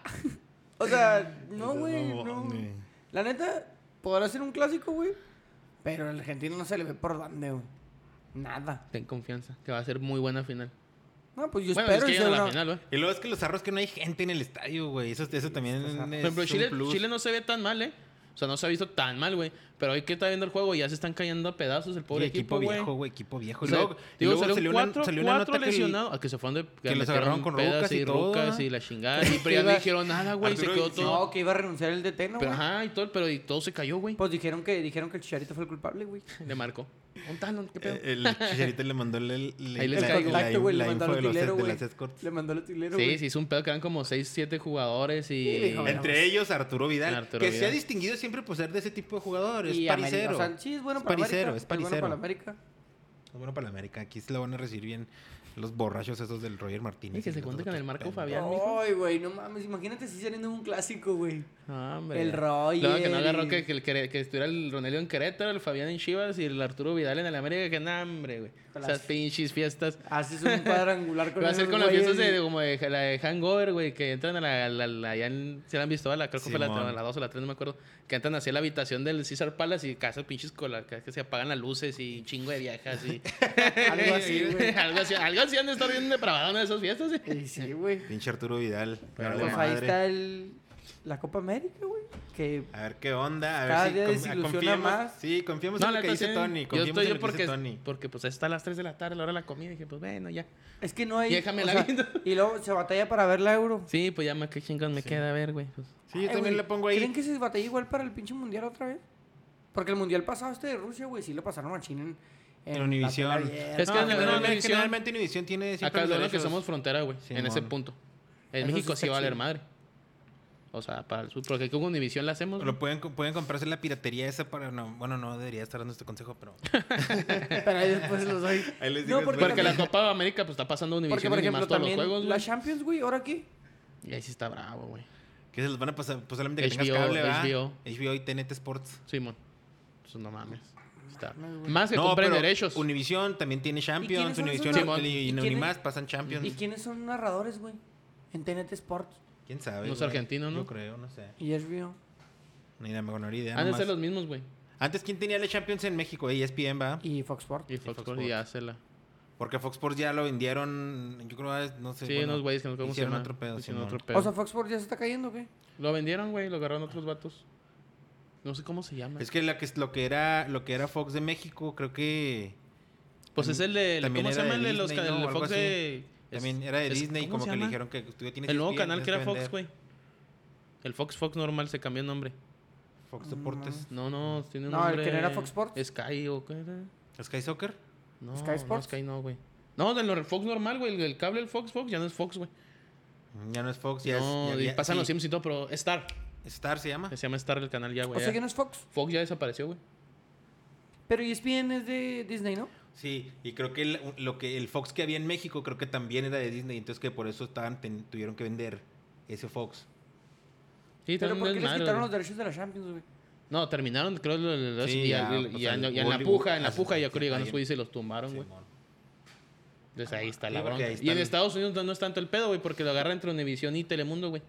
S1: O sea, no,
S2: Entonces,
S1: güey,
S2: vamos,
S1: no.
S2: güey.
S1: La neta, podrá ser un clásico, güey. Pero al argentino no se le ve por dónde, güey. Nada.
S3: Ten confianza, que va a ser muy buena final.
S1: No, pues yo
S3: bueno, es
S1: espero
S3: que
S1: que sea
S3: llegan a la
S1: una-
S3: final, güey.
S2: Y luego es que los arros que no hay gente en el estadio, güey. Eso, eso también
S1: Está zarro.
S2: es
S3: Por ejemplo,
S2: un
S3: Chile,
S2: plus.
S3: Chile no se ve tan mal, ¿eh? O sea, no se ha visto tan mal, güey. Pero hoy que está viendo el juego, ya se están cayendo a pedazos el pobre
S2: Y
S3: equipo,
S2: equipo,
S3: güey.
S2: viejo, güey. Equipo viejo.
S3: O
S2: Y
S3: sea,
S2: luego, y
S3: digo,
S2: luego
S3: salió,
S2: salió,
S3: cuatro,
S2: una, salió una
S3: cuatro
S2: nota que el-
S3: lesionados. Ah, que se fueron de...
S2: que los
S3: metieron
S2: agarraron con
S3: pedas
S2: rocas y todo,
S3: rucas
S2: ¿ah?
S3: y la chingada. Y, pero
S1: que
S3: ya no
S1: iba-
S3: dijeron nada, güey. Se
S2: Arturo
S3: quedó
S2: y-
S3: todo...
S1: No, que iba a renunciar el DT, ¿no, güey?
S3: pero, ajá, y todo, pero y todo se cayó, güey.
S1: Pues dijeron que, dijeron que el Chicharito fue el culpable, güey.
S3: Le marcó. Un talón, qué pedo.
S2: Eh, El chicharito le mandó el, el-
S3: Ahí les
S2: la-
S1: El
S3: caigo.
S2: la-
S1: contacto, güey,
S2: la
S1: le mandó
S2: info
S1: al
S2: de los-
S1: utilero,
S2: de
S1: güey.
S2: las escorts.
S1: Le mandó al utilero,
S3: Sí,
S1: güey.
S3: sí, hizo un pedo que eran como 6, 7 jugadores y...
S1: Sí, dijo, bueno,
S2: Entre ellos Arturo Vidal,
S3: Arturo
S2: que se
S3: Vidal.
S2: ha distinguido siempre por ser de ese tipo de jugadores.
S1: Y
S2: Es
S1: Ameri-
S2: paricero.
S1: O sea, sí, es bueno
S2: Es
S1: para
S2: paricero,
S1: América.
S2: es
S1: bueno para
S2: paricero.
S1: América.
S2: Es bueno para la América. Aquí se lo van a recibir bien los borrachos esos del Roger Martínez.
S3: Y que se
S2: los
S3: cuente con
S2: otros
S3: el Marco
S2: pendejos.
S3: Fabián. mijo?
S1: Ay, güey, no mames. Imagínate si saliendo en un clásico, güey.
S3: Ah, hombre.
S1: El Roger
S3: Luego que no
S1: y-
S3: agarró que, que, el Quere- que estuviera el Ronelio en Querétaro, el Fabián en Chivas y el Arturo Vidal en el América. Que no, hombre, güey.
S1: Con
S3: Esas
S1: las-
S3: pinches fiestas.
S1: Haces un cuadrangular con
S3: Va a ser
S1: esos
S3: con las
S1: güeyes,
S3: fiestas de,
S1: güey.
S3: como de, la de Hangover, güey, que entran a la... la, la- ya en- ¿Se la han visto? a La, creo que fue la,
S2: Simón.
S3: la 2 o la 3, no me acuerdo. Que entran hacia la habitación del César Palace y casas pinches con la que se apagan las luces y chingo de viejas y...
S1: Algo así, güey.
S3: algo así, algo así han de estar bien depravados en esas fiestas. ¿eh?
S1: Eh, Sí, güey.
S2: Pinche Arturo Vidal.
S3: Pero
S2: Dale
S1: Pues
S3: bueno,
S1: ahí
S2: madre.
S1: está el... la Copa América, güey. Que
S2: A ver qué onda. A ver
S1: Cada
S2: si
S1: día
S2: con-
S1: desilusiona
S2: confiemos-
S1: más.
S2: Sí, confiemos en
S3: la
S2: pues lo que
S3: neta,
S2: dice
S3: sí.
S2: Tony.
S3: Yo
S2: Confiemos
S3: estoy
S2: en
S3: yo
S2: lo que dice
S3: porque,
S2: Tony.
S3: porque pues está a las 3 de la tarde, la hora de la comida. Dije, pues bueno, ya.
S1: es que no hay.
S3: Déjame
S1: o
S3: la
S1: sea,
S3: viendo.
S1: Y luego se batalla para ver la euro.
S3: Sí, pues ya más que chingas me queda a ver, güey. pues.
S2: Sí, yo
S1: Ay,
S2: también
S1: güey,
S2: le pongo ahí.
S1: ¿Creen que se batalla igual para el pinche mundial otra vez? Porque el mundial pasado, este de Rusia, güey, sí lo pasaron a China en.
S2: En
S1: la
S2: Univisión.
S1: tele abierta.
S3: Es que en la-
S2: generalmente-
S3: Univisión-
S2: generalmente Univisión tiene siempre
S3: Acá
S2: los
S3: lo bueno que
S2: derechos.
S3: somos frontera, güey. en ese
S2: Simón.
S3: punto. En
S1: Eso sí
S3: México
S1: está
S3: sí va a valer
S1: chido.
S3: madre. O sea, para el sur. Porque con Univisión la hacemos. güey.
S2: Lo pueden, co- pueden comprarse la piratería esa para... No, bueno, no debería estar dando este consejo, pero...
S1: Pero ahí después los doy.
S2: Ahí les
S1: no,
S2: digo,
S1: porque,
S3: Porque la
S1: también-
S3: Copa América pues está pasando
S1: porque,
S3: Univisión
S1: por
S3: y más
S1: ejemplo,
S3: todos los
S1: también
S3: juegos,
S1: la
S3: güey.
S1: Champions, güey, ahora qué.
S3: Y ahí sí está bravo, güey.
S2: ¿Qué se los van a pasar? Pues solamente que
S3: HBO,
S2: tengas cable, ¿verdad?
S3: HBO.
S2: HBO y TNT Sports.
S3: Simón. Pues no mames. Está.
S1: mames, güey.
S3: Más que
S2: No,
S3: compren
S2: pero
S3: derechos.
S2: Univisión también tiene
S1: quiénes
S2: Champions.
S1: son
S2: Univisión
S3: esos
S2: y,
S3: narradores?
S2: y,
S1: ¿Y quiénes-
S2: Unimás pasan Champions.
S1: ¿Y quiénes son narradores, güey? En TNT Sports
S2: ¿Quién sabe?
S3: Unos
S2: güey?
S3: argentinos, ¿no?
S2: Yo creo, no sé.
S1: y HBO.
S2: Ni la mejor idea.
S3: Han de
S2: nomás.
S3: ser los mismos, güey.
S2: Antes, ¿quién tenía la Champions en México? Eh, ESPN, va.
S1: Y Fox Sports.
S3: Y Fox
S2: Fox
S3: Sports
S2: Sports.
S3: y hacela.
S2: Porque Fox Sports ya lo vendieron, yo creo, ah, no sé.
S3: Sí,
S2: bueno,
S3: unos güeyes que no sé cómo se
S2: Hicieron
S3: llaman.
S2: otro pedo,
S3: Hicieron
S2: Simón.
S3: otro pedo.
S1: O sea, Fox Sports ya se está cayendo, o ¿qué?
S3: Lo vendieron, güey, lo agarraron otros vatos. No sé cómo se llama.
S2: Es que, la que lo que era lo que era Fox de México, creo que
S3: pues es el de.
S2: también
S3: ¿Cómo se
S2: era
S3: llama el
S2: de
S3: de los
S2: Disney,
S3: can-
S2: ¿no?
S3: el de
S2: O algo
S3: Fox
S2: así.
S3: de. es-
S2: también era de
S3: es-
S2: Disney y
S3: ¿cómo
S2: como
S3: se
S2: que le
S3: llama?
S2: dijeron que tú ya tienes
S3: El nuevo
S2: ESPN,
S3: canal que
S2: tienes
S3: era Fox,
S2: vender.
S3: güey. El Fox Fox normal se cambió el nombre.
S2: Fox Deportes.
S3: No, no, tiene un
S1: No, el
S3: nombre.
S1: que no era Fox Sports.
S3: Sky o qué era.
S2: Sky Soccer.
S3: No,
S1: Sky
S3: no,
S1: Sports.
S3: Sky no, güey. No, del nor- Fox normal, güey. El, el cable del Fox Fox ya no es Fox, güey.
S2: Ya no es Fox, ya
S3: No,
S2: es. ya-
S3: y
S2: ya-
S3: pasan
S2: sí,
S3: los Sims y todo, pero Star.
S2: Star se llama.
S3: Se llama Star el canal ya,
S1: O
S3: güey.
S1: sea
S3: Pues ya.
S1: que no es Fox.
S3: Fox ya desapareció, güey.
S1: Pero E ESPN es de Disney, ¿no?
S2: Sí, y creo que el, lo que el Fox que había en México creo que también era de Disney, entonces que por eso estaban ten- tuvieron que vender ese Fox.
S3: Sí,
S1: Pero
S3: también
S1: ¿por
S3: es
S1: qué les
S3: madre,
S1: quitaron
S3: güey.
S1: los derechos de la Champions, güey?
S3: No, terminaron, creo, lo- lo- lo-
S2: Sí,
S3: y, ya,
S2: ya,
S3: y-
S2: pues,
S3: y ya
S2: el
S3: no- y en la
S2: Bollywood
S3: puja, en la
S2: hace-
S3: puja, yo
S2: sí,
S3: creo que ganó
S2: ahí.
S3: Suiza y los tumbaron, güey.
S2: Simón.
S3: Entonces ahí está
S2: Sí,
S3: la
S2: porque
S3: bronca.
S2: ahí
S3: Y
S2: está
S3: en
S2: el-
S3: Estados Unidos no es tanto el pedo, güey, porque lo agarra entre Univisión y Telemundo, güey.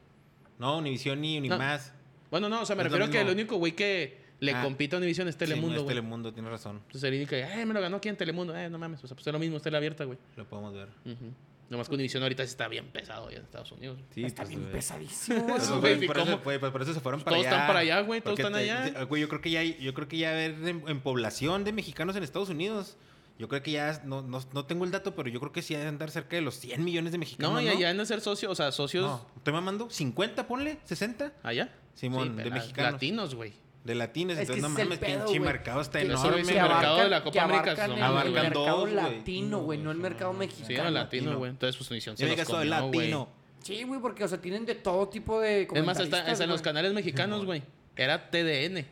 S2: No, Univision ni Unimás.
S3: Bueno, no, o sea, me
S2: Es lo
S3: refiero que el
S2: mismo.
S3: único güey que le
S2: Ah.
S3: compite a Univisión es Telemundo,
S2: Sí, no es
S3: güey.
S2: Telemundo, tienes razón.
S3: Entonces el único que, eh, me lo ganó aquí en Telemundo, eh, no mames. O sea, pues es lo mismo, está la abierta, güey.
S2: Lo podemos ver.
S3: Ujú. Nomás que Univisión ahorita sí está bien pesado ya en Estados Unidos.
S2: Sí,
S1: Está
S2: pues,
S1: bien
S2: güey.
S1: pesadísimo.
S2: Por
S1: güey.
S2: eso,
S3: güey,
S2: güey, por,
S3: ¿cómo?
S2: eso, güey, por eso se fueron para
S3: Todos
S2: allá.
S3: están para allá, güey, todos
S2: Porque
S3: están
S2: te-
S3: allá.
S2: te- Güey, yo creo que ya, hay- yo creo que ya ver en, en población de mexicanos en Estados Unidos, yo creo que ya, no, no, no tengo el dato, pero yo creo que sí hay de andar cerca de los 100 millones de mexicanos,
S3: No,
S2: ¿no?
S3: y allá en ser socios, o sea, socios.
S2: No, estoy mamando, 50, ponle, 60
S3: ¿Allá?
S2: Simón, de
S3: pero
S2: mexicanos.
S3: Latinos, güey.
S2: de latinos.
S1: Es que
S2: entonces, no
S1: ese es el
S2: mames,
S1: pedo,
S2: pinche
S1: güey.
S2: mercado está
S1: Que
S3: eso
S2: enorme.
S3: es el
S1: Que
S2: güey.
S3: mercado de la
S1: abarcan-
S3: Copa
S1: que
S3: América,
S1: abarcan
S3: no,
S1: el
S2: abarcan
S1: mercado
S2: dos, güey.
S1: latino, güey, no el mercado
S3: Sí, era
S1: mexicano.
S3: latino,
S2: latino.
S3: güey. Entonces, pues Univisión
S2: Yo
S3: se
S2: digas
S3: los
S2: soy
S3: comió, güey.
S2: latino.
S1: Sí, güey, porque, o sea, tienen de todo tipo de
S3: Es más, hasta,
S1: comentaristas,
S3: hasta en los
S1: güey.
S3: canales mexicanos, güey. Era TDN.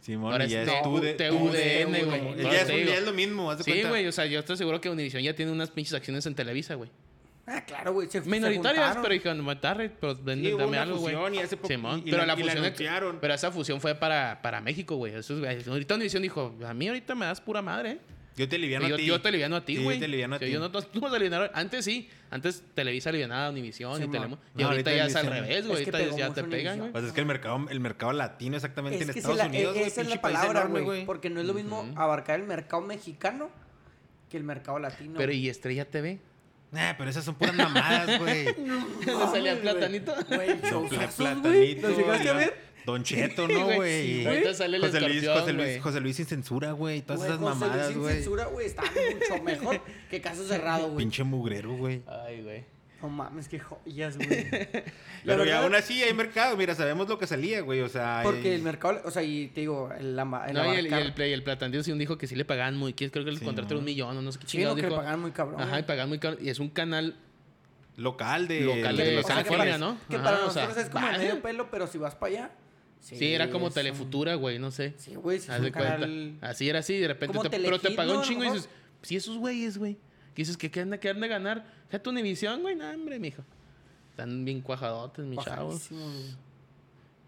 S2: Simón,
S3: Ahora
S2: y ya
S3: es
S2: es tú de- tú de-
S3: TUDN,
S1: güey.
S3: güey.
S2: Ya
S3: Ahora
S2: es
S3: te
S2: un-
S3: digo.
S2: ya es lo mismo, haz de
S3: Sí,
S2: cuenta.
S3: güey. O sea, yo estoy seguro que Univisión ya tiene unas pinches acciones en Televisa, güey.
S1: Ah, claro, güey. se- se
S3: Minoritarias,
S1: juntaron.
S3: pero dijeron, matarre, pero ven-
S2: Sí, hubo
S3: pues, dame
S2: una
S3: algo, güey.
S2: fusión y hace poco-
S3: Simón,
S2: y- y
S3: pero
S2: la-
S3: la,
S2: y la
S3: fusión.
S2: anunciaron.
S3: pero esa fusión fue para, para México, güey. Eso es- Ahorita Univisión dijo, a mí ahorita me das pura madre, ¿eh?
S2: Yo te liviano
S3: yo,
S2: a ti.
S3: yo te aliviano a ti,
S2: Sí,
S3: güey.
S2: Yo te liviano a
S3: Sí,
S2: ti.
S3: Yo no, no, tú no te alivianaron. Antes sí. Antes Televisa alivianaba a Univisión y
S1: Simón.
S3: Telemundo. Y
S2: No, ahorita
S3: ahorita, ya es al
S2: Univisión.
S3: revés,
S1: Es
S3: güey.
S1: que
S3: Ahorita
S1: pegó
S3: ya
S1: mucho
S3: te pegan,
S1: Univisión.
S3: güey.
S2: Pues es que el mercado, el mercado latino exactamente
S1: Es
S2: en
S1: que
S2: Estados
S1: se la-
S2: Unidos,
S1: e-
S2: güey,
S1: esa es
S2: pinche
S1: la
S2: país
S1: palabra,
S2: enorme,
S1: güey. Porque no es lo mismo abarcar el mercado mexicano que el mercado latino.
S3: Pero ¿y Estrella TV?
S2: Nah, Eh, pero esas son puras mamadas, güey.
S3: ¿Le salía platanito?
S1: Güey,
S2: Don Ple-
S1: showzazos, güey.
S2: Platanito.
S1: ¿Los llegaste a ver?
S2: Don Cheto,
S3: Sí,
S2: ¿no,
S3: güey,
S2: güey?
S3: sí, güey. Ahorita sale el
S2: José Luis,
S3: escorpión,
S2: José
S3: güey.
S2: Luis, José Luis sin censura, güey. Todas
S1: Güey,
S2: esas
S1: José Luis
S2: mamadas,
S1: sin
S2: güey.
S1: censura, güey, está mucho mejor que Caso Cerrado, güey.
S2: Pinche mugrero, güey.
S3: Ay, güey.
S1: No mames, qué joyas, güey. La
S2: Pero ya
S1: verdad,
S2: aún así hay mercado. Mira, sabemos lo que salía, güey. O sea, hay-
S1: Porque el mercado, o sea, y te digo, el, ama- el
S3: No, y el, y
S1: abarcar-
S3: el, play- el platanito sí un dijo que sí le pagaban muy. Creo que el
S2: Sí,
S3: contrato era un
S2: ¿no?
S3: millón o no sé qué
S1: Sí, no,
S3: chingados.
S1: que le
S3: dijo.
S1: pagaban muy cabrón.
S3: Ajá, y pagaban muy caro. Y es un canal
S2: local de,
S3: Local de
S2: de
S1: O sea, que
S3: California,
S1: para-
S3: ¿no?
S1: Que
S3: Ajá,
S1: para
S3: o sea,
S1: nosotros es como de
S3: vale.
S1: medio pelo, pero si vas para allá.
S3: Sí, era como
S1: es un-
S3: Telefutura, güey, no sé.
S1: Sí, güey, sí, es
S3: Haz de
S1: un
S3: cuenta.
S1: canal.
S3: Así era así, de repente.
S1: Como
S3: Te, pero te
S1: Telehit,
S3: pagó
S1: ¿no?
S3: un
S1: A lo
S3: chingo y
S1: mejor.
S3: dices, sí, esos güeyes, güey. Y dices, ¿qué, qué, han, de- qué han de ganar? Ya tu Univisión, güey, no, hombre, mijo. Están bien cuajadotes, mis chavos.
S1: Bajarísimo, güey.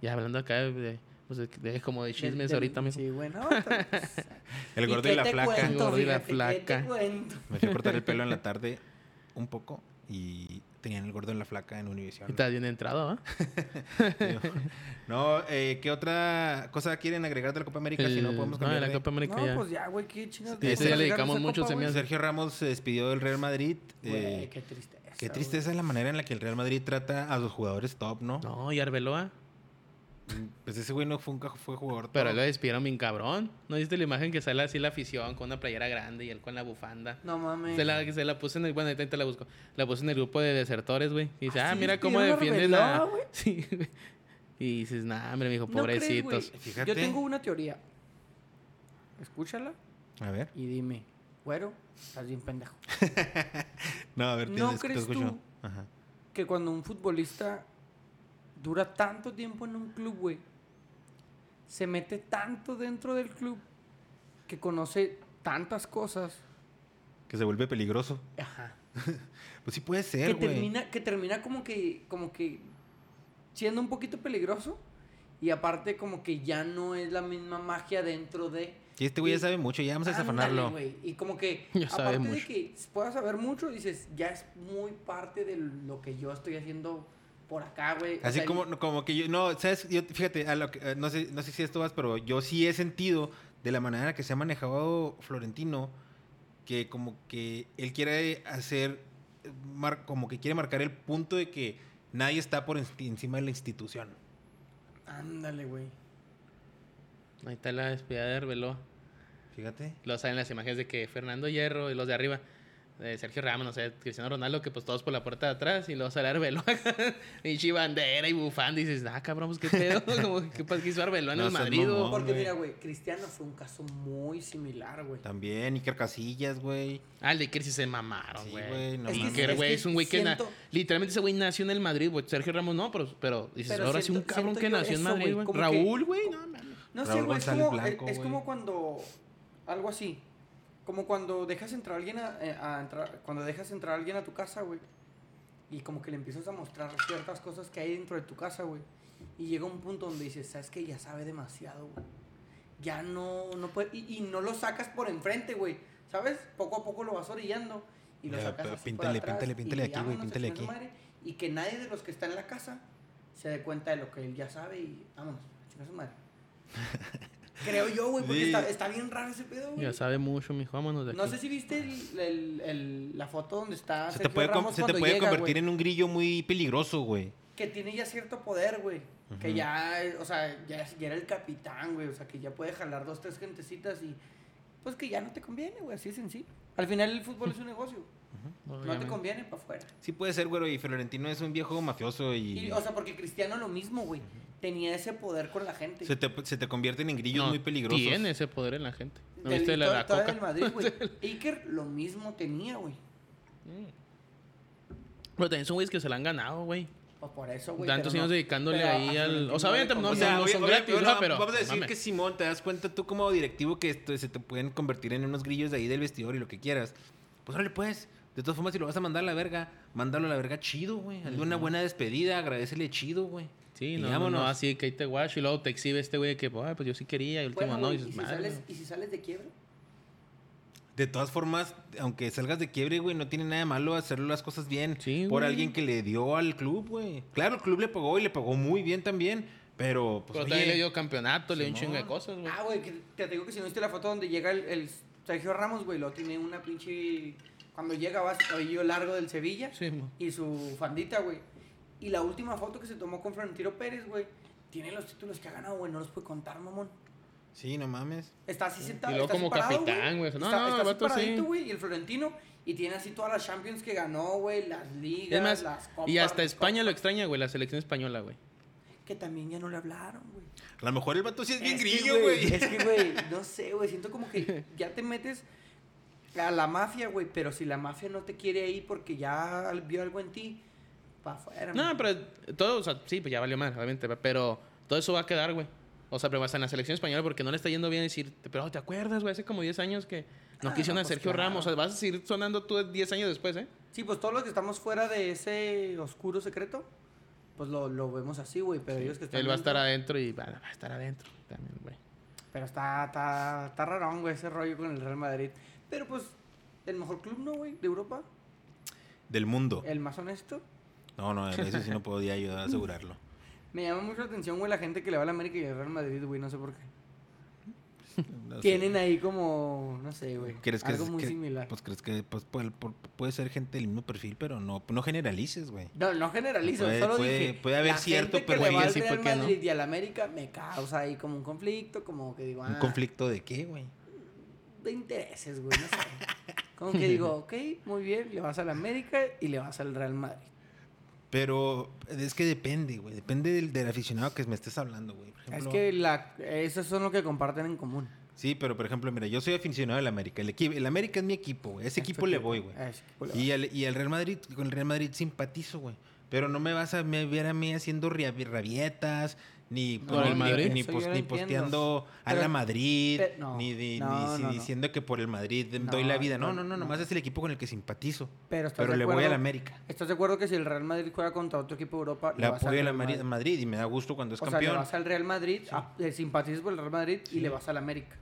S3: Ya hablando acá de, de- pues, de- de- como de chismes
S1: Del-
S3: ahorita, mijo.
S1: Sí, bueno. otra vez.
S2: El gordo
S1: qué
S2: y la
S1: te
S2: flaca.
S1: cuento?
S3: El gordo y la
S1: Fíjate, ¿qué te
S3: flaca.
S1: cuento?
S2: Me fui a cortar el pelo en la tarde un poco y tenían el gordo en la flaca en
S3: Y
S2: Univision.
S3: está bien entrado, ¿ah?
S2: No, eh, ¿qué otra cosa quieren agregar de la Copa América? si no,
S3: El-
S2: podemos cambiar.
S3: de la
S2: de-
S3: Copa América
S1: No,
S3: ya.
S1: pues ya, güey, qué chingas.
S2: Ese ya
S1: ¿Cómo
S2: le
S1: llegaron a
S3: dedicamos
S1: esa
S3: mucho,
S1: copa,
S3: se me
S1: güey?
S3: hace-
S2: Sergio Ramos se despidió del Real Madrid. eh,
S1: Güey, qué tristeza.
S2: qué
S1: güey.
S2: tristeza es la manera en la que el Real Madrid trata a los jugadores top, ¿no?
S3: No, y Arbeloa.
S2: Pues ese güey no fue, un, ca- fue jugador.
S3: Pero
S2: todo.
S3: lo despidieron bien cabrón. ¿No viste la imagen que sale así la afición con una playera grande y él con la bufanda?
S1: No mames.
S3: Se la, se la puse en el... Bueno, ahorita te la busco. La puse en el grupo de desertores, güey. Y dice,
S1: Ah,
S3: ah,
S1: sí,
S3: mira
S1: viste,
S3: cómo
S1: yo lo
S3: defiende
S1: reveló,
S3: la...
S1: güey.
S3: Sí, güey. Y dices, nah, hombre, mijo,
S1: ¿No crees, güey?
S3: pobrecitos.
S2: Fíjate.
S1: Yo tengo una teoría. Escúchala
S2: A ver.
S1: y dime, güero, estás bien pendejo.
S2: No, a ver,
S1: ¿No
S2: tienes,
S1: crees
S2: te escucho.
S1: tú?
S2: Ajá.
S1: Que cuando un futbolista dura tanto tiempo en un club, güey, se mete tanto dentro del club que conoce tantas cosas.
S2: Que se vuelve peligroso.
S1: Ajá.
S2: Pues sí puede
S1: que
S2: ser, güey.
S1: termina que termina como que como que siendo un poquito peligroso y aparte como que ya no es la misma magia dentro de
S2: Y este güey
S1: y-
S2: ya sabe mucho, ya vamos a
S1: Ándale,
S2: desafanarlo.
S1: güey. y como que
S3: Ya sabe
S1: aparte de
S3: mucho.
S1: que puedas saber mucho dices ya es muy parte de lo que yo estoy haciendo por acá güey O
S2: Así
S1: sea, el-
S2: como, como que yo, no, sabes, yo, fíjate, a lo que- eh, no, sé, no sé si esto vas, pero yo sí he sentido de la manera que se ha manejado Florentino, que como que él quiere hacer, eh, mar- como que quiere marcar el punto de que nadie está por enci- encima de la institución.
S1: ándale güey
S3: Ahí está la despedida de Arbeloa.
S2: Fíjate.
S3: Luego salen las imágenes de que Fernando Hierro y los de arriba, eh, Sergio Ramos, no sé, Cristiano Ronaldo, que pues todos por la puerta de atrás y luego sale Arbeloa y chivandera y bufanda y dices, ah, cabrón, pues, qué pedo, como que pues, que hizo Arbeloa en
S2: No
S3: el
S2: seas
S3: Madrid.
S2: mamón.
S3: o-
S1: porque
S2: güey.
S1: mira güey Cristiano fue un caso muy similar güey
S2: También Iker Casillas, güey.
S3: Ah, el de Iker sí se mamaron,
S2: Sí,
S3: güey.
S2: güey, no
S1: Es que
S2: mames.
S1: sí,
S3: Iker, güey,
S1: que
S3: es un güey que na-
S1: siento-
S3: literalmente ese güey nació en el Madrid, güey. Sergio Ramos no, pero, pero dices,
S1: Pero
S3: ahora sí un
S1: siento-
S3: cabrón
S1: siento
S3: que
S1: yo
S3: nació en
S1: eso,
S3: Madrid,
S1: güey,
S3: güey.
S1: como que-
S3: Raúl, güey, no mames.
S1: No sé,
S2: Raúl
S1: güey, es,
S2: González
S1: como,
S2: Blanco,
S1: es- es
S2: güey.
S1: como cuando. Algo así. Como cuando dejas entrar a alguien a, eh, a entrar. Cuando dejas entrar a alguien a tu casa, güey. Y como que le empiezas a mostrar ciertas cosas que hay dentro de tu casa, güey. Y llega un punto donde dices, ¿sabes que Ya sabe demasiado, güey. Ya no, no puede. Y, y no lo sacas por enfrente, güey. ¿Sabes? Poco a poco lo vas orillando. Y lo
S2: Ya,
S1: sacas
S2: pero
S1: así por
S2: píntale,
S1: atrás,
S2: píntale, píntale
S1: y
S2: aquí, güey,
S1: vámonos a
S2: píntale
S1: chingar
S2: aquí.
S1: su madre, y que nadie de los que está en la casa se dé cuenta de lo que él ya sabe y vámonos, a chingar su madre. Creo yo, güey, porque
S2: Sí.
S1: está, está bien raro ese pedo, güey.
S3: Ya sabe mucho, mijo, vámonos de aquí.
S1: No sé si viste el- el- el- la foto donde está
S2: Se te
S1: Sergio
S2: puede, com-
S1: Ramos
S2: se te
S1: cuando
S2: puede
S1: llega,
S2: convertir
S1: güey,
S2: en un grillo muy peligroso, güey.
S1: Que tiene ya cierto poder, güey. Que
S2: Ujú.
S1: ya, eh, o sea, ya, es- ya era el capitán, güey. O sea, que ya puede jalar dos, tres gentecitas y... Pues que ya no te conviene, güey, así es en sí. Al final el fútbol es un negocio. No te
S3: Obviamente.
S1: conviene para afuera.
S2: Sí puede ser, güey, y Florentino es un viejo mafioso y...
S1: Y, o sea, porque Cristiano lo mismo, güey. Tenía ese poder con la gente.
S2: se, te, se te convierten en grillos
S3: No,
S2: muy peligrosos.
S3: Tiene ese poder en la gente. ¿No
S1: Del-
S3: viste la,
S1: todo-
S3: la
S1: todo
S3: coca?
S1: del Madrid, güey. Iker lo mismo tenía, güey.
S3: Pero también son güeyes que se la han ganado, güey.
S1: O por eso, güey.
S3: Tantos
S1: pero
S3: años
S1: no-
S3: dedicándole
S1: pero ah,
S3: ahí
S1: a
S3: al-
S1: Florentino
S3: o sea,
S1: no le
S3: obviamente, no,
S2: O
S1: conviene.
S2: sea,
S3: no
S2: obvia-
S3: son
S2: obvia-
S3: gratis,
S2: no,
S3: ¿verdad? Pero,
S2: vamos a decir
S3: mames.
S2: que Simón, te das cuenta tú como directivo que esto, se te pueden convertir en unos grillos de ahí del vestidor y lo que quieras. Pues órale, pues. De todas formas, si lo vas a mandar a la verga, mándalo a la verga chido, güey. Hazle una buena despedida, agradecele chido, güey.
S3: Sí,
S2: Y
S3: no, no,
S2: vámonos.
S3: no, así que ahí te guacho y luego te exhibe este güey que, pues, ay, pues yo sí quería y el último
S1: Bueno,
S3: no.
S1: güey,
S3: Y
S1: y,
S3: dices,
S1: si
S3: madre,
S1: sales,
S2: Pues
S3: güey.
S1: y si sales de quiebre,
S2: De todas formas, aunque salgas de quiebre, güey, no tiene nada de malo hacer las cosas bien
S3: Sí,
S2: por
S3: güey.
S2: alguien que le dio al club, güey. Claro, el club le pagó y le pagó muy bien también, pero pues
S3: Pero
S2: oye,
S3: también le dio campeonato, le dio un
S2: Simón.
S3: chingo de cosas, güey.
S1: ah, güey, que te digo que si no viste la foto donde llega el, el Sergio Ramos, güey, lo tiene una pinche. Cuando llega, va su cabello largo del Sevilla
S3: Sí, mo.
S1: y su fandita, güey. Y la última foto que se tomó con Florentino Pérez, güey, tiene los títulos que ha ganado, güey. No los puede contar, mamón.
S2: Sí, no mames.
S1: Está así sentado.
S3: Y luego
S1: está
S3: como
S1: separado,
S3: capitán, güey. No,
S1: está,
S3: no,
S1: está
S3: el vato sí.
S1: separadito, güey. Y el Florentino. Y tiene así todas las Champions que ganó, güey. Las ligas,
S3: Es más,
S1: las copas.
S3: y hasta
S1: las
S3: España lo
S1: copas,
S3: extraña, güey, la selección española, güey.
S1: Que también ya no le hablaron, güey.
S2: A lo mejor el vato sí es bien
S1: Es que,
S2: grillo, güey.
S1: Es que, güey, no sé, güey. Siento como que ya te metes a la mafia, güey. Pero si la mafia no te quiere ahí porque ya vio algo en ti, pa' afuera.
S3: No,
S1: man.
S3: pero todo, o sea, sí, pues ya valió más, obviamente, pero todo eso va a quedar, güey. O sea, pero hasta en la selección española porque no le está yendo bien decir, pero "Oh, ¿te acuerdas, güey? Hace como 10 años que no
S1: Ah,
S3: quisieron a
S1: pues
S3: Sergio
S1: claro.
S3: Ramos. O sea, vas a seguir sonando tú 10 años después, ¿eh?
S1: Sí, pues todos los que estamos fuera de ese oscuro secreto, pues lo, lo vemos así, güey. Pero ellos que están.
S3: Él va a estar
S1: dentro-
S3: adentro y va, va a estar adentro también, güey.
S1: Pero está, está, está rarón, güey, ese rollo con el Real Madrid. Pero pues, el mejor club, ¿no, güey? De Europa.
S2: Del mundo.
S1: El más honesto.
S2: No, no, en eso sí no podía ayudar a asegurarlo.
S1: Me llama mucho la atención, güey, la gente que le va a la América y al Real Madrid, güey, no sé por qué.
S2: No sé.
S1: Tienen ahí como, no sé, güey.
S2: ¿Crees que
S1: Algo
S2: es-
S1: muy
S2: cre-
S1: similar.
S2: Pues crees que pues, puede, por- puede ser gente del mismo perfil, pero no, no generalices, güey.
S1: No, no generalizo,
S2: Puede-
S1: solo
S2: puede-
S1: dije.
S2: puede haber
S1: la
S2: cierto,
S1: gente
S2: pero
S1: que le
S3: güey,
S1: va al
S3: sí, ¿por
S1: Real
S3: qué no?
S1: Madrid y a la América me causa ahí como un conflicto, como que digo, ah,
S2: ¿Un conflicto de qué, güey?
S1: de intereses, güey, no sé. Como que digo, ok, muy bien, le vas al América y le vas al Real Madrid.
S2: Pero es que depende, güey. Depende del, del aficionado que me estés hablando, güey. Por
S1: Es
S2: ejemplo-
S1: que la, esos son lo que comparten en común.
S2: Sí, pero por ejemplo, mira, yo soy aficionado del América. El, equi- el América es mi equipo, güey. Ese
S1: Es
S2: Este
S1: tu
S2: equipo le voy, güey.
S1: a ese Este equipo le vas.
S2: Y al, y al Real Madrid, con el Real Madrid simpatizo, güey. Pero no me vas a me- ver a mí haciendo ria- rabietas, ni,
S1: No,
S2: por-
S3: ¿Con el
S2: ni-
S3: Madrid?
S2: ni,
S1: eso
S2: pos-
S1: yo lo
S2: ni
S1: entiendo.
S2: posteando a
S1: Pero-
S2: la Madrid,
S1: pe- no,
S2: ni, di-
S1: no,
S2: ni si-
S1: no, no.
S2: diciendo que por el Madrid
S1: No,
S2: doy la vida. No,
S1: no,
S2: no, no,
S1: no.
S2: nomás es el equipo con el que simpatizo.
S1: Pero, ¿estás
S2: Pero
S1: de
S2: le voy al
S1: acuerdo?
S2: América.
S1: ¿Estás de acuerdo que si el Real Madrid juega contra otro equipo de Europa,
S2: Le
S1: vas
S2: apoyo
S1: al
S2: al
S1: Real
S2: Madrid, Madrid y me da gusto cuando es
S1: O sea, le
S2: campeón.
S1: vas al Real Madrid, ah, le simpatizas por el Real Madrid y le vas al América.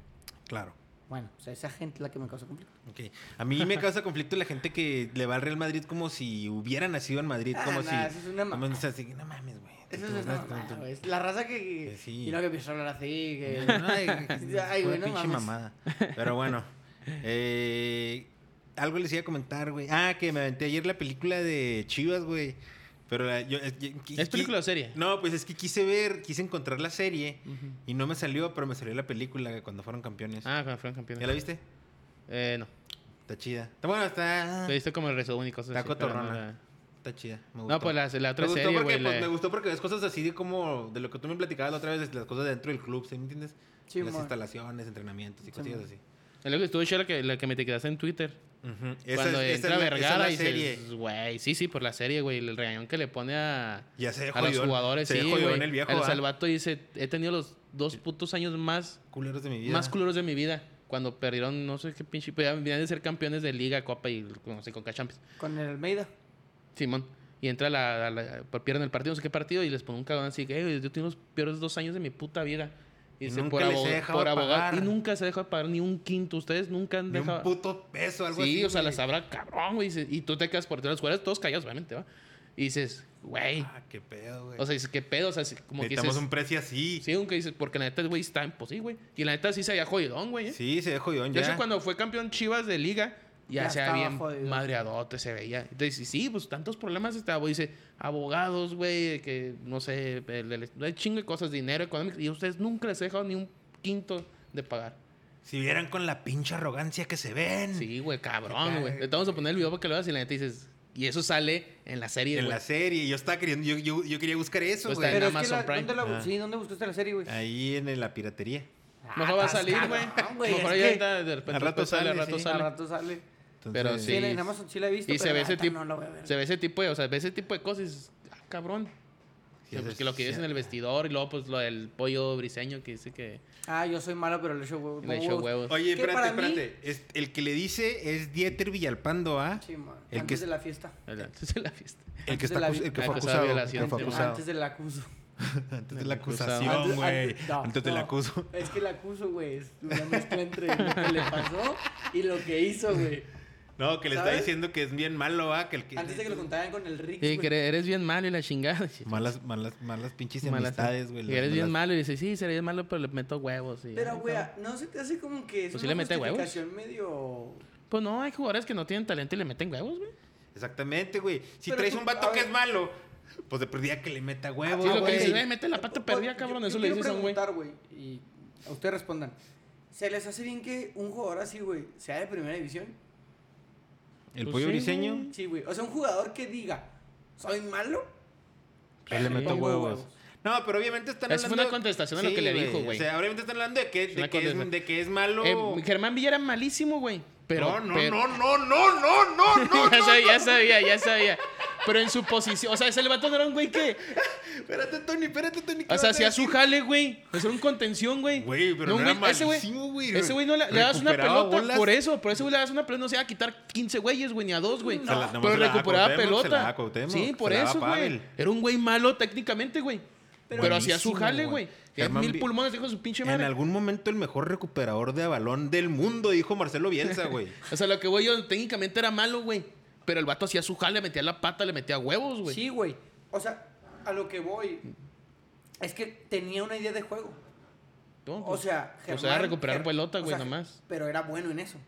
S2: Claro.
S1: Bueno, o sea, esa gente es la que me causa conflicto.
S2: Ok. A mí me causa conflicto la gente que le va al Real Madrid como si hubiera nacido en Madrid,
S1: Ah,
S2: como si...
S1: nah, eso es una
S2: como
S1: mamada.
S2: si- así, no mames, güey.
S1: Eso
S2: Tú-
S1: es
S2: tú-
S1: una
S2: tú-
S1: mamada,
S2: tú-
S1: güey. La raza que.
S2: Que sí.
S1: Y no que empieza a hablar así. Que...
S2: Eh, Ay,
S1: Ay, güey,
S2: pura
S1: no
S2: pinche
S1: mames.
S2: mamada. Pero bueno. eh, algo les iba a comentar, güey. Ah, que me aventé ayer la película de Chivas, güey. Pero la- yo, es- yo- qui-
S3: ¿Es película
S2: qui-
S3: o serie?
S2: No, pues es que quise ver, quise encontrar la serie y no me salió, pero me salió la película cuando fueron campeones.
S3: Ah, cuando fueron campeones.
S2: ¿Ya la viste?
S3: Eh, no.
S2: Está chida. Está bueno, está.
S3: Te diste como el resumen y cosas
S2: Ah. Está
S3: así, pero no
S2: cotorrona.
S3: la-
S2: Está chida. Me
S3: No,
S2: gustó.
S3: pues la, la otra
S2: me gustó
S3: serie,
S2: porque,
S3: güey.
S2: pues,
S3: la-
S2: me gustó porque ves cosas así de como de lo que tú me platicabas la otra vez, las cosas dentro del club, ¿sí me entiendes?
S1: Sí,
S2: las
S1: mo.
S2: instalaciones, entrenamientos y
S1: Sí, mo.
S2: cosas así.
S3: Es lo que estuvo chida la que, la que me te quedaste en Twitter.
S2: Ujú. Esa
S3: cuando
S2: es- esa
S3: entra
S2: es la- esa es
S3: Vergara
S2: la
S3: y
S2: serie.
S3: dices, güey, sí, sí, por la serie, güey. El regañón que le pone a,
S2: Ya se ve
S3: a los
S2: jodidón,
S3: jugadores,
S2: se ve
S3: sí,
S2: jodidón
S3: güey.
S2: el viejo,
S3: El
S2: ¿va?
S3: salvato dice, he tenido los dos putos años más,
S2: Culeros de mi vida.
S3: más culeros de mi vida. Cuando perdieron, no sé qué pinche... Pero ya venían de ser campeones de Liga, Copa y, no sé, Conca Champions.
S1: Con el Almeida.
S3: Simón. Y entra la, la- la- pues, pierden el partido, no sé qué partido, y les pone un cagón así que, "Ey, yo tengo los peores dos años de mi puta vida.
S2: Y
S3: Y, dice,
S2: nunca
S3: por,
S2: les he
S3: abogado,
S2: dejado
S3: por abogado.
S2: pagar.
S3: Y nunca se dejó de pagar ni un quinto. Ustedes nunca han
S2: Ni un
S3: dejado.
S2: puto peso, algo así.
S3: sí, o sea,
S2: güey.
S3: las habrá cabrón, güey. dice, Y tú te quedas por todas las jugadores, todos callados, obviamente, ¿va? Y dices, güey.
S2: Ah, qué pedo, güey.
S3: O sea, dices, ¿qué pedo? O sea, si- como que
S2: Necesitamos
S3: dices.
S2: un precio así. Sí,
S3: Sí, aunque dices, porque la neta, güey, está imposible, güey. Y la neta sí se había jodidón, güey. ¿eh?
S2: se ve jodidón
S3: De
S2: ya.
S3: hecho, cuando fue campeón Chivas de liga, ya,
S1: Ya
S3: se
S1: estaba
S3: había bien
S1: jodido.
S3: madreadote, se veía. Entonces, y sí, pues tantos problemas estaba. Dice, abogados, güey, que no sé, el- el- hay chingo de cosas, dinero económico. Y ustedes nunca les he dejado ni un quinto de pagar.
S2: Si vieran con la pinche arrogancia que se ven.
S3: Sí, güey,
S2: Acá,
S3: cabrón, güey. Te vamos a poner el video para que lo veas y la neta dices, y eso sale en la serie,
S2: En
S3: güey.
S2: la serie. Yo estaba queriendo, yo, yo, yo quería buscar eso,
S3: Pues
S2: güey.
S3: En
S1: Pero es que
S3: Amazon
S1: la-
S3: Prime.
S1: ¿dónde, la,
S2: Ah.
S1: sí, ¿dónde buscaste la serie, güey?
S2: Ahí en la piratería.
S3: Mejor va a
S1: Ah,
S3: salir,
S1: cabrón,
S3: güey.
S1: güey,
S3: Mejor
S1: es
S3: ya
S1: que
S3: ahorita de repente
S2: al rato
S3: después
S2: sale,
S3: al rato
S2: sí.
S1: Al
S3: sale.
S1: rato sale.
S3: Pero
S1: Sí,
S3: Sí,
S1: en
S3: es-
S1: Amazon sí la he visto.
S3: Y se
S1: pero
S3: ve
S1: la
S3: ese
S1: neta
S3: tipo,
S1: No la voy a ver.
S3: se ve ese tipo de, o sea, ve ese tipo de cosas y dices, ah, cabrón.
S2: Sí,
S3: Sí,
S2: o
S3: pues,
S2: sea,
S3: que lo que
S2: sí,
S3: dice en el vestidor y luego pues lo del pollo briseño que dice que
S1: Ah, yo soy malo, pero le echo huevos.
S3: le echó huevos.
S2: Oye,
S1: Que
S2: espérate,
S1: para mí-
S2: espérate. Es- el que le dice es Dieter Villalpando, ¿ah?
S1: Sí, man.
S2: El
S1: Antes
S2: que-
S1: de la fiesta.
S3: Antes de la fiesta.
S2: El que,
S1: Antes de
S2: está
S1: la
S2: acus-
S1: vi-
S2: el que
S3: Ah,
S2: fue
S3: acusado de
S2: acusado. el
S3: violación.
S2: que fue
S1: Antes,
S2: acusado.
S1: antes del acuso.
S2: Antes de la
S1: Antes-
S2: acusación, güey.
S1: no,
S2: Antes del
S1: no.
S2: acuso.
S1: Es que el acuso, güey, es una mezcla entre lo que le pasó y lo que hizo, güey.
S2: No, que le está
S1: ¿Sabes?
S2: diciendo que es bien malo, ¿ah? Que el que...
S1: Antes de que lo contaran con el Rick.
S3: Y que eres- eres bien malo y la chingada.
S2: Malas, malas, malas pinches
S3: Malas-
S2: amistades, güey.
S3: y
S2: las
S3: eres bien
S2: malas-
S3: malo y dice, sí, sería malo, pero le meto huevos. y-
S1: Pero,
S3: ay,
S1: güey,
S3: cabrón.
S1: ¿no se te hace como que es
S3: Pues sí le
S1: una
S3: mete huevos.
S1: justificación medio...
S3: Pues no, hay jugadores que no tienen talento y le meten huevos, güey.
S1: Ah,
S2: Exactamente, güey. Si
S1: Pero
S2: traes
S1: tú-
S2: un vato
S1: a
S2: que
S1: ver.
S2: es malo, pues de perdida que le meta huevo,
S3: Sí, lo que
S2: güey.
S3: dice, güey, mete la pata
S1: Pues,
S3: perdida,
S1: yo-
S3: cabrón.
S1: yo
S3: Eso le
S1: quiero
S3: dices a un güey.
S1: preguntar, güey, y a ustedes respondan. ¿Se les hace bien que un jugador así, güey, sea de primera división?
S2: El
S3: Pues
S2: pollo
S3: sí,
S2: briseño,
S3: güey.
S1: Sí, güey. O sea, un jugador que diga, soy malo.
S2: pues le
S3: Sí.
S2: meta
S1: Pongo
S2: huevos.
S1: huevos.
S2: No, pero obviamente están
S3: Esa
S2: hablando...
S3: fue una contestación a lo que le dijo, güey.
S2: O sea, obviamente están hablando de que,
S3: Es una
S2: de que, es,
S3: contestación.
S2: de que es malo...
S3: Eh, Germán Villa era malísimo, güey. Pero,
S2: no, no,
S3: pero-
S2: no, no, no, no, no, no,
S3: ya
S2: no.
S3: sabía, ya sabía, ya sabía. Pero en su posición, o sea, ese vato no era un güey que.
S2: Espérate, Tony, espérate, Tony. ¿qué
S3: O
S2: vas
S3: sea,
S2: a
S3: hacía su
S2: decir?
S3: jale, güey. Hacer un contención, güey.
S2: Güey, pero no
S3: güey,
S2: era
S3: ese güey-
S2: malísimo, güey.
S3: Ese güey no le, le das una
S2: Recuperaba
S3: pelota
S2: bolas.
S3: por eso. Por eso, güey, le das una pelota. No se va a quitar 15 güeyes, güey, ni a dos, güey.
S2: Se la- nomás
S3: pero
S2: se la da a
S3: recuperaba
S2: Cuauhtémoc,
S3: pelota.
S2: se la da a Cuauhtémoc, se
S3: sí, por
S2: la da a
S3: eso, güey.
S2: Pavel.
S3: Era un güey malo técnicamente, güey. Pero, hacía su
S2: Buenísimo,
S3: jale,
S2: güey.
S3: güey. Tenía
S2: Germán
S3: mil
S2: Vi-
S3: pulmones, dijo su pinche
S2: En
S3: madre.
S2: algún momento el mejor recuperador de balón del mundo, dijo Marcelo Bielsa, güey.
S3: O sea, lo que voy yo técnicamente era malo, güey. Pero el vato hacía su jale, metía la pata, le metía huevos, güey.
S1: Sí, güey. O sea, a lo que voy es que tenía una idea de juego.
S3: No,
S1: O
S3: pues,
S1: sea,
S3: pues era recuperar
S1: Ger-
S3: pelota,
S1: o
S3: güey,
S1: sea,
S3: nomás.
S1: Pero era bueno en eso.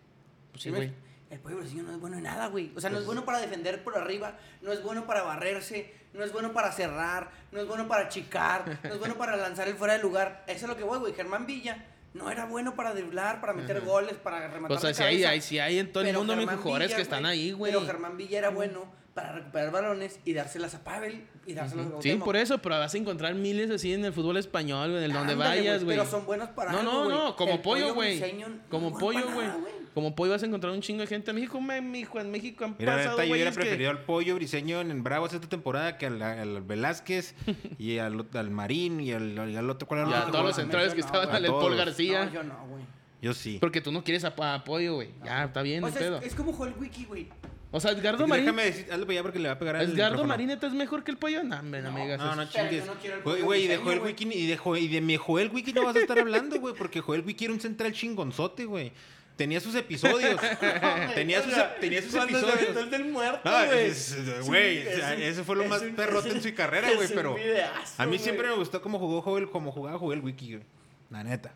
S3: Pues
S1: ¿Sí
S3: sí,
S1: ves?
S3: güey. Pues
S1: El pueblo brasileño no es bueno en nada, güey. O sea, no es bueno para defender por arriba, no es bueno para barrerse, no es bueno para cerrar, no es bueno para chicar, no es bueno para lanzar el fuera de lugar. Eso es lo que voy, güey. Germán Villa no era bueno para driblar, para meter goles, para rematar.
S3: O sea,
S1: de
S3: si Pues hay,
S1: cabeza.
S3: hay- si hay en todo el
S1: Pero
S3: mundo mis
S1: Germán
S3: jugadores
S1: Villa,
S3: que están ahí, güey.
S1: Pero Germán Villa era bueno para recuperar balones y dárselas a Pavel y dárselas a
S3: Sí,
S1: Cuauhtémoc.
S3: por eso, pero vas a encontrar miles así en el fútbol español, güey, en el donde
S1: Ándale,
S3: vayas, güey.
S1: Pero son buenos para
S3: No,
S1: algo,
S3: no,
S1: güey.
S3: no, como
S1: El
S3: pollo, güey.
S1: briseño no es
S3: Como
S1: bueno
S3: pollo,
S1: para
S3: güey.
S1: nada,
S3: Como pollo vas a encontrar un chingo de gente. En México, me, mijo, en México han
S2: Mira, la
S3: pasado,
S2: neta, yo
S3: güey,
S2: hubiera
S3: es que-
S2: preferido al pollo briseño en, en Bravos esta temporada que al, al Velázquez y al, ot- al Marín y al, y al otro. ¿Cuál era
S3: Y
S2: el
S3: a
S2: otro
S3: todos los
S2: que jugaba?
S3: centrales que
S1: no,
S3: estaban
S2: güey.
S3: al
S2: A
S3: Paul
S2: todos.
S3: García.
S1: No, yo no, güey.
S2: Yo sí.
S3: Porque tú no quieres a, a Pollo, güey. Ya, está bien,
S1: O
S3: el
S1: sea, es-
S3: pedo.
S1: es, como jugó el wiki, güey.
S3: O sea, Edgardo Marín.
S2: Déjame decir, hazlo para allá porque le va a pegar al
S3: Edgardo
S2: micrófono.
S3: Marín neta es mejor que el pollo. No, hombre, no, me digas
S2: No,
S3: eso.
S2: no
S1: Pero yo
S2: chingues.
S1: no quiero el
S2: Güey,
S1: pollo
S2: güey, de
S1: briseño,
S2: Joel
S1: güey.
S2: Wiki y de, Joel, y de mi Joel Wiki no vas a estar hablando, güey, porque Joel Wiki era un central chingonzote, güey. Tenía sus episodios. tenía sus, tenía sus episodios.
S1: del muerto,
S2: No, es- güey,
S1: es
S2: o sea,
S1: un-
S2: eso fue lo
S1: es
S2: más
S1: un-
S2: perrote en su carrera, güey,
S1: es un
S2: pero
S1: videazo,
S2: a mí
S1: güey.
S2: siempre me gustó cómo jugó Joel, cómo jugaba Joel Wiki, güey. La neta.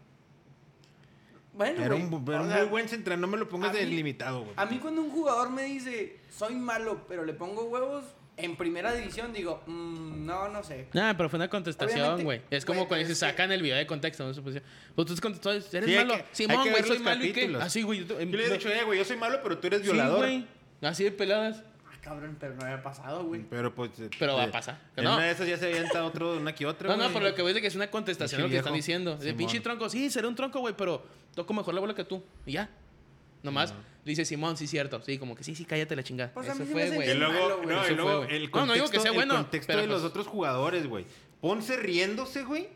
S1: Bueno,
S2: Era
S1: güey,
S2: un,
S1: o
S2: era un
S1: sea,
S2: muy buen central, no me lo pongas
S1: a mí-
S2: delimitado, güey.
S1: A mí cuando un jugador me dice, soy malo, pero le pongo huevos, en primera división digo, "Mm, no, no sé.
S3: Nah, pero fue una contestación,
S1: Obviamente,
S3: güey. Es
S1: güey,
S3: como
S1: pero
S3: cuando se
S1: es que-
S3: sacan el video de contexto, no suposición. Pues tú contestaste, eres
S2: Sí, hay
S3: malo.
S2: que- hay
S3: Simón,
S2: que
S3: güey,
S2: ver
S3: soy
S2: los
S3: malo y qué.
S2: capítulos.
S3: Así, güey. Yo,
S2: Yo le he dicho, eh, güey, yo soy malo, pero tú eres violador.
S3: Sí, güey. Así de peladas.
S1: Ah, cabrón, pero no había pasado, güey.
S2: Pero pues.
S3: Pero va a
S2: eh,
S3: pasar.
S2: En
S3: No.
S2: una de esas ya se avienta otro, una que otra.
S3: No, no,
S2: güey.
S3: pero lo que voy es de que es una contestación a lo que
S2: Pinche
S3: están
S2: viejo.
S3: diciendo. De
S2: Simón.
S3: pinche tronco, sí, seré un tronco, güey, pero toco mejor la bola que tú. Y ya. Nomás le dice Simón, sí, cierto. Sí, como que sí, sí, cállate la chingada.
S1: Pues a
S3: Eso
S1: mí se me
S3: fue,
S1: hace
S2: Y
S1: Qué
S3: güey.
S1: bien.
S2: luego,
S1: malo, güey.
S2: no, y
S3: Eso
S2: luego
S3: fue, güey.
S2: el contexto,
S3: No, no digo que sea
S2: el
S3: bueno,
S2: contexto
S3: pero
S2: de los
S3: pues-
S2: otros jugadores, güey. Ponce riéndose, güey.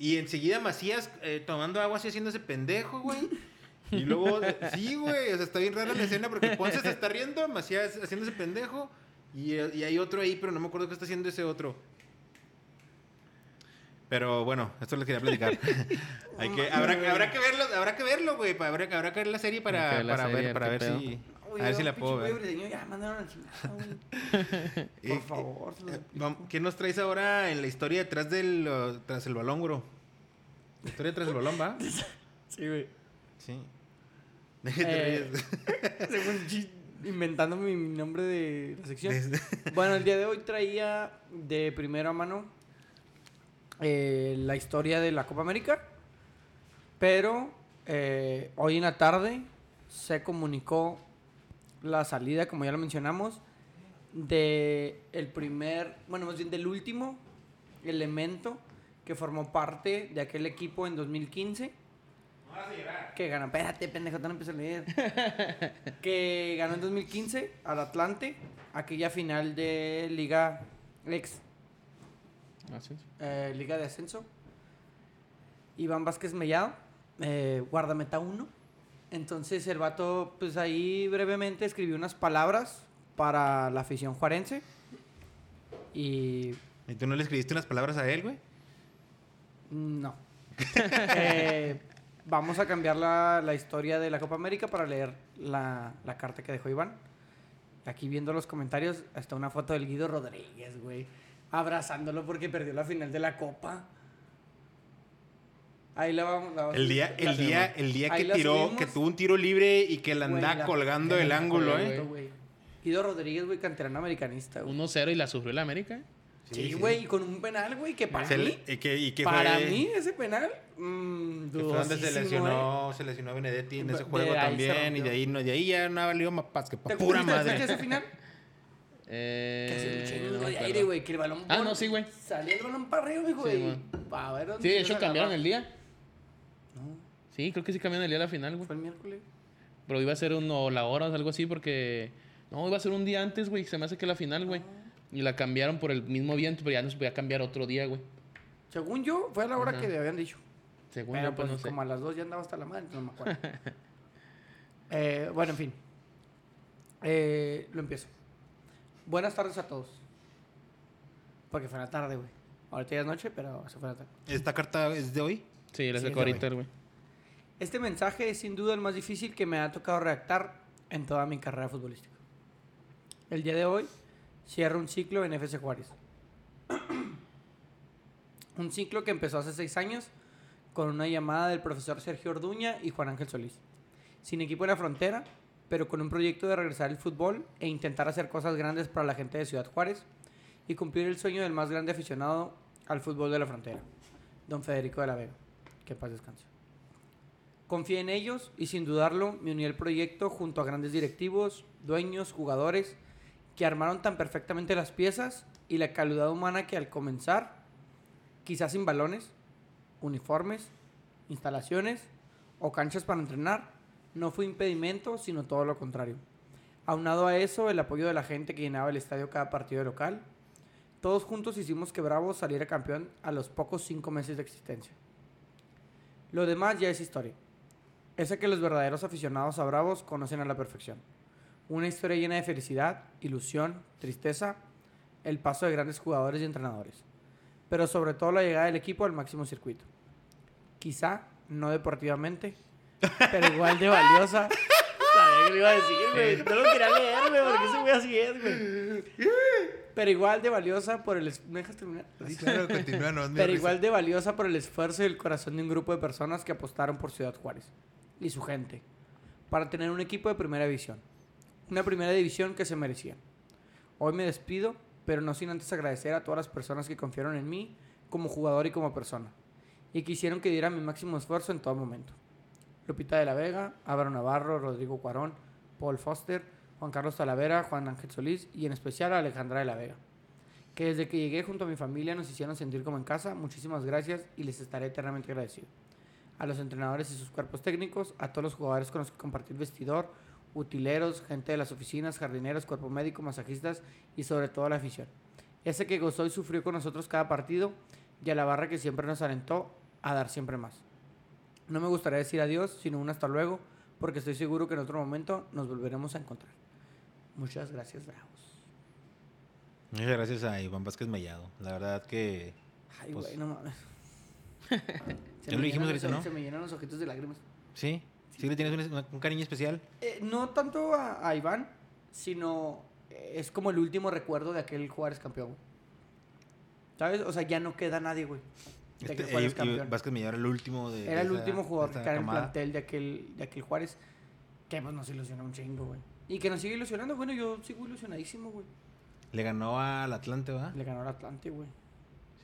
S2: Y enseguida Macías eh, tomando agua así haciéndose pendejo, güey. Y luego, sí, güey. O sea, está bien rara la escena porque Ponce se está riendo, Macías haciéndose pendejo. Y, eh, y hay otro ahí, pero no me acuerdo qué está haciendo ese otro. Pero bueno, esto les quería platicar. Hay que, habrá, que- habrá que verlo, habrá que verlo, güey. pa- Habrá, habrá que ver la serie
S3: Hay que
S2: para,
S3: ver la
S2: para
S3: serie,
S2: ver, para
S3: qué
S2: ver
S3: pedo.
S2: si.
S1: Güey,
S2: A ver
S1: yo,
S2: si la
S1: pinche
S2: puedo
S1: pollo
S2: ver.
S1: briseño, ya mandaron al chingado, güey.
S2: Eh,
S1: Por favor, se los
S2: Eh,
S1: suplico.
S2: vam- ¿Qué nos traes ahora en la historia detrás del uh, tras el balón, bro? La historia tras el balón, ¿va?
S1: Sí, güey.
S2: Sí. ¿De qué te
S1: Eh,
S2: ríes?
S1: Según chi- inventando mi nombre de la sección.
S2: Desde-
S1: Bueno, el día de hoy traía de primera mano eh, la historia de la Copa América, pero eh, hoy en la tarde se comunicó la salida, como ya lo mencionamos, de el primer, bueno, más bien del último elemento que formó parte de aquel equipo en 2015. Que ganó, espérate, pendejo, no empiezo a leer. que ganó en 2015 al Atlante, aquella final de Liga Ex,
S3: Así es.
S1: eh, Liga de Ascenso. Iván Vázquez Mellado, eh, guardameta 1. Entonces el vato, pues ahí brevemente escribió unas palabras para la afición juarense. Y
S2: ¿Y tú no le escribiste unas palabras a él, güey?
S1: No. Eh, vamos a cambiar la, la historia de la Copa América para leer la, la carta que dejó Iván. Aquí viendo los comentarios está una foto del Guido Rodríguez, güey. Abrazándolo porque perdió la final de la Copa. Ahí la vamos. la vamos-
S2: El día,
S1: la-
S2: el día, el día
S1: Ahí
S2: que
S1: la
S2: tiró,
S1: subimos.
S2: que tuvo un tiro libre y que la
S1: Güey,
S2: andaba
S1: la-
S2: colgando
S3: que
S2: el
S3: la
S2: ángulo,
S3: colgó,
S2: ¿eh?
S1: güey. Guido Rodríguez, güey, canterano americanista, güey.
S3: 1-0 y la sufrió la América. ¿eh?
S1: Sí,
S2: sí.
S1: güey, y con un penal, güey, que para
S2: Se
S1: mí.
S2: le- y que, y que
S1: para
S2: fue-
S1: mí, ese penal. Mmm,
S2: que fue donde se lesionó, se lesionó Benedetti en ese
S1: ¿eh? De
S2: juego
S1: ahí se
S2: también. Y
S1: rompió.
S2: de ahí, no, de ahí ya no ha valido más que pa'
S1: ¿eh? ¿Te
S2: pura
S1: acuerdas de-
S2: madre.
S1: de esa final?
S3: Eh,
S1: Que hace un chingo
S3: no me
S1: de
S3: acuerdo.
S1: aire, güey, que el balón.
S3: Ah,
S1: vol-
S3: no, sí, güey.
S1: Salía el balón para arriba,
S3: Sí,
S1: güey.
S3: güey.
S1: Pa' ver dónde
S3: Sí, de
S1: se
S3: hecho
S1: la
S3: cambiaron
S1: agarraba.
S3: el día.
S1: No,
S3: Sí, creo que sí cambiaron el día de la final, güey.
S1: fue el miércoles.
S3: Pero iba a ser uno o la hora o algo así porque... No, iba a ser un día antes, güey. Se me hace que la final, güey.
S1: Ah.
S3: Y la cambiaron por el mismo viento, pero ya no se podía cambiar otro día, güey.
S1: Según yo, fue a la hora
S3: Ajá.
S1: que le habían dicho.
S3: Según
S1: Pero
S3: yo, pues,
S1: pues,
S3: no sé.
S1: como a las dos ya andaba hasta la madre, no me acuerdo. Eh, bueno, en fin. Eh, lo empiezo. Buenas tardes a todos. Porque fue la tarde, güey. Ahorita ya es noche, pero se fue la tarde.
S2: ¿Esta carta es de hoy?
S3: Sí, la
S1: Sí,
S3: sacó
S1: güey.
S3: ahorita, güey.
S1: Este mensaje es sin duda el más difícil que me ha tocado redactar en toda mi carrera futbolística. El día de hoy cierro un ciclo en FC Juárez. un ciclo que empezó hace seis años con una llamada del profesor Sergio Orduña y Juan Ángel Solís. Sin equipo en la frontera, pero con un proyecto de regresar al fútbol e intentar hacer cosas grandes para la gente de Ciudad Juárez y cumplir el sueño del más grande aficionado al fútbol de la frontera, don Federico de la Vega. Que paz descanse. Confié en ellos y sin dudarlo me uní al proyecto junto a grandes directivos, dueños, jugadores que armaron tan perfectamente las piezas y la calidad humana que al comenzar, quizás sin balones, uniformes, instalaciones o canchas para entrenar, no fue impedimento, sino todo lo contrario. Aunado a eso, el apoyo de la gente que llenaba el estadio cada partido local, todos juntos hicimos que Bravo saliera campeón a los pocos cinco meses de existencia. Lo demás ya es historia. Esa que los verdaderos aficionados a Bravos conocen a la perfección. Una historia llena de felicidad, ilusión, tristeza, el paso de grandes jugadores y entrenadores. Pero sobre todo la llegada del equipo al máximo circuito. Quizá no deportivamente, pero igual de valiosa. Sabía que lo iba a decir, güey. No lo quería leer, güey, porque ese güey así es, güey. Pero igual de valiosa por el... es- ¿Me dejas terminar?
S4: Sí, claro, continúa, nomás me da
S1: Pero
S4: risa.
S1: igual de valiosa por el esfuerzo y el corazón de un grupo de personas que apostaron por Ciudad Juárez y su gente para tener un equipo de primera división. Una primera división que se merecía. Hoy me despido, pero no sin antes agradecer a todas las personas que confiaron en mí como jugador y como persona y que hicieron que diera mi máximo esfuerzo en todo momento. Lupita de la Vega, Álvaro Navarro, Rodrigo Cuarón, Paul Foster, Juan Carlos Talavera, Juan Ángel Solís y en especial a Alejandra de la Vega que desde que llegué junto a mi familia nos hicieron sentir como en casa. Muchísimas gracias y les estaré eternamente agradecido. A los entrenadores y sus cuerpos técnicos, a todos los jugadores con los que compartí el vestidor, utileros, gente de las oficinas, jardineros, cuerpo médico, masajistas y sobre todo a la afición. Ese que gozó y sufrió con nosotros cada partido y a la barra que siempre nos alentó a dar siempre más. No me gustaría decir adiós, sino un hasta luego, porque estoy seguro que en otro momento nos volveremos a encontrar. Muchas gracias, Bravos.
S2: Muchas gracias a Iván Vázquez Mellado. La verdad que.
S1: Ay,
S2: Pues-
S1: güey, no mames. Se
S2: Ya lo
S1: me
S2: dijimos
S1: llenan
S2: ahorita,
S1: los-
S2: ¿no?
S1: Se me llenan los ojitos de lágrimas.
S2: Sí. Sí, le tienes un, un- un cariño especial.
S1: Eh, no tanto a, a Iván, sino eh, es como el último recuerdo de aquel Juárez campeón. güey. ¿Sabes? O sea, ya no queda nadie, güey. De aquel
S2: Este,
S1: Juárez
S2: eh, y
S1: campeón.
S2: Vázquez Mellado era el último de.
S1: Era
S2: de
S1: el
S2: esa-
S1: último jugador
S2: de
S1: que
S2: esa
S1: quedaba en el
S2: camada.
S1: plantel de aquel, de aquel Juárez. Que pues nos ilusionó un chingo, güey. Y que nos sigue ilusionando. Bueno, yo sigo ilusionadísimo, güey.
S2: Le ganó al Atlante, ¿va?
S1: Le ganó al Atlante, güey.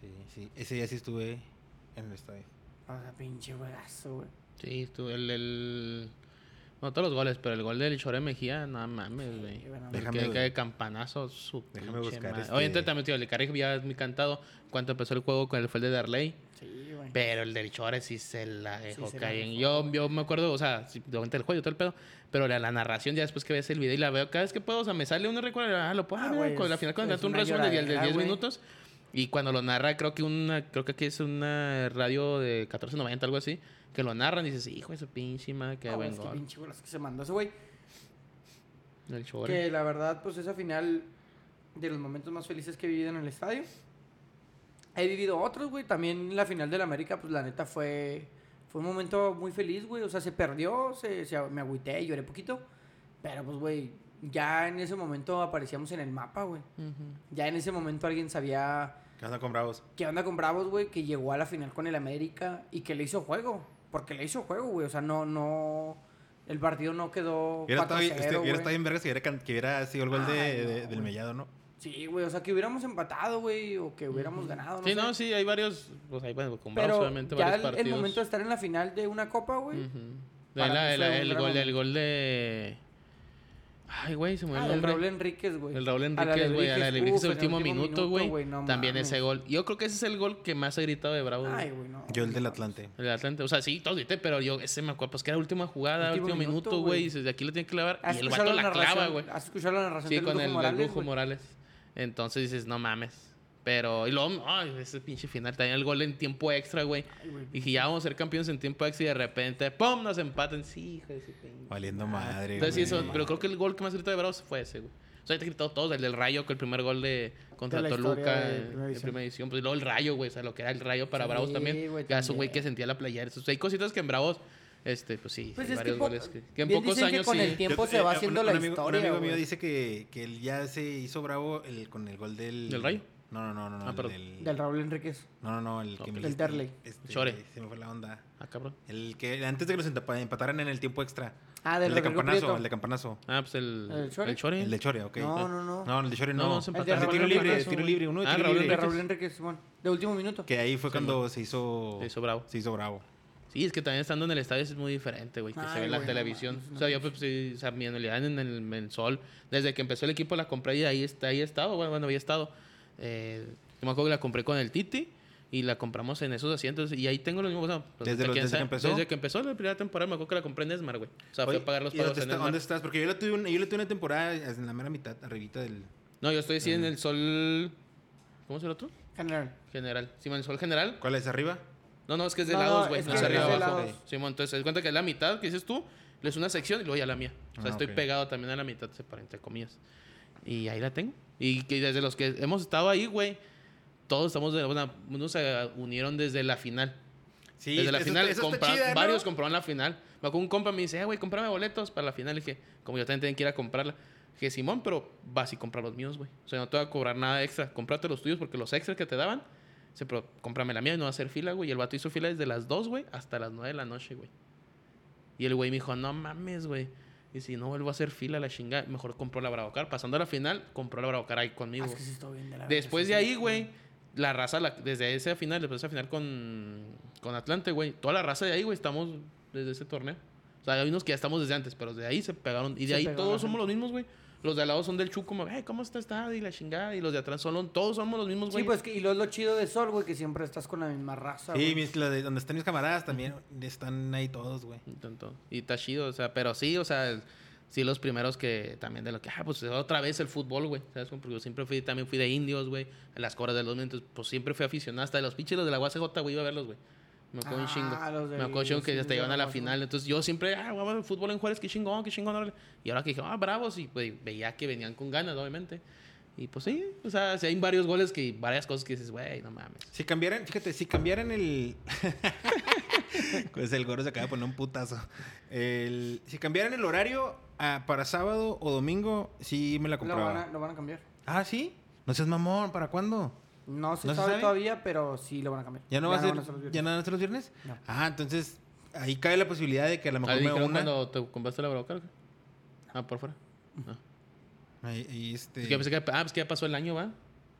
S2: Sí, sí. Ese día sí estuve en el estadio.
S1: O sea, pinche juegazo, güey.
S3: Sí, tú, el, el... No todos los goles, pero el gol del Chore Mejía, no mames, güey.
S1: Sí, bueno,
S2: Déjame-
S3: que, que campanazzo, su
S2: Déjame
S3: pinche
S2: buscar
S3: madre.
S2: este-
S3: Oye, entonces también, tío, el Carrijo ya es muy cantado. Cuando empezó el juego con el fue el de Darley.
S1: Sí, güey.
S3: Pero el del Chore sí se la dejó
S1: se la
S3: caer.
S1: dejó.
S3: Yo, yo me acuerdo, o sea, sí, durante el juego y todo el pedo. Pero la, la narración, ya después que ves el video y la veo cada vez que puedo, o sea, me sale un recuerdo. Ah, lo puedo
S1: Ah,
S3: ver,
S1: güey,
S3: con la
S1: es-
S3: final cuando
S1: es
S3: un
S1: una
S3: resumen de, de
S1: lloradera,
S3: 10
S1: güey.
S3: minutos. Y cuando lo narra, creo que una, creo que aquí es una radio de 1490, algo así, que lo narran y dices, hijo de su pinche madre, qué
S1: Ah, güey,
S3: buen
S1: es que
S3: gol.
S1: pinche golazo que se mandó ese güey.
S3: Del Chore.
S1: Que la verdad, pues esa final de los momentos más felices que he vivido en el estadio. He vivido otros, güey. También la final del América, pues la neta fue, fue un momento muy feliz, güey. O sea, se perdió, se, se- me agüité, lloré poquito. Pero pues, güey, ya en ese momento aparecíamos en el mapa, güey.
S3: Ujú.
S1: Ya en ese momento alguien sabía
S2: ¿Qué onda con Bravos?
S1: qué onda con Bravos, güey, que llegó a la final con el América y que le hizo juego. Porque le hizo juego, güey. O sea, no, no. El partido no quedó.
S2: Hubiera estado,
S1: 4-0,
S2: este, hubiera
S1: güey.
S2: estado bien vergas que hubiera, can- que hubiera sido el gol de,
S1: Ay, Ah, no,
S2: de- del
S1: güey.
S2: Mellado, ¿no?
S1: Sí, güey, o sea, que hubiéramos empatado, güey, o que hubiéramos ganado.
S3: sí,
S1: sé.
S3: no, sí, hay varios. Pues hay, bueno, con Bravo,
S1: Pero
S3: obviamente,
S1: ya
S3: varios
S1: el, el
S3: partidos.
S1: momento de estar en la final de una copa, güey.
S3: Ujú.
S1: Para
S3: La-
S1: mí fue
S3: la-
S1: un
S3: el,
S1: gran
S3: gol, el
S1: momento.
S3: gol de. Ay, güey, se me
S1: Ah,
S3: olvidó el
S1: el
S3: nombre.
S1: Raúl Enríquez, güey.
S3: El Raúl
S1: pues, A la
S3: Enríquez, güey, a la Lebrijes
S1: uf, en
S3: el último minuto, güey.
S1: no
S3: También
S1: mames.
S3: ese gol. Yo creo que ese es el gol que más he gritado de Bravo.
S1: Ay,
S3: güey.
S1: güey, no.
S2: Yo el del Atlante.
S1: Ah,
S3: El Atlante. O sea, sí, todos grité, pero yo ese me acuerdo. Pues que era última jugada, último,
S1: Último minuto,
S3: minuto, güey.
S1: güey.
S3: Y dices, de aquí lo tiene que clavar.
S1: ¿Has
S3: Y el
S1: escuchado
S3: vato
S1: la
S3: la
S1: narración?
S3: clava, güey.
S1: ¿Has escuchado la narración
S3: Sí,
S1: del
S3: con
S1: Brujo
S3: el del
S1: Morales,
S3: Brujo
S1: güey?
S3: Morales. Entonces dices, no mames. Pero, y luego, ay, ese pinche final. También el gol en tiempo extra, güey.
S1: Ay, güey.
S3: Y dije, ya vamos a ser campeones en tiempo extra y de repente, ¡pum! Nos empatan. Sí, hijo de su pinche
S1: Ah,
S2: Valiendo madre,
S3: entonces, sí,
S2: güey.
S3: eso, pero creo que el gol que más gritó de Bravos fue ese, güey. O sea, te gritó todos, el del Rayo, que el primer gol de contra
S1: De la historia
S3: Toluca
S1: de Primera
S3: en- en
S1: División.
S3: primera edición. Pues y luego el Rayo, güey, o sea, lo que era el Rayo para
S1: Sí,
S3: Bravos también.
S1: güey,
S3: que era un güey
S1: también.
S3: que sentía la playera. Entonces, hay cositas que en Bravos, este, pues sí,
S1: Pues
S3: hay
S1: es que
S3: varios
S1: po-
S3: goles que, que en
S1: bien
S3: pocos
S1: dicen que
S3: años
S1: con
S3: sí.
S1: el tiempo
S2: Yo-
S1: se va
S2: eh,
S1: haciendo
S2: un-
S1: la
S2: un amigo-
S1: historia,
S2: Un amigo mío
S1: güey.
S2: dice que, que él ya se hizo bravo el- con el gol del.
S3: ¿Del Rayo?
S2: No, no, no, no. no,
S3: Ah,
S2: el
S3: perdón.
S2: del-
S1: Del Raúl Enríquez.
S2: No, no, no, el
S3: Ok.
S2: que me
S1: El
S2: dijiste,
S1: Derley.
S2: este,
S3: Chore.
S2: Se me fue la onda.
S3: Ah, cabrón.
S2: El que antes de que los empa- empataran en el tiempo extra.
S1: Ah, del
S2: el de
S1: Rodrigo
S2: campanazo,
S1: Prieto.
S2: el de campanazo.
S3: Ah, pues el.
S1: ¿El Chore?
S3: El Chore.
S2: El de Chore, ok.
S1: No, no, no.
S2: No, el de Chore no.
S3: No, no, se
S1: El de
S2: El de
S3: empataron.
S2: tiro
S1: Raúl
S2: libre,
S1: Campanazo,
S2: de tiro
S3: güey.
S2: libre, uno de
S3: Ah,
S2: tiro
S3: Raúl
S1: De
S2: libre.
S1: Raúl Enríquez, Simón. De último minuto.
S2: Que ahí fue
S3: Sí,
S2: cuando se hizo.
S3: Se hizo bravo.
S2: Se hizo bravo.
S3: Sí, es que también estando en el estadio es muy diferente, güey, que
S1: Ay,
S3: se ve en la
S1: güey, no
S3: televisión.
S1: mames, no
S3: o sea, yo pues sí, o sea, mi anualidad en el, en el sol, desde que empezó el equipo la compré y ahí, está, ahí he estado, bueno, bueno, había estado. Eh, yo me acuerdo que la compré con el Titi y la compramos en esos asientos y ahí tengo lo mismo. o sea, pues,
S2: ¿Desde lo-
S3: quién
S2: desde que
S3: sabe.
S2: empezó?
S3: Desde que empezó la primera temporada me acuerdo que la compré en Esmar, güey. O sea, fui
S2: Oye,
S3: a pagar los
S2: ¿y dónde
S3: pagos en
S2: está- ¿Dónde
S3: Esmar.
S2: estás? Porque yo la tuve una, yo la tuve una temporada en la mera mitad, arribita del.
S3: No, yo estoy sí
S2: Mm.
S3: en el sol... ¿Cómo es el otro?
S1: General.
S3: General. Sí, en el sol general.
S2: ¿Cuál es? ¿Arriba?
S3: No, no, es que es de
S1: No,
S3: lados,
S1: no,
S3: güey.
S1: es
S3: No
S2: que
S3: es
S2: es
S3: arriba
S2: de
S3: abajo.
S2: lados.
S3: Simón, entonces, se cuenta que la mitad que dices tú, le es una sección y luego ya la mía. O
S2: Ah,
S3: sea, estoy
S2: ok.
S3: pegado también a la mitad, separa, entre comillas. Y ahí la tengo. Y que desde los que hemos estado ahí, güey, todos estamos de bueno, Unos se unieron desde la final.
S2: Sí,
S3: desde la
S2: eso
S3: final,
S2: está- eso está
S3: compra-
S2: chida, ¿no?
S3: varios compraron la final. Me acuerdo un compa me dice, eh, güey, comprame boletos para la final. Le dije, como yo también tengo que ir a comprarla. Dije, Simón, pero vas y compra los míos, güey. O sea, no te voy a cobrar nada extra. Comprate los tuyos porque los extras que te daban, dice, pero cómprame la mía y no va a hacer fila, güey. Y el vato hizo fila desde las 2, güey, hasta las 9 de la noche, güey. Y el güey me dijo, no mames, güey. Y si no vuelvo a hacer fila, la chingada, mejor compró la Bravocar. Pasando a la final, compró la Bravocar ahí conmigo.
S1: Ah, es que sí estuvo bien de la verga,
S3: Después
S1: sí.
S3: de ahí, güey, la raza, la- desde esa final, después de esa final con, con Atlante, güey, toda la raza de ahí, güey, estamos desde ese torneo. O sea, hay unos que ya estamos desde antes, pero de ahí se pegaron. Y de
S1: Se
S3: ahí
S1: pegó la
S3: todos somos
S1: gente.
S3: los mismos, güey. Los de al lado son del Chu, como, hey, ¿cómo está esta? Y la chingada. Y los de atrás son los- todos somos los mismos, güey.
S1: Sí, pues, que- y luego es lo chido de Sol, güey, que siempre estás con la misma raza,
S2: Sí,
S1: güey.
S2: mis- la de- donde están mis camaradas también están ahí todos, güey.
S3: Y tanto- Y está chido, o sea, pero sí, o sea, el- sí, los primeros que también de lo que, ah, pues otra vez el fútbol, güey, ¿sabes? Como Porque yo siempre fui, también fui de indios, güey, en las cobras de los Mientes, pues siempre fui aficionado, hasta de los pinches los de la UACJ, güey, iba a verlos, güey. Me acuerdo un
S1: Ah,
S3: chingo.
S1: los de
S3: Me acuerdo un chingo que
S1: los
S3: hasta
S1: indios
S3: llevan
S1: de
S3: a la
S1: la
S3: final.
S1: UACJ.
S3: Entonces yo siempre, ah, vamos al fútbol en Juárez, qué chingón, qué chingón. órale". Y ahora que dije, ah, bravos, y pues veía que venían con ganas, obviamente. Y pues sí, o sea, sí hay varios goles que varias cosas que dices, güey, no mames.
S2: Si cambiaran, fíjate, si cambiaran el. pues el gordo se acaba de poner un putazo. El- si cambiaran el horario a- para sábado o domingo, sí me la
S1: Lo van, a,
S2: compraba.
S1: lo van a cambiar.
S2: Ah, sí. No seas mamón, ¿para cuándo?
S1: No se
S2: ¿No se
S1: sabe
S2: sabe?
S1: todavía, pero sí lo van a cambiar.
S2: ¿Ya no va
S1: van
S2: a
S1: ser los
S2: ser?
S1: viernes.
S2: ¿Ya no van a ser los viernes?
S1: No.
S2: Ah, entonces ahí cae la posibilidad de que a lo
S3: Ah,
S2: mejor me
S3: dijeron
S2: una.
S3: cuando te compraste la broca? Ah, por fuera. Ah.
S2: Ahí- ahí, este-
S3: Es que yo pensé que, ah, pues que ya pasó el año, ¿va?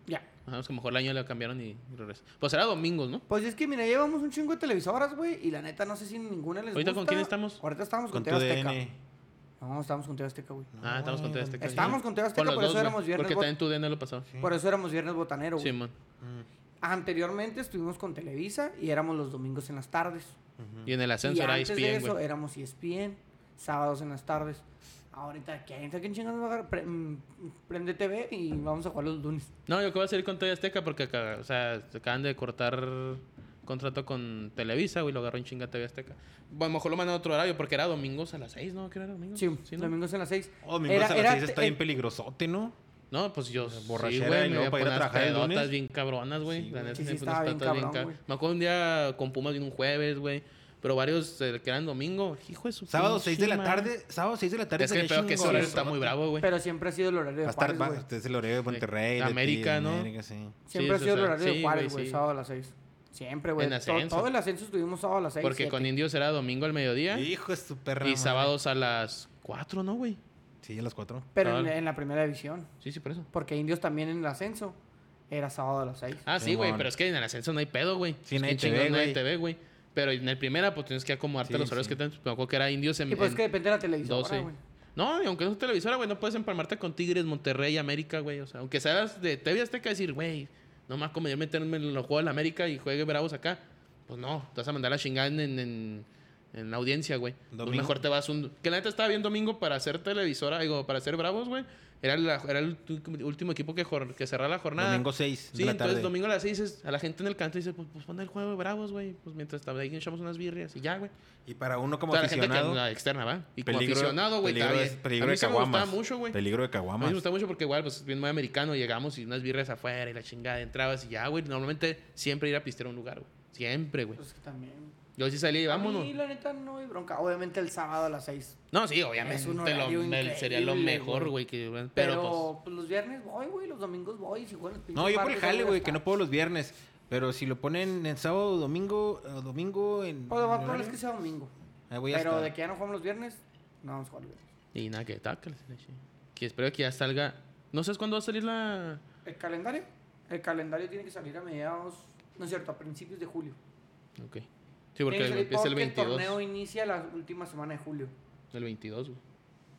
S1: Ya.
S3: Ajá, es que a lo mejor el año lo cambiaron y regresó. Pues era domingos, ¿no?
S1: Pues es que, mira, llevamos un chingo de televisoras, güey, y la neta no sé si ninguna les
S3: ¿Ahorita
S1: gusta.
S3: con quién estamos?
S1: Ahorita estamos
S2: con
S1: con,
S2: tu
S1: Teo Azteca.
S2: DN.
S1: No, estamos con Teo Azteca, güey.
S3: ah, estamos con Teo Azteca.
S1: Estamos con Teo Azteca,
S3: los
S1: por eso
S3: güey,
S1: éramos viernes,
S3: Porque
S1: güey.
S3: también tu DN lo pasaba.
S1: Por eso éramos viernes botanero, güey.
S3: Simón.
S1: Anteriormente estuvimos con Televisa y éramos los domingos en las tardes.
S3: Y en el
S1: Y
S3: ascenso era
S1: antes de
S3: ESPN,
S1: eso
S3: güey.
S1: éramos E ESPN, sábados en las tardes. Ahorita, ¿qué ahorita quién chingados va a agarrar? Pre- mm, prende TV y vamos a jugar los lunes.
S3: No, yo que voy a salir con Teo Azteca porque acá- o sea, se acaban de cortar contrato con Televisa, güey, lo agarró en chinga Teo Azteca. Bueno, a lo mejor lo mandan a otro horario porque era domingos a las 6, ¿no? ¿Qué era domingos?
S1: Sí,
S3: Mm, ¿no?
S1: domingos en las 6.
S2: Oh, mi era, está bien peligrosote, ¿no?
S3: No, pues yo.
S2: borrachera
S3: sí, güey,
S2: y
S3: me
S2: luego
S3: iba a
S2: para ir a
S3: poner
S2: trabajar el
S3: pedotas
S2: lunes.
S3: bien cabronas, güey.
S2: Sí,
S3: la
S2: güey.
S3: neta,
S1: Sí, sí,
S3: me puse
S1: estaba bien
S3: pedotas
S1: cabrón,
S3: cab-
S1: güey.
S3: Me acuerdo un día con Pumas vino un jueves, güey. Pero varios eh, que eran domingo. Hijo de su
S2: Sábado
S3: pinche
S2: 6 de la
S3: madre.
S2: tarde. Sábado 6 de la tarde.
S3: Es que el
S2: sería
S3: peor que ese horario está
S2: chingosote.
S3: muy bravo, güey.
S1: Pero siempre ha sido el horario
S2: Va a
S1: de
S2: estar,
S1: Juárez,
S2: va-
S1: güey.
S2: este es el horario de Monterrey. de
S3: América,
S2: ti, de
S3: ¿no?
S2: América, sí.
S1: Siempre ha
S3: sí,
S1: sido el
S3: o sea,
S1: horario
S3: sí,
S1: de Juárez,
S3: güey,
S1: güey,
S3: sí.
S1: sábado a las 6. Siempre, güey.
S3: En
S1: To-
S3: ascenso.
S1: todo el ascenso estuvimos sábado a las 6.
S3: Porque con indios era domingo al mediodía.
S2: Hijo de su perra.
S3: Y
S2: madre.
S3: sábados a las 4, ¿no, güey?
S2: Sí, a las 4.
S1: Pero en,
S3: Claro.
S1: en la primera división.
S3: Sí, sí, por eso.
S1: Porque indios también en el ascenso era sábado a las 6.
S3: Ah, sí, güey,
S2: Simón.
S3: pero es que en el ascenso no hay pedo, güey.
S2: Sí,
S3: Es
S2: no
S3: que
S2: hay TV,
S3: chingón, no hay
S2: güey.
S3: TV, güey. Pero en el primera, pues tienes que acomodarte
S2: Sí,
S3: los horarios
S2: sí.
S3: que te Me acuerdo que era indios en.
S1: Y pues
S3: en-
S1: que depende de la televisora,
S3: 12.
S1: güey.
S3: No, y aunque no es televisora, güey, no puedes empalmarte con Tigres, Monterrey, América, güey. O sea, aunque seas de TV Azteca, decir, güey, no más convenir meterme en los juegos de la América y juegue Bravos acá. Pues no, te vas a mandar la chingada en, en, en la audiencia, güey. Pues
S2: Domingo.
S3: mejor te vas un. Que la neta estaba bien domingo para ser televisora, digo, para ser Bravos, güey. Era, la- era el tu- último equipo que, jor- que cerraba la jornada.
S2: Domingo 6
S3: Sí,
S2: de la
S3: entonces
S2: tarde.
S3: domingo a las 6 es- a la gente en el canto dice, pues, pues pon el juego de Bravos, güey. Pues mientras estaba ahí echamos unas birrias y ya, güey.
S2: Y para uno como
S3: O sea, la gente que
S2: aficionado.
S3: la externa, ¿va? Y como aficionado, güey,
S2: peligro,
S3: está
S2: de-
S3: bien.
S2: peligro
S3: a mí
S2: de
S3: sí me gustaba
S2: caguamas.
S3: mucho, güey. A
S2: Peligro de
S3: mí me
S2: caguamas.
S3: gustaba mucho porque igual, pues, bien muy americano, llegamos y unas birras afuera y la chingada, entrabas y ya, güey. Normalmente siempre ir a pistear a un lugar, güey. Siempre, güey.
S1: Pues que también.
S3: Yo sí salí, vámonos.
S1: A mí, la neta, no hay bronca. Obviamente el sábado a las 6.
S3: No, sí, obviamente.
S1: Es un
S3: te lo-
S1: horario
S3: me- sería lo
S1: increíble,
S3: mejor,
S1: güey.
S3: güey. que- Pero,
S1: Pero,
S3: pues.
S1: pues, los viernes voy, güey. Los domingos voy. Si juegan los pinches
S2: No, yo por el
S1: barcos,
S2: jale,
S1: ahí
S2: güey,
S1: está.
S2: que no puedo los viernes. Pero si lo ponen en sábado o domingo, o domingo en...
S3: Pues,
S1: O lo más
S2: en
S1: probable es
S2: horario,
S1: que sea domingo.
S2: ahí voy a
S1: Pero
S2: estar.
S1: de que ya no jugamos los viernes, no vamos a jugar los viernes.
S3: pues, Y nada, que tacles. Que espero que ya salga. No sé cuándo va a salir la.
S1: ¿El calendario? El calendario tiene que salir a mediados, no es cierto, a principios de julio.
S3: Ok. Sí, porque
S1: Tiene que salir
S3: el- empieza el
S1: porque el
S3: 22.
S1: torneo inicia la última semana de julio.
S3: El 22, güey.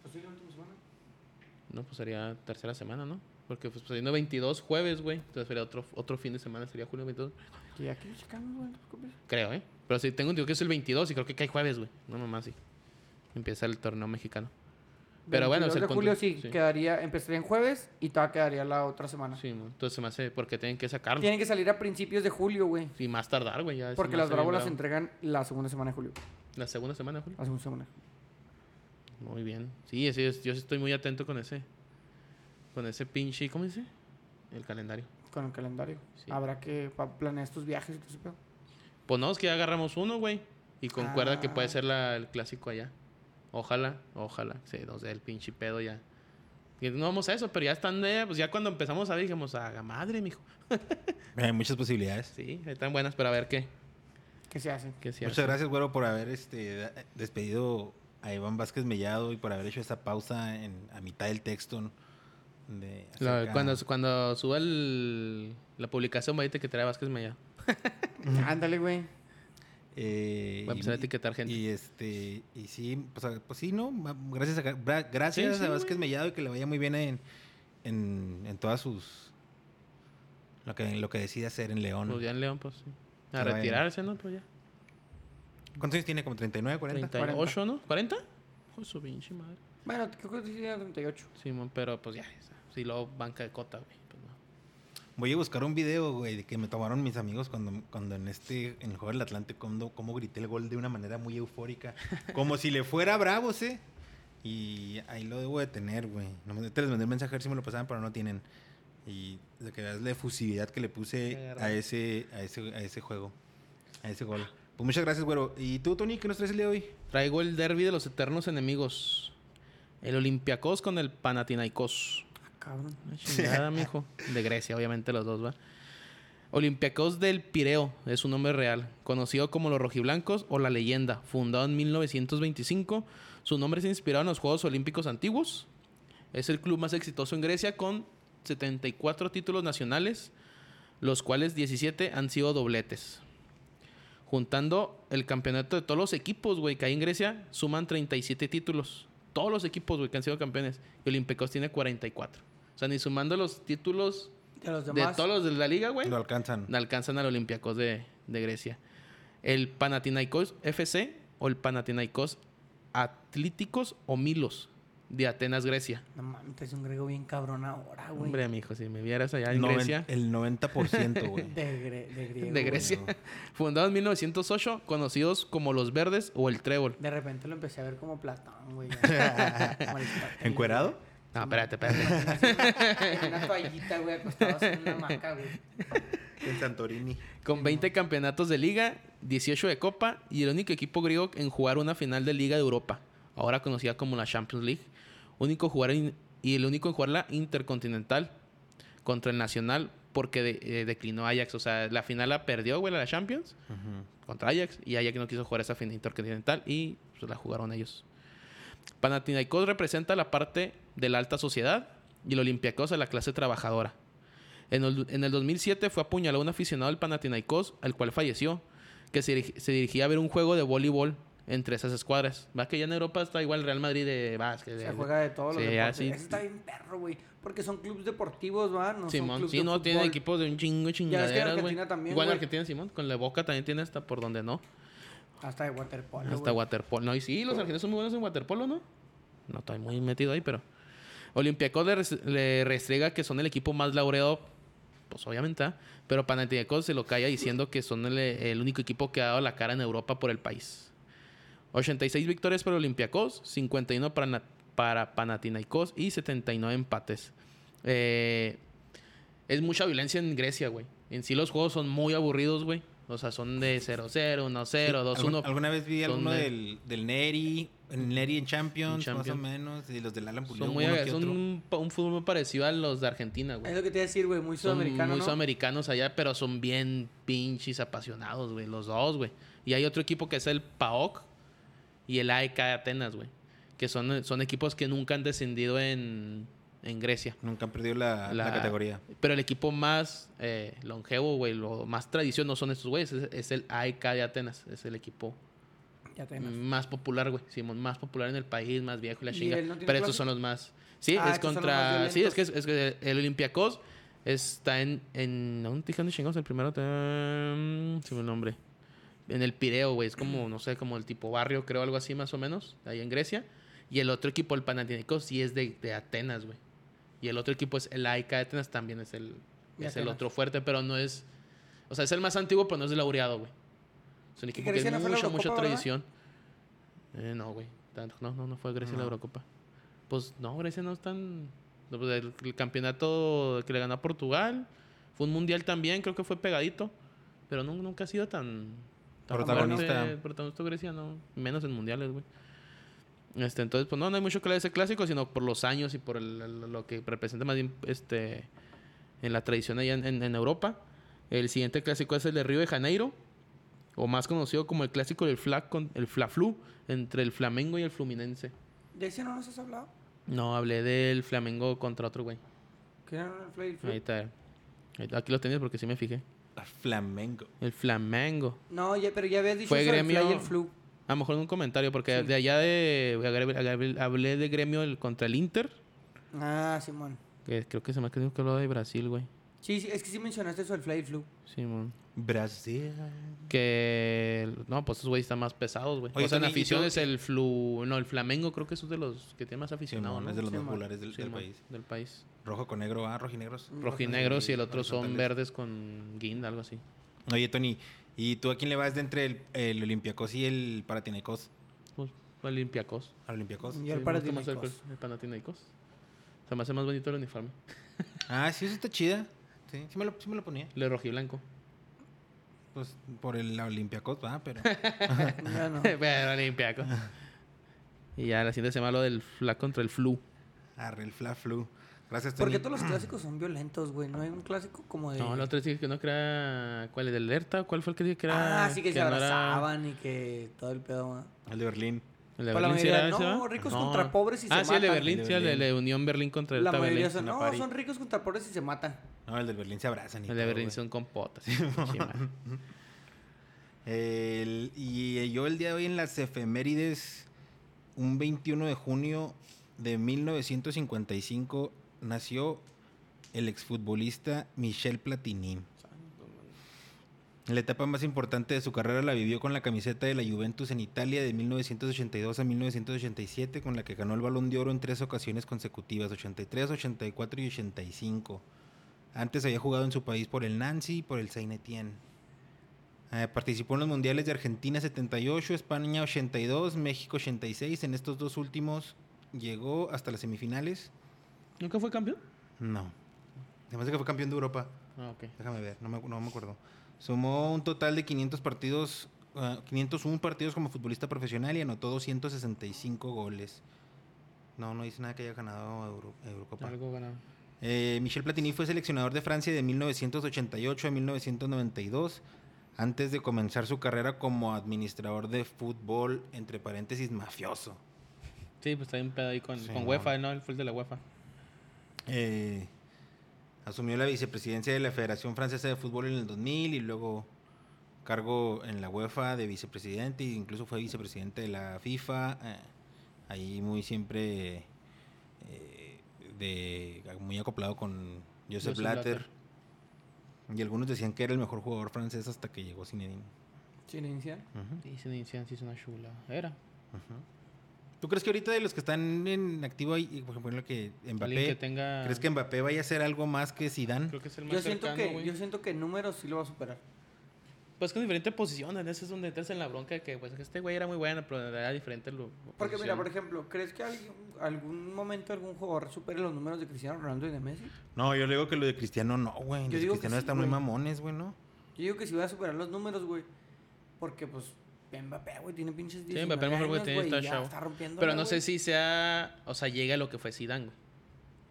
S1: Pues sí, la última semana.
S3: No, pues sería tercera semana, ¿no? Porque pues saliendo 22 jueves, güey. Entonces sería otro, otro fin de semana, sería julio 22.
S1: Que aquí lo checamos, güey, no te preocupes.
S3: Creo, ¿eh? Pero sí, tengo entendido que es el 22 y creo que cae jueves, güey. No, nomás sí. Empieza el torneo mexicano. Pero bueno, es
S1: 22
S3: el
S1: de julio
S3: condu-
S1: sí,
S3: sí.
S1: quedaría, empezaría en jueves y todavía quedaría la otra semana.
S3: Sí, mo, entonces se me hace porque tienen que sacarlo.
S1: Tienen que salir a principios de julio, güey.
S3: Y más tardar, güey. ya se
S1: Porque
S3: me
S1: las
S3: hace bien
S1: brábolas se
S3: bravo.
S1: entregan la segunda semana de julio.
S3: La segunda semana, Julio.
S1: La segunda semana.
S3: Muy bien. Sí, sí, es- yo sí estoy muy atento con ese. Con ese pinche. ¿Cómo dice? El calendario.
S1: Con el calendario.
S3: Sí.
S1: Habrá que pa- planear estos viajes y todo ese pedo.
S3: Pues no, es que ya agarramos uno, güey. Y concuerda que puede
S1: Ah.
S3: ser la- el clásico allá. Ojalá, ojalá. Se nos dé el pinche pedo ya. Y no vamos a eso, pero ya están de. Pues ya cuando empezamos a ver, dijimos, haga madre, mijo.
S2: Eh, Hay muchas posibilidades.
S3: Sí, están buenas, pero a ver qué.
S1: ¿Qué se hace?
S3: qué se
S2: Muchas
S3: hace.
S2: gracias, güero, por haber este, da- despedido a Iván Vázquez Mellado y por haber hecho esa pausa en, a mitad del texto. ¿no? De
S3: La-
S2: acerca-
S3: cuando, cuando suba el- la publicación, va a que trae Vázquez Maya.
S1: Ándale, güey.
S2: Eh,
S3: Voy a empezar a etiquetar gente.
S2: Y este, y sí, pues, a- pues sí, ¿no? Ma- Gracias a, bra- gracias
S3: Sí, sí,
S2: a Vázquez
S3: güey.
S2: Mellado y que le vaya muy bien en, en, en todas sus. Lo que, lo que decide hacer en León.
S3: Pues ya en León, pues sí.
S2: Que
S3: A
S2: vayan.
S3: retirarse, ¿no? Pues ya.
S2: ¿Cuántos años tiene? ¿Como 39, 40?
S3: 38, ¿no? ¿40? Joder, su pinche madre.
S1: Bueno, creo que sí tiene 38.
S3: Simón, pero pues ya. Si luego banca de cota, güey. Pues no.
S2: Voy a buscar un video, güey, de que me tomaron mis amigos cuando, cuando en este, en el Juego del Atlántico, cuando, cómo grité el gol de una manera muy eufórica. Como si le fuera a Bravos, ¿eh? Y ahí lo debo de tener, güey. Nomás te les mandé el mensaje a ver si me lo pasaban, pero no tienen. Y de que veas la efusividad que le puse
S3: Verga.
S2: a ese, a ese, a ese juego, a ese gol. Pues muchas gracias, güero. ¿Y tú, Tony, qué nos traes el día de hoy?
S3: Traigo el derby de los eternos enemigos. El Olympiacos con el Panathinaikos.
S1: Ah, cabrón.
S3: Una chingada, mijo. De Grecia, obviamente, los dos, ¿va? Olympiacos del Pireo es su nombre real, conocido como los Rojiblancos o la Leyenda, fundado en 1925. Su nombre se inspiró en los Juegos Olímpicos antiguos. Es el club más exitoso en Grecia con 74 títulos nacionales, los cuales 17 han sido dobletes. Juntando el campeonato de todos los equipos, güey, que hay en Grecia, suman 37 títulos. Todos los equipos, güey, que han sido campeones. Y Olympiacos tiene 44. O sea, ni sumando los títulos
S1: De los
S3: de
S1: demás.
S3: todos los de la liga, güey,
S2: Lo alcanzan.
S3: alcanzan al Olympiacos de, de Grecia. El Panathinaikos FC o el Panathinaikos Atléticos o Milos de Atenas, Grecia.
S1: No mames, es un griego bien cabrón ahora, güey.
S3: Hombre, mijo, si me vieras allá en
S2: Noven-
S3: Grecia.
S2: El 90%, güey.
S1: De, gre- de griego.
S3: De Grecia. Fundado en 1908, conocidos como los Verdes o el Trébol.
S1: De repente lo empecé a ver como Platón, güey. Como Aristóteles.
S2: ¿Encuerado?
S3: No, espérate, espérate.
S1: En Una toallita, güey, acostado así en una hamaca, güey.
S2: En Santorini.
S3: Con 20 campeonatos de liga, 18 de copa y el único equipo griego en jugar una final de Liga de Europa, ahora conocida como la Champions League, único jugar en- y el único en jugar la Intercontinental contra el Nacional porque de- eh, declinó Ajax, o sea, la final la perdió, güey, la Champions contra Ajax y Ajax no quiso jugar esa final intercontinental y pues, la jugaron ellos. Panathinaikos representa la parte de la alta sociedad y el Olympiacos a la clase trabajadora. En el, en el 2007 fue apuñalado un aficionado del Panathinaikos, al cual falleció, que se, dirigi- se dirigía a ver un juego de voleibol entre esas escuadras. Va que ya en Europa está igual Real Madrid de básquet. de-
S1: Se juega de todos los
S3: Sí,
S1: deportes.
S3: así-
S1: Ese está bien perro, güey. Porque son clubes deportivos, ¿va? No son
S3: Simón,
S1: clubes
S3: sí,
S1: de
S3: no, tiene
S1: fútbol.
S3: equipos de un chingo de
S1: Ya ves que en
S3: chingaderas, güey.
S1: Argentina también,
S3: Igual en
S1: güey.
S3: Argentina, Simón, con la Boca también tiene hasta por donde no.
S1: Hasta de waterpolo,
S3: Hasta
S1: güey.
S3: waterpolo. No, y sí, los argentinos son muy buenos en waterpolo, ¿no? No estoy muy metido ahí, pero. Olympiacos le, res- le restrega que son el equipo más laureado, pues obviamente, ¿ah? pero Panathinaikos se lo calla diciendo que son el, el único equipo que ha dado la cara en Europa por el país. 86 victorias para Olympiacos, 51 para, Na- para Panathinaikos y 79 empates. Eh, es mucha violencia en Grecia, güey. En sí los juegos son muy aburridos, güey. O sea, son de 0-0, 1-0, 2-1.
S2: Alguna vez vi
S3: son
S2: alguno
S3: de-
S2: del, del Neri, el Neri en Champions,
S3: En Champions.
S2: más o menos, y los del Alan Pulido,
S3: Son, muy,
S2: uno que
S3: son
S2: otro.
S3: un, pa- un fútbol muy parecido a los de Argentina,
S1: Es
S3: güey.
S1: lo que te iba a decir, güey, muy
S3: Son
S1: sudamericano,
S3: muy
S1: ¿no?
S3: sudamericanos allá, pero son bien pinches apasionados, güey, los dos, güey. Y hay otro equipo que es el PAOK y el AEK de Atenas, güey. Que son, son equipos que nunca han descendido en, en Grecia.
S2: Nunca han perdido la, la
S3: La-
S2: categoría.
S3: Pero el equipo más eh, longevo, güey, lo más tradición no son estos güeyes, es, es el AEK de Atenas. Es el equipo
S1: Ya tenemos.
S3: más popular, güey. Simón, más popular en el país, más viejo y la
S1: ¿Y
S3: chinga.
S1: él no tiene
S3: Pero estos
S1: clase?
S3: son los más. Sí,
S1: Ah,
S3: es
S1: estos son los más
S3: contra. Sí, es que,
S1: violentos.
S3: es, es que el Olympiacos está en. en ¿Dónde te dije dónde chingados el primero? Tan- Se me el nombre. En el Pireo, güey. Es como, no sé, como el tipo barrio, creo, algo así más o menos. Ahí en Grecia. Y el otro equipo, el Panathinaikos, sí es de, de Atenas, güey. Y el otro equipo es el AEK de Atenas, también es el,
S1: De
S3: es el
S1: Atenas.
S3: otro fuerte, pero no es. O sea, es el más antiguo, pero no es el laureado, güey. Es un equipo que
S1: Grecia
S3: tiene
S1: no fue la
S3: mucha, mucha
S1: Eurocopa, ¿verdad?
S3: tradición. Eh, no, güey. Tanto- No, no, no fue Grecia la
S2: No.
S3: Eurocopa. Pues no, Grecia no es tan. no, pues, El, el campeonato que le ganó a Portugal. Fue un mundial también, creo que fue pegadito. Pero nu- nunca ha sido tan. tan
S2: Protagonista.
S3: fuerte, eh, protagonista Grecia, no. Menos en mundiales, güey. Este, entonces, pues no, no hay mucho que le dé ese clásico, sino por los años y por el- el- lo que representa más bien este, en la tradición allá en, en- en Europa. El siguiente clásico es el de Río de Janeiro, o más conocido como el clásico del Fla, con, el Fla Flu, entre el Flamengo y el Fluminense.
S1: De ese no nos has hablado.
S3: No, hablé del Flamengo contra otro güey.
S1: Que era un play-
S3: Ahí está. Ahí está. Aquí lo tenías porque sí me fijé.
S2: Flamengo.
S3: El Flamengo.
S1: No, ya, pero ya habías dicho
S3: Fue
S1: eso del
S3: gremio-
S1: Fly y el flu.
S3: A lo mejor en un comentario, porque
S1: Sí.
S3: de allá de. agré- agré- Hablé de gremio el- contra el Inter,
S1: Ah, Simón.
S3: que creo que se me ha quedado que hablaba de Brasil, güey.
S1: Sí, sí, es que sí mencionaste eso del Fly y el flu.
S3: Simón.
S2: Brasil.
S3: Que. No, pues esos güeyes están más pesados, güey.
S2: Oye,
S3: O sea, en
S2: también, ¿y
S3: aficiones
S2: tú-
S3: el flu. No, el Flamengo creo que es de los que tiene más aficionados,
S2: Simón,
S3: ¿no?
S2: es de los más
S1: Simón.
S2: populares del, del
S3: Simón,
S2: país.
S3: Del país.
S2: Rojo con negro, ah, rojinegros.
S3: Rojinegros y el otro son
S2: horizontales.
S3: verdes con guinda, algo así.
S2: Oye, Tony, ¿y tú a quién le vas de entre el, el Olympiacos y el Paratinecos?
S3: Pues, Olympiacos.
S2: ¿Al Olympiacos?
S1: Y el
S3: Sí, me gusta más el
S1: Panathinaikos.
S3: col- El Panathinaikos. Se me hace más bonito el uniforme.
S2: Ah, sí, eso está chida. Sí, sí me lo, sí me lo ponía.
S3: El rojiblanco.
S2: Pues por el Olympiacos, va, pero...
S1: Ya no.
S3: Pero Olympiacos. Y ya la siguiente semana lo del fla contra el flu.
S2: Arre, el Fla Flu. Gracias, Tony.
S1: Porque todos los clásicos son violentos, güey. No hay un clásico como de. Ah,
S3: No, el otro dije que no crea. ¿Cuál? ¿El de alerta? ¿Cuál fue el que dije que era?
S1: Ah, sí que, se
S3: no era-
S1: abrazaban y que todo el pedo. ¿no?
S2: El de Berlín.
S3: ¿El de
S1: Pues la
S3: Berlín sí
S1: mayoría,
S3: era ese,
S1: no,
S3: va?
S1: ricos contra pobres y se
S3: Ah, sí, el de
S1: matan.
S2: El
S3: Berlín,
S2: de
S3: sí, el de,
S2: Berlín.
S3: la Unión Berlín contra el
S1: La
S3: Hertha
S1: mayoría
S3: Berlín.
S1: son,
S2: en la
S1: no,
S2: pari".
S1: son ricos contra pobres y se matan.
S2: No, el del Berlín se abrazan. y
S3: El de
S2: todo,
S3: Berlín
S2: güey.
S3: son compotas. pinche madre.
S2: El- y eh, yo el día de hoy en las efemérides, un 21 de junio de 1955, nació el exfutbolista Michel Platini. La etapa más importante de su carrera la vivió con la camiseta de la Juventus en Italia de 1982 a 1987, con la que ganó el Balón de Oro en tres ocasiones consecutivas, 83, 84 y 85. Antes había jugado en su país por el Nancy y por el Saint Etienne. Eh, participó en los mundiales de Argentina 78, España 82, México 86. En estos dos últimos llegó hasta las semifinales.
S3: ¿Nunca fue campeón?
S2: No. Además de que fue campeón de Europa.
S3: Ah, ok.
S2: Déjame ver, no me, no me acuerdo. Sumó un total de 500 partidos, ah, 501 partidos como futbolista profesional y anotó 265 goles. No, no dice nada que haya ganado Euro- Eurocopa.
S3: Algo ganado.
S2: Eh, Michel Platini fue seleccionador de Francia de 1988 a 1992, antes de comenzar su carrera como administrador de fútbol, entre paréntesis, mafioso.
S3: Sí, pues está bien pedo ahí con,
S2: Sí,
S3: con
S2: no.
S3: UEFA, ¿no? El full de la UEFA.
S2: Eh, asumió la vicepresidencia de la Federación Francesa de Fútbol en el 2000 y luego cargo en la UEFA de vicepresidente, e incluso fue vicepresidente de la FIFA, eh, ahí muy siempre eh, de, muy acoplado con Joseph
S3: Joseph
S2: Blatter.
S3: Blatter.
S2: Y algunos decían que era el mejor jugador francés hasta que llegó Zinedine.
S1: Sin iniciar.
S3: Y se inician, sí, es una chula. Era.
S2: ¿Tú crees que ahorita de los que están en activo ahí, por ejemplo, lo que
S3: Alguien que
S2: Mbappé,
S3: tenga.
S2: crees que Mbappé vaya a hacer algo más que Zidane?
S3: Creo que es el más
S1: Yo siento,
S3: cercano,
S1: que,
S3: güey.
S1: yo siento que números sí lo va a superar.
S3: Pues con diferentes posiciones. Ese es donde entras en la bronca de que, pues, que este güey era muy bueno, pero era diferente. Lo,
S1: Porque mira,
S3: posición.
S1: por ejemplo, ¿crees que algún, algún momento algún jugador supere los números de Cristiano Ronaldo y de Messi?
S2: No, yo le digo que lo de Cristiano no, güey. Los
S1: digo que
S2: Cristiano
S1: sí,
S2: están muy
S1: güey.
S2: mamones, güey, ¿no?
S1: Yo digo que si voy a superar los números, güey. Porque, pues, Mbappé, güey, tiene pinches
S3: Sí, Mbappé a lo mejor, güey, tiene- está chavo.
S1: está rompiendo.
S3: Pero no sé si sea. O sea, llega a lo que fue Zidane, güey.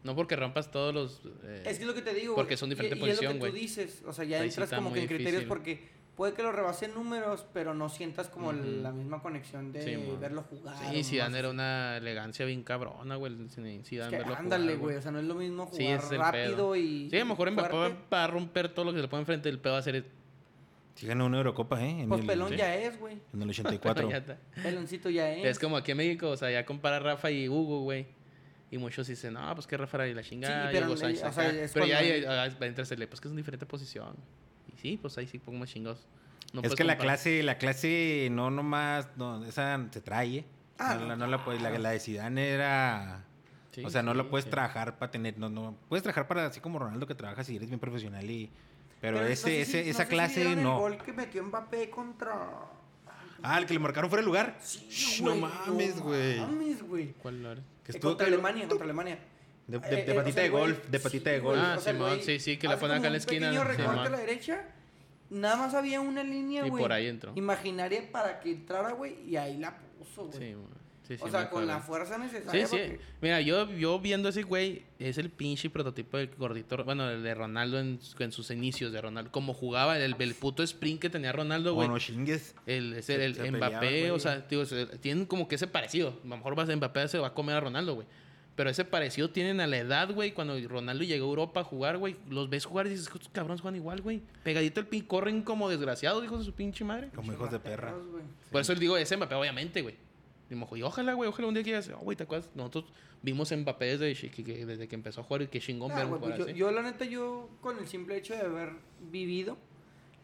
S3: No porque rompas todos los. eh,
S1: Es que es lo que te digo,
S3: Porque
S1: güey,
S3: son
S1: y- y
S3: diferente
S1: es lo que
S3: posición,
S1: tú
S3: güey.
S1: dices, o sea, ya
S3: Ahí sí
S1: entras
S3: está
S1: como que
S3: muy
S1: en criterios
S3: difícil.
S1: porque puede que lo rebasen números, pero no sientas como
S3: Ujú.
S1: la misma conexión de
S3: Sí, mon.
S1: verlo jugar. o
S3: sí,
S1: nomás
S3: Zidane era
S1: así.
S3: una elegancia bien cabrona, güey. el Zidane
S1: Es que
S3: verlo
S1: ándale,
S3: jugar,
S1: güey, o sea, no es lo mismo
S3: Sí,
S1: jugar
S3: ese es el
S1: rápido
S3: pedo.
S1: y
S3: Sí, a lo mejor Mbappé
S1: fuerte.
S3: va- va a romper todo lo que se le pone enfrente. El pedo va a ser.
S2: Si ganó una Eurocopa, ¿eh? En
S1: Pues
S2: el-
S1: pelón
S2: sí,
S1: ya es, güey.
S2: En el 84.
S3: Ya está.
S1: Peloncito ya es.
S3: Es como aquí en México, o sea, ya compara Rafa y Hugo, güey. Y muchos dicen, no, pues que Rafa y la chingada.
S1: pero
S3: y Hugo
S1: le-
S3: Sánchez
S1: o sea,
S3: acá".
S1: es
S3: pero ya,
S1: cuando-
S3: ya, ya, entra ese le- pues que es una diferente posición. Y sí, pues ahí sí pongo más chingados. No
S2: es
S3: puedes
S2: que la
S3: comparar.
S2: clase, la clase no nomás, no, esa se trae, ¿eh?
S1: Ah,
S2: no,
S1: no,
S2: la- no la, puedes- la, la de Zidane era...
S3: Sí,
S2: o sea, no
S3: sí,
S2: la puedes
S3: sí.
S2: trabajar para tener, no, no, puedes trabajar para así como Ronaldo que trabaja si eres bien profesional y... Pero,
S1: no
S2: ese,
S1: sé si-
S2: ese,
S1: no
S2: esa
S1: sé si
S2: clase
S1: vieron
S2: no.
S1: El gol que metió Mbappé contra
S2: Ah, el que le marcaron fuera de lugar.
S1: Sí,
S2: Shh,
S1: güey,
S2: no mames, güey.
S1: No mames, güey.
S3: ¿Cuál era?
S2: Que
S1: Eh,
S2: estuvo-
S1: Contra Alemania, contra Alemania.
S2: De,
S1: Eh,
S2: de- de
S1: eh, o
S2: patita
S1: sea,
S2: de
S1: güey,
S2: golf, de patita de
S1: sí, güey,
S2: golf.
S3: Ah,
S1: o sea, el
S3: Simón,
S1: güey
S3: sí, sí, que la
S1: hace
S3: pone acá
S1: como
S3: en la
S1: un
S3: esquina,
S1: pequeño recorte
S3: Simón.
S1: a la derecha. Nada más había una línea,
S3: Y
S1: güey.
S3: por ahí entró.
S1: Imaginaria para que entrara, güey, y ahí la puso, güey.
S3: Sí, güey. sí, sí,
S1: o
S3: me
S1: sea, con
S3: acuerdo.
S1: la fuerza
S3: Sí,
S1: necesaria.
S3: sí.
S1: porque-
S3: Mira, yo, yo viendo ese güey, es el pinche prototipo del gordito, bueno, el de Ronaldo en, en sus inicios de Ronaldo. Como jugaba, el, el puto sprint que tenía Ronaldo, güey.
S2: Bueno, chingues.
S3: El, es
S2: Se-
S3: el, el
S2: se
S3: Mbappé,
S2: peleaban,
S3: o
S2: güey.
S3: sea, digo, se- tienen como que ese parecido. A lo mejor vas, Mbappé se va a comer a Ronaldo, güey. Pero ese parecido tienen a la edad, güey. Cuando Ronaldo llegó a Europa a jugar, güey. Los ves jugar y dices, estos cabrones juegan igual, güey. Pegadito al pin, corren como desgraciados, hijos de su pinche madre.
S2: Como hijos de perra.
S1: Perros, güey.
S3: Por eso le digo, ese Mbappé, obviamente, güey. Y me dijo, y ojalá, güey, ojalá un día que digas, oh, güey, ¿te acuerdas? Nosotros vimos Mbappé desde chi- que, que- desde que empezó a jugar y qué chingón
S1: Ah,
S3: verlo
S1: güey,
S3: jugar
S1: pues yo,
S3: así.
S1: yo, la neta, yo con el simple hecho de haber vivido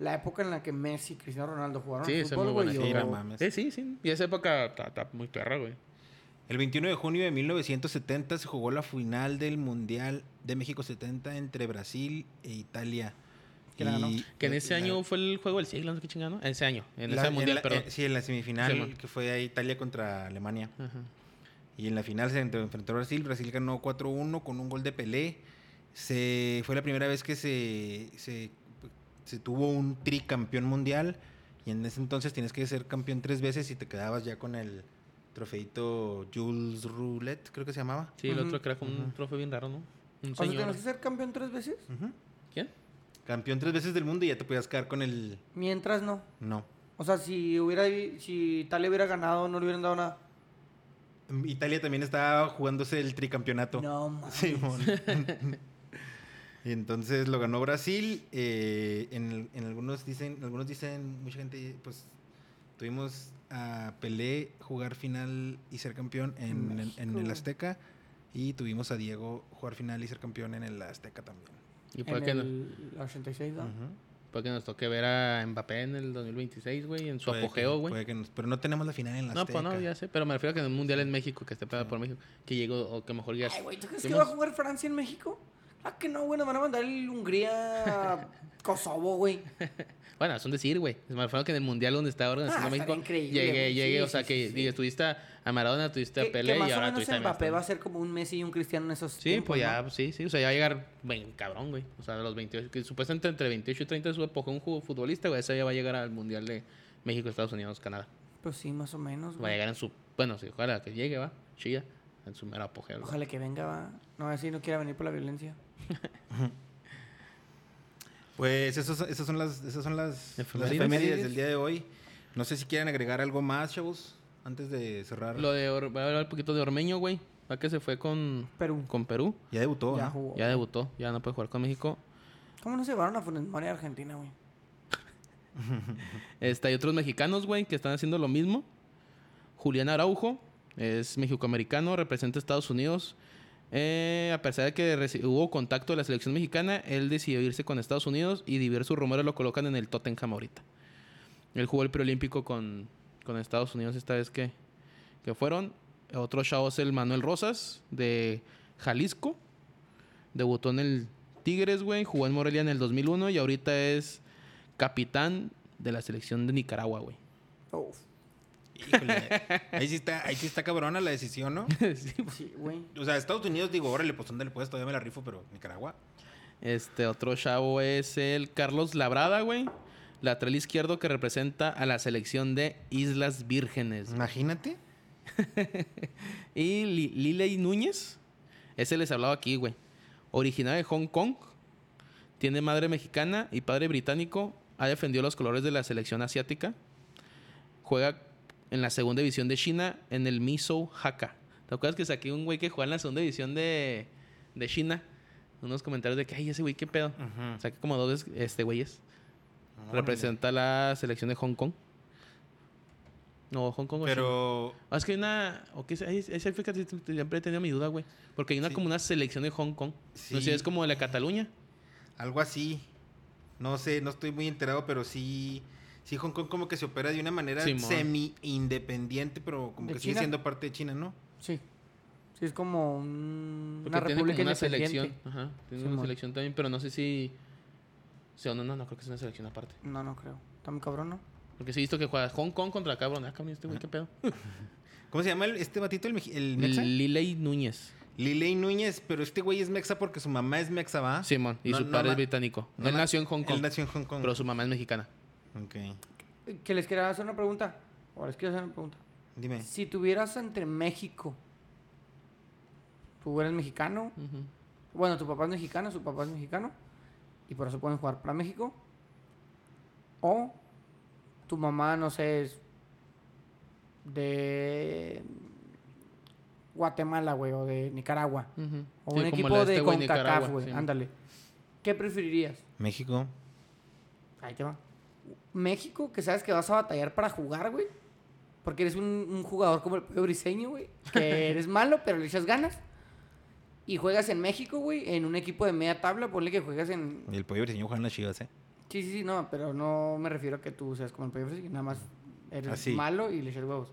S1: la época en la que Messi y Cristiano Ronaldo jugaron
S3: Sí,
S1: al
S3: eso es
S1: fútbol, güey,
S3: muy buena.
S2: Sí,
S1: yo-
S2: no mames.
S3: Eh, sí, sí. Y esa época está está muy perra, güey.
S2: El 21 de junio de 1970 se jugó la final del Mundial de México 70 entre Brasil e Italia.
S1: Que la ganó.
S3: Que en ese
S2: la-
S3: año fue el juego del siglo, no sé qué chingada, ¿no? Ese año, en
S2: la-
S3: ese mundial,
S2: la-
S3: perdón.
S2: eh, sí, en la semifinal
S3: Sí, man.
S2: que fue ahí Italia contra Alemania.
S3: Ajá.
S2: Y en la final se entre- enfrentó a Brasil. Brasil ganó 4-1 con un gol de Pelé. Se, fue la primera vez que se, se, se tuvo un tricampeón mundial. Y en ese entonces tienes que ser campeón tres veces y te quedabas ya con el trofeito Jules Roulette, creo que se llamaba.
S3: Sí, el
S1: Ujú.
S3: otro que era como un
S2: Ujú.
S3: trofeo bien raro, ¿no? Un
S1: O sea,
S3: señor.
S1: ¿tenemos que ser campeón tres veces?
S2: Ujú.
S3: ¿Quién?
S2: Campeón tres veces del mundo y ya te podías quedar con el
S1: Mientras no.
S2: no.
S1: O sea, si hubiera si Italia hubiera ganado, no le hubieran dado nada.
S2: Italia también estaba jugándose el tricampeonato.
S1: No, mames.
S2: Simón. y entonces lo ganó Brasil. eh, en, en algunos dicen, algunos dicen, mucha gente, pues tuvimos a Pelé jugar final y ser campeón en, en- en el
S1: México.
S2: Azteca. Y tuvimos a Diego jugar final y ser campeón en el Azteca también.
S3: ¿Y
S1: En
S3: por qué, no?
S1: el 86, ¿no?
S2: Ujú.
S3: por qué nos toque ver a Mbappé en el 2026, güey? En su
S2: Puede que-
S3: apogeo, güey.
S2: puede que nos- Pero no tenemos la final en el
S3: No,
S2: Azteca.
S3: pues no, ya sé. Pero me refiero a que en un mundial en México, que esté pegado por México, que llegó, o que mejor digas.
S1: Ay, güey, ¿tú crees que
S3: fuimos-
S1: va a jugar Francia en México? Ah, que no, güey, nos van a mandar el Hungría a Kosovo, güey.
S3: Bueno, es un decir, güey. Me refiero a que en el mundial donde está organizando
S1: Ah,
S3: México,
S1: estaría increíble,
S3: llegue,
S1: güey.
S3: llegue,
S1: Sí,
S3: o sea,
S1: sí,
S3: que
S1: sí, sí.
S3: digas, tuviste a Maradona, tuviste
S1: Que,
S3: a
S1: que
S3: Pelé
S1: más
S3: y
S1: o
S3: ahora
S1: menos
S3: tuviste a
S1: Mbappé
S3: Messi.
S1: va a ser como un Messi y un Cristiano en esos
S3: Sí,
S1: tiempos,
S3: pues ya,
S1: ¿no?
S3: sí, sí. O sea, ya va a llegar, ven, cabrón, güey. O sea, de los 28, que supuestamente entre 28 y 30 es su época un jugo- futbolista, güey. Ese ya va a llegar al Mundial de México, Estados Unidos, Canadá.
S1: Pues sí, más o menos,
S3: Va a
S1: güey.
S3: llegar en su, bueno, sí, ojalá que llegue, va, chida, en su mero apogeo. güey.
S1: Ojalá que venga, va. No, a ver si no quiera venir por la violencia.
S2: Pues esos- esas son las, esas son las, las
S3: Efemérides.
S2: efemérides del día de hoy. No sé si quieren agregar algo más, chavos, antes de cerrar.
S3: Lo de, Or- voy a hablar un poquito de Ormeño, güey. Va que se fue con,
S1: Perú.
S3: con Perú.
S2: Ya debutó.
S1: Ya
S2: ¿no?
S1: jugó.
S3: Ya debutó, ya no puede jugar con México.
S1: ¿Cómo no se llevaron a Funes Mori a Argentina, güey?
S3: Este, hay otros mexicanos, güey, que están haciendo lo mismo. Julián Araujo es mexicoamericano, representa a Estados Unidos. Eh, a pesar de que reci- hubo contacto de la selección mexicana, él decidió irse con Estados Unidos y diversos rumores lo colocan en el Tottenham ahorita. Él jugó el preolímpico con, con Estados Unidos esta vez que, que fueron. Otro chavo es el Manuel Rosas de Jalisco. Debutó en el Tigres, güey. Jugó en Morelia en el 2001 y ahorita es capitán de la selección de Nicaragua, güey.
S1: Uf,
S2: Híjole, ahí sí está, ahí sí está cabrona la decisión, ¿no?
S3: Sí.
S1: sí, güey.
S2: O sea, Estados Unidos digo, órale, pues dónde le puedes, todavía me la rifo, pero Nicaragua.
S3: Este otro chavo es el Carlos Labrada, güey. lateral izquierdo que representa a la selección de Islas Vírgenes.
S2: Imagínate.
S3: Y Li- Liley Núñez, ese les hablaba aquí, güey. Originaria de Hong Kong, tiene madre mexicana y padre británico, ha defendido los colores de la selección asiática, juega en la segunda división de China en el Miso Haka. ¿Te acuerdas que saqué un güey que juega en la segunda división de, de China? Unos comentarios de que, ay, ese güey, qué pedo. Saqué como dos este, güeyes. Representa la selección de Hong Kong. No, Hong Kong o China.
S2: Pero.
S3: Ah, Es que hay una. O que es, ahí- ahí sí, fíjate, t- t- siempre he tenido mi duda, güey. Porque hay una
S2: Sí.
S3: como una selección de Hong Kong. No sé
S2: Sí.
S3: si es como de la Cataluña.
S2: Algo así. No sé, no estoy muy enterado, pero sí. Sí, Hong Kong como que se opera de una manera
S3: Simón.
S2: semi-independiente, pero como
S1: ¿De
S2: que sigue
S1: China?
S2: siendo parte de China, ¿no?
S1: Sí. Sí, es como un-
S3: Porque
S1: una
S3: tiene como
S1: república
S3: una
S1: independiente.
S3: selección. Ajá. Tiene una
S1: Simón.
S3: selección también, pero no sé si. o sea, no, no, no creo que sea una selección aparte.
S1: No, no creo. Está muy cabrón, ¿no?
S3: Porque sí he visto que juega Hong Kong contra cabrón. Ah, cabrón, este güey, qué pedo.
S2: ¿Cómo se llama el- este batito, el, meji- el mexa?
S3: Liley Núñez.
S2: Liley Núñez, pero este güey es mexa porque su mamá es mexa, ¿va?
S3: Simón. Y
S2: Ah. No-
S3: su
S2: no
S3: padre
S2: ma-
S3: es británico.
S2: no
S3: él
S2: ma-
S3: nació en Hong Kong.
S2: Él nació en Hong Kong.
S3: Pero su mamá es mexicana.
S2: Ok.
S1: Que les quería hacer una pregunta. O les quiero hacer una pregunta.
S2: Dime.
S1: Si tuvieras entre México, tú eres mexicano.
S3: Ujú.
S1: Bueno, tu papá es mexicano, su papá es mexicano. Y por eso pueden jugar para México. O tu mamá, no sé, es de Guatemala, güey, o de Nicaragua. O
S3: Ujú. Sí,
S1: un
S3: como
S1: equipo
S3: la
S1: de
S3: este güey, Nicaragua,
S1: CONCACAF, güey.
S3: sí.
S1: Ándale. ¿Qué preferirías?
S2: México.
S1: Ahí te va. México, que sabes que vas a batallar para jugar, güey. Porque eres un, un jugador como el Pedro Briseño, güey. Que eres malo, pero le echas ganas. Y juegas en México, güey, en un equipo de media tabla. Ponle que juegas en...
S2: Y el pollo briseño juega en las chivas, ¿eh?
S1: Sí, sí, sí, no. Pero no me refiero a que tú seas como el Pedro Briseño. Nada más eres
S2: Así.
S1: malo y le echas huevos.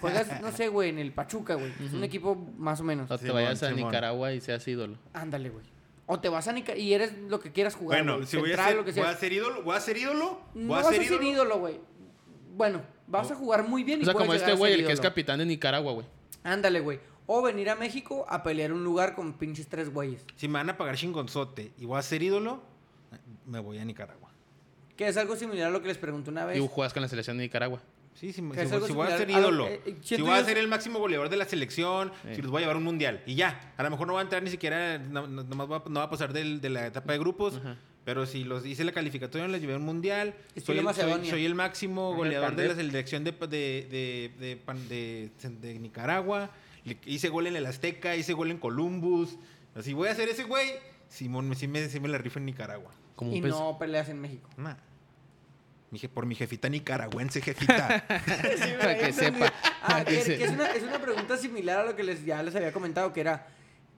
S1: Juegas, no sé, güey, en el Pachuca, güey. Es un equipo más o menos.
S3: O te
S2: Simón,
S3: vayas a
S2: Simón.
S3: Nicaragua y seas ídolo.
S1: Ándale, güey. O te vas a Nicaragua y eres lo que quieras jugar.
S2: bueno,
S1: güey.
S2: si voy a,
S1: Central,
S2: ser,
S1: lo que
S2: voy a
S1: seas.
S2: ser ídolo, voy a ser ídolo, voy
S1: No vas a ser ídolo, güey. Bueno, vas a jugar muy bien y
S3: O sea,
S1: puedes
S3: como
S1: llegar
S3: este
S1: a
S3: güey,
S1: ser
S3: el que es
S1: ídolo.
S3: capitán de Nicaragua, güey.
S1: Ándale, güey. O venir a México a pelear un lugar con pinches tres güeyes.
S2: Si me van a pagar chingonzote y voy a ser ídolo, me voy a Nicaragua.
S1: Que es algo similar a lo que les pregunté una vez.
S3: Y juegas con la selección de Nicaragua.
S2: Sí, si, si-
S1: es
S2: si
S1: algo
S2: voy a
S1: similar
S2: ser
S1: a lo-
S2: ídolo,
S1: eh, eh,
S2: si
S1: siento
S2: voy a
S1: yo-
S2: ser el máximo goleador de la selección,
S3: Eh.
S2: si los voy a llevar a un mundial y ya. A lo mejor no va a entrar ni siquiera, no, no- nomás va, a- no va a pasar del- de la etapa de grupos.
S3: Ajá.
S2: Pero si los hice la calificatoria, los llevé a un mundial.
S1: Estilo
S2: Soy el, soy,
S1: Macedonia.
S2: soy el máximo
S3: Ándale,
S2: goleador de la
S3: Pandep.
S2: selección de, pa- de, de, de pan- de- de Nicaragua. Le- hice gol en el Azteca, hice gol en Columbus. Así voy a hacer ese güey. Simón, sí me, sí me la rifo en Nicaragua.
S3: Como un
S1: y
S3: pez-
S1: no peleas en México.
S2: Nah. Mi je- Por mi jefita nicaragüense, jefita.
S3: para que sepa.
S1: Ah,
S3: Para
S1: que,
S3: que se-
S1: que es, una, es una pregunta similar a lo que les, ya les había comentado, que era,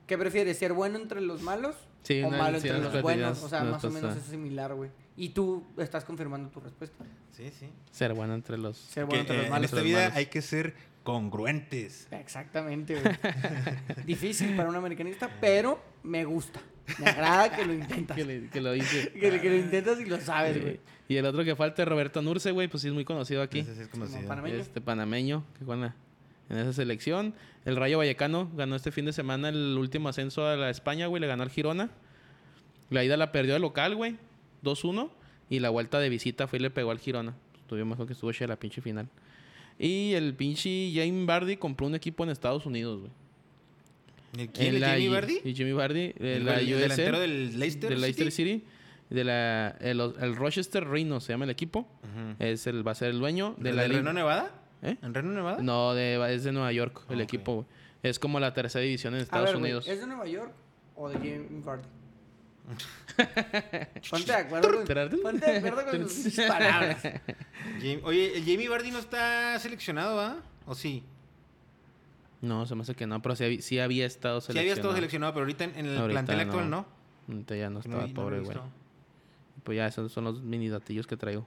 S1: ¿qué prefieres, ser bueno entre los malos
S3: Sí,
S1: o
S3: una-
S1: malo
S3: sí,
S1: entre
S3: nos
S1: los buenos?
S3: platicas
S1: O sea,
S3: la
S1: más o
S3: vez
S1: menos es
S3: pasada.
S1: similar, güey. Y tú estás confirmando tu respuesta.
S2: sí, sí.
S3: Ser bueno entre los.
S1: Ser
S2: Que,
S1: bueno entre
S2: eh,
S1: los
S2: en
S1: malos.
S2: esta
S3: los
S2: vida
S3: malos.
S2: hay que ser congruentes.
S1: Exactamente, güey. Difícil para un americanista, pero me gusta. Me agrada que lo intentas.
S3: Que,
S1: que,
S3: le- que lo dice.
S1: lo- que lo intentas y lo sabes, güey.
S3: Eh, y el otro que falta es Roberto Nurce, güey, pues sí es muy conocido aquí.
S2: Ese sí es conocido.
S1: Como panameño.
S3: Este panameño que juega en la- en esa selección. El Rayo Vallecano ganó este fin de semana el último ascenso a la España, güey, le ganó al Girona. La ida la perdió de local, güey, 2-1. Y la vuelta de visita fue y le pegó al Girona. Estuvo mejor que estuvo chida la pinche final. Y el pinche James Bardi compró un equipo en Estados Unidos, güey.
S2: ¿Y ¿Quién
S3: En
S2: es
S3: la
S2: Jimmy
S3: I-
S2: Verdi?
S3: Y Jimmy Bardi, eh,
S2: El,
S3: la
S2: el
S3: USL,
S2: delantero del Leicester,
S3: del Leicester
S2: City.
S3: City. de la, el, el Rochester Rhinos se llama el equipo.
S2: Ujú.
S3: Es el, va a ser el dueño
S2: ¿De
S3: de la
S2: la
S3: li-
S2: Reno Nevada?
S3: ¿Eh?
S2: ¿En Reno Nevada?
S3: No, de, es de Nueva York, el
S2: Ah, ok.
S3: equipo. güey. Es como la tercera división en
S1: A
S3: Estados
S1: ver, güey,
S3: Unidos.
S1: ¿Es de Nueva York o de James Harden? Ponte de acuerdo con, ponte de acuerdo con tus palabras.
S2: Jim- oye, el Jamie Vardy no está seleccionado, ¿ah? ¿O sí?
S3: No, se me hace que no, pero sí, había- sí había estado
S2: Sí había estado seleccionado, pero ahorita en, en el
S3: Ahorita
S2: plantel actual
S3: no.
S2: no.
S3: Ahorita ya no
S2: Que no-
S3: estaba,
S2: no lo he
S3: pobre güey.
S2: visto.
S3: Pues ya, esos son los mini datillos que traigo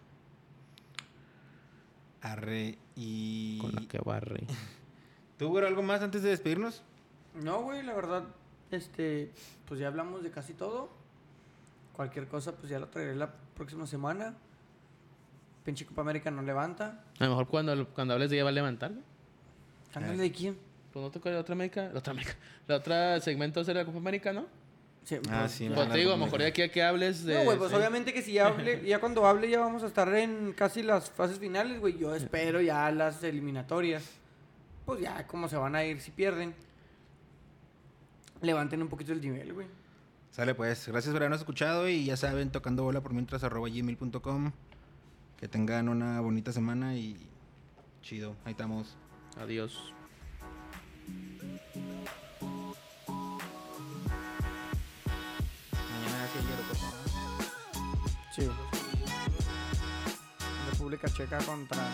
S2: Arre, y...
S3: con la que barre.
S2: ¿Tú, güey, algo más antes de despedirnos?
S1: No, güey, la verdad, este, pues ya hablamos de casi todo. Cualquier cosa, pues ya lo traeré la próxima semana. Pinche Copa América no levanta.
S3: A lo mejor cuando, cuando hables de ella va a levantar, güey.
S1: ¿Ándale de quién?
S3: Pues no toca la otra América. La otra América. La otra segmento será la Copa América, ¿no?
S1: Sí,
S2: Ah,
S1: pues,
S2: sí,
S1: ya.
S2: no,
S3: Pues
S2: la
S3: te digo, a lo mejor de
S2: comunicación.
S3: aquí a que hables de.
S1: No, güey, pues
S3: sí.
S1: obviamente que si ya hable, ya cuando hable ya vamos a estar en casi las fases finales, güey. Yo espero ya las eliminatorias. Pues ya cómo se van a ir si pierden. Levanten un poquito el nivel, güey.
S2: Sale pues, gracias por habernos escuchado y ya saben, tocando bola por mientras arroba gmail.com. Que tengan una bonita semana y chido, ahí estamos.
S3: Adiós.
S2: Mañana sí, ayer, pues, ¿no?
S1: Sí. República Checa contra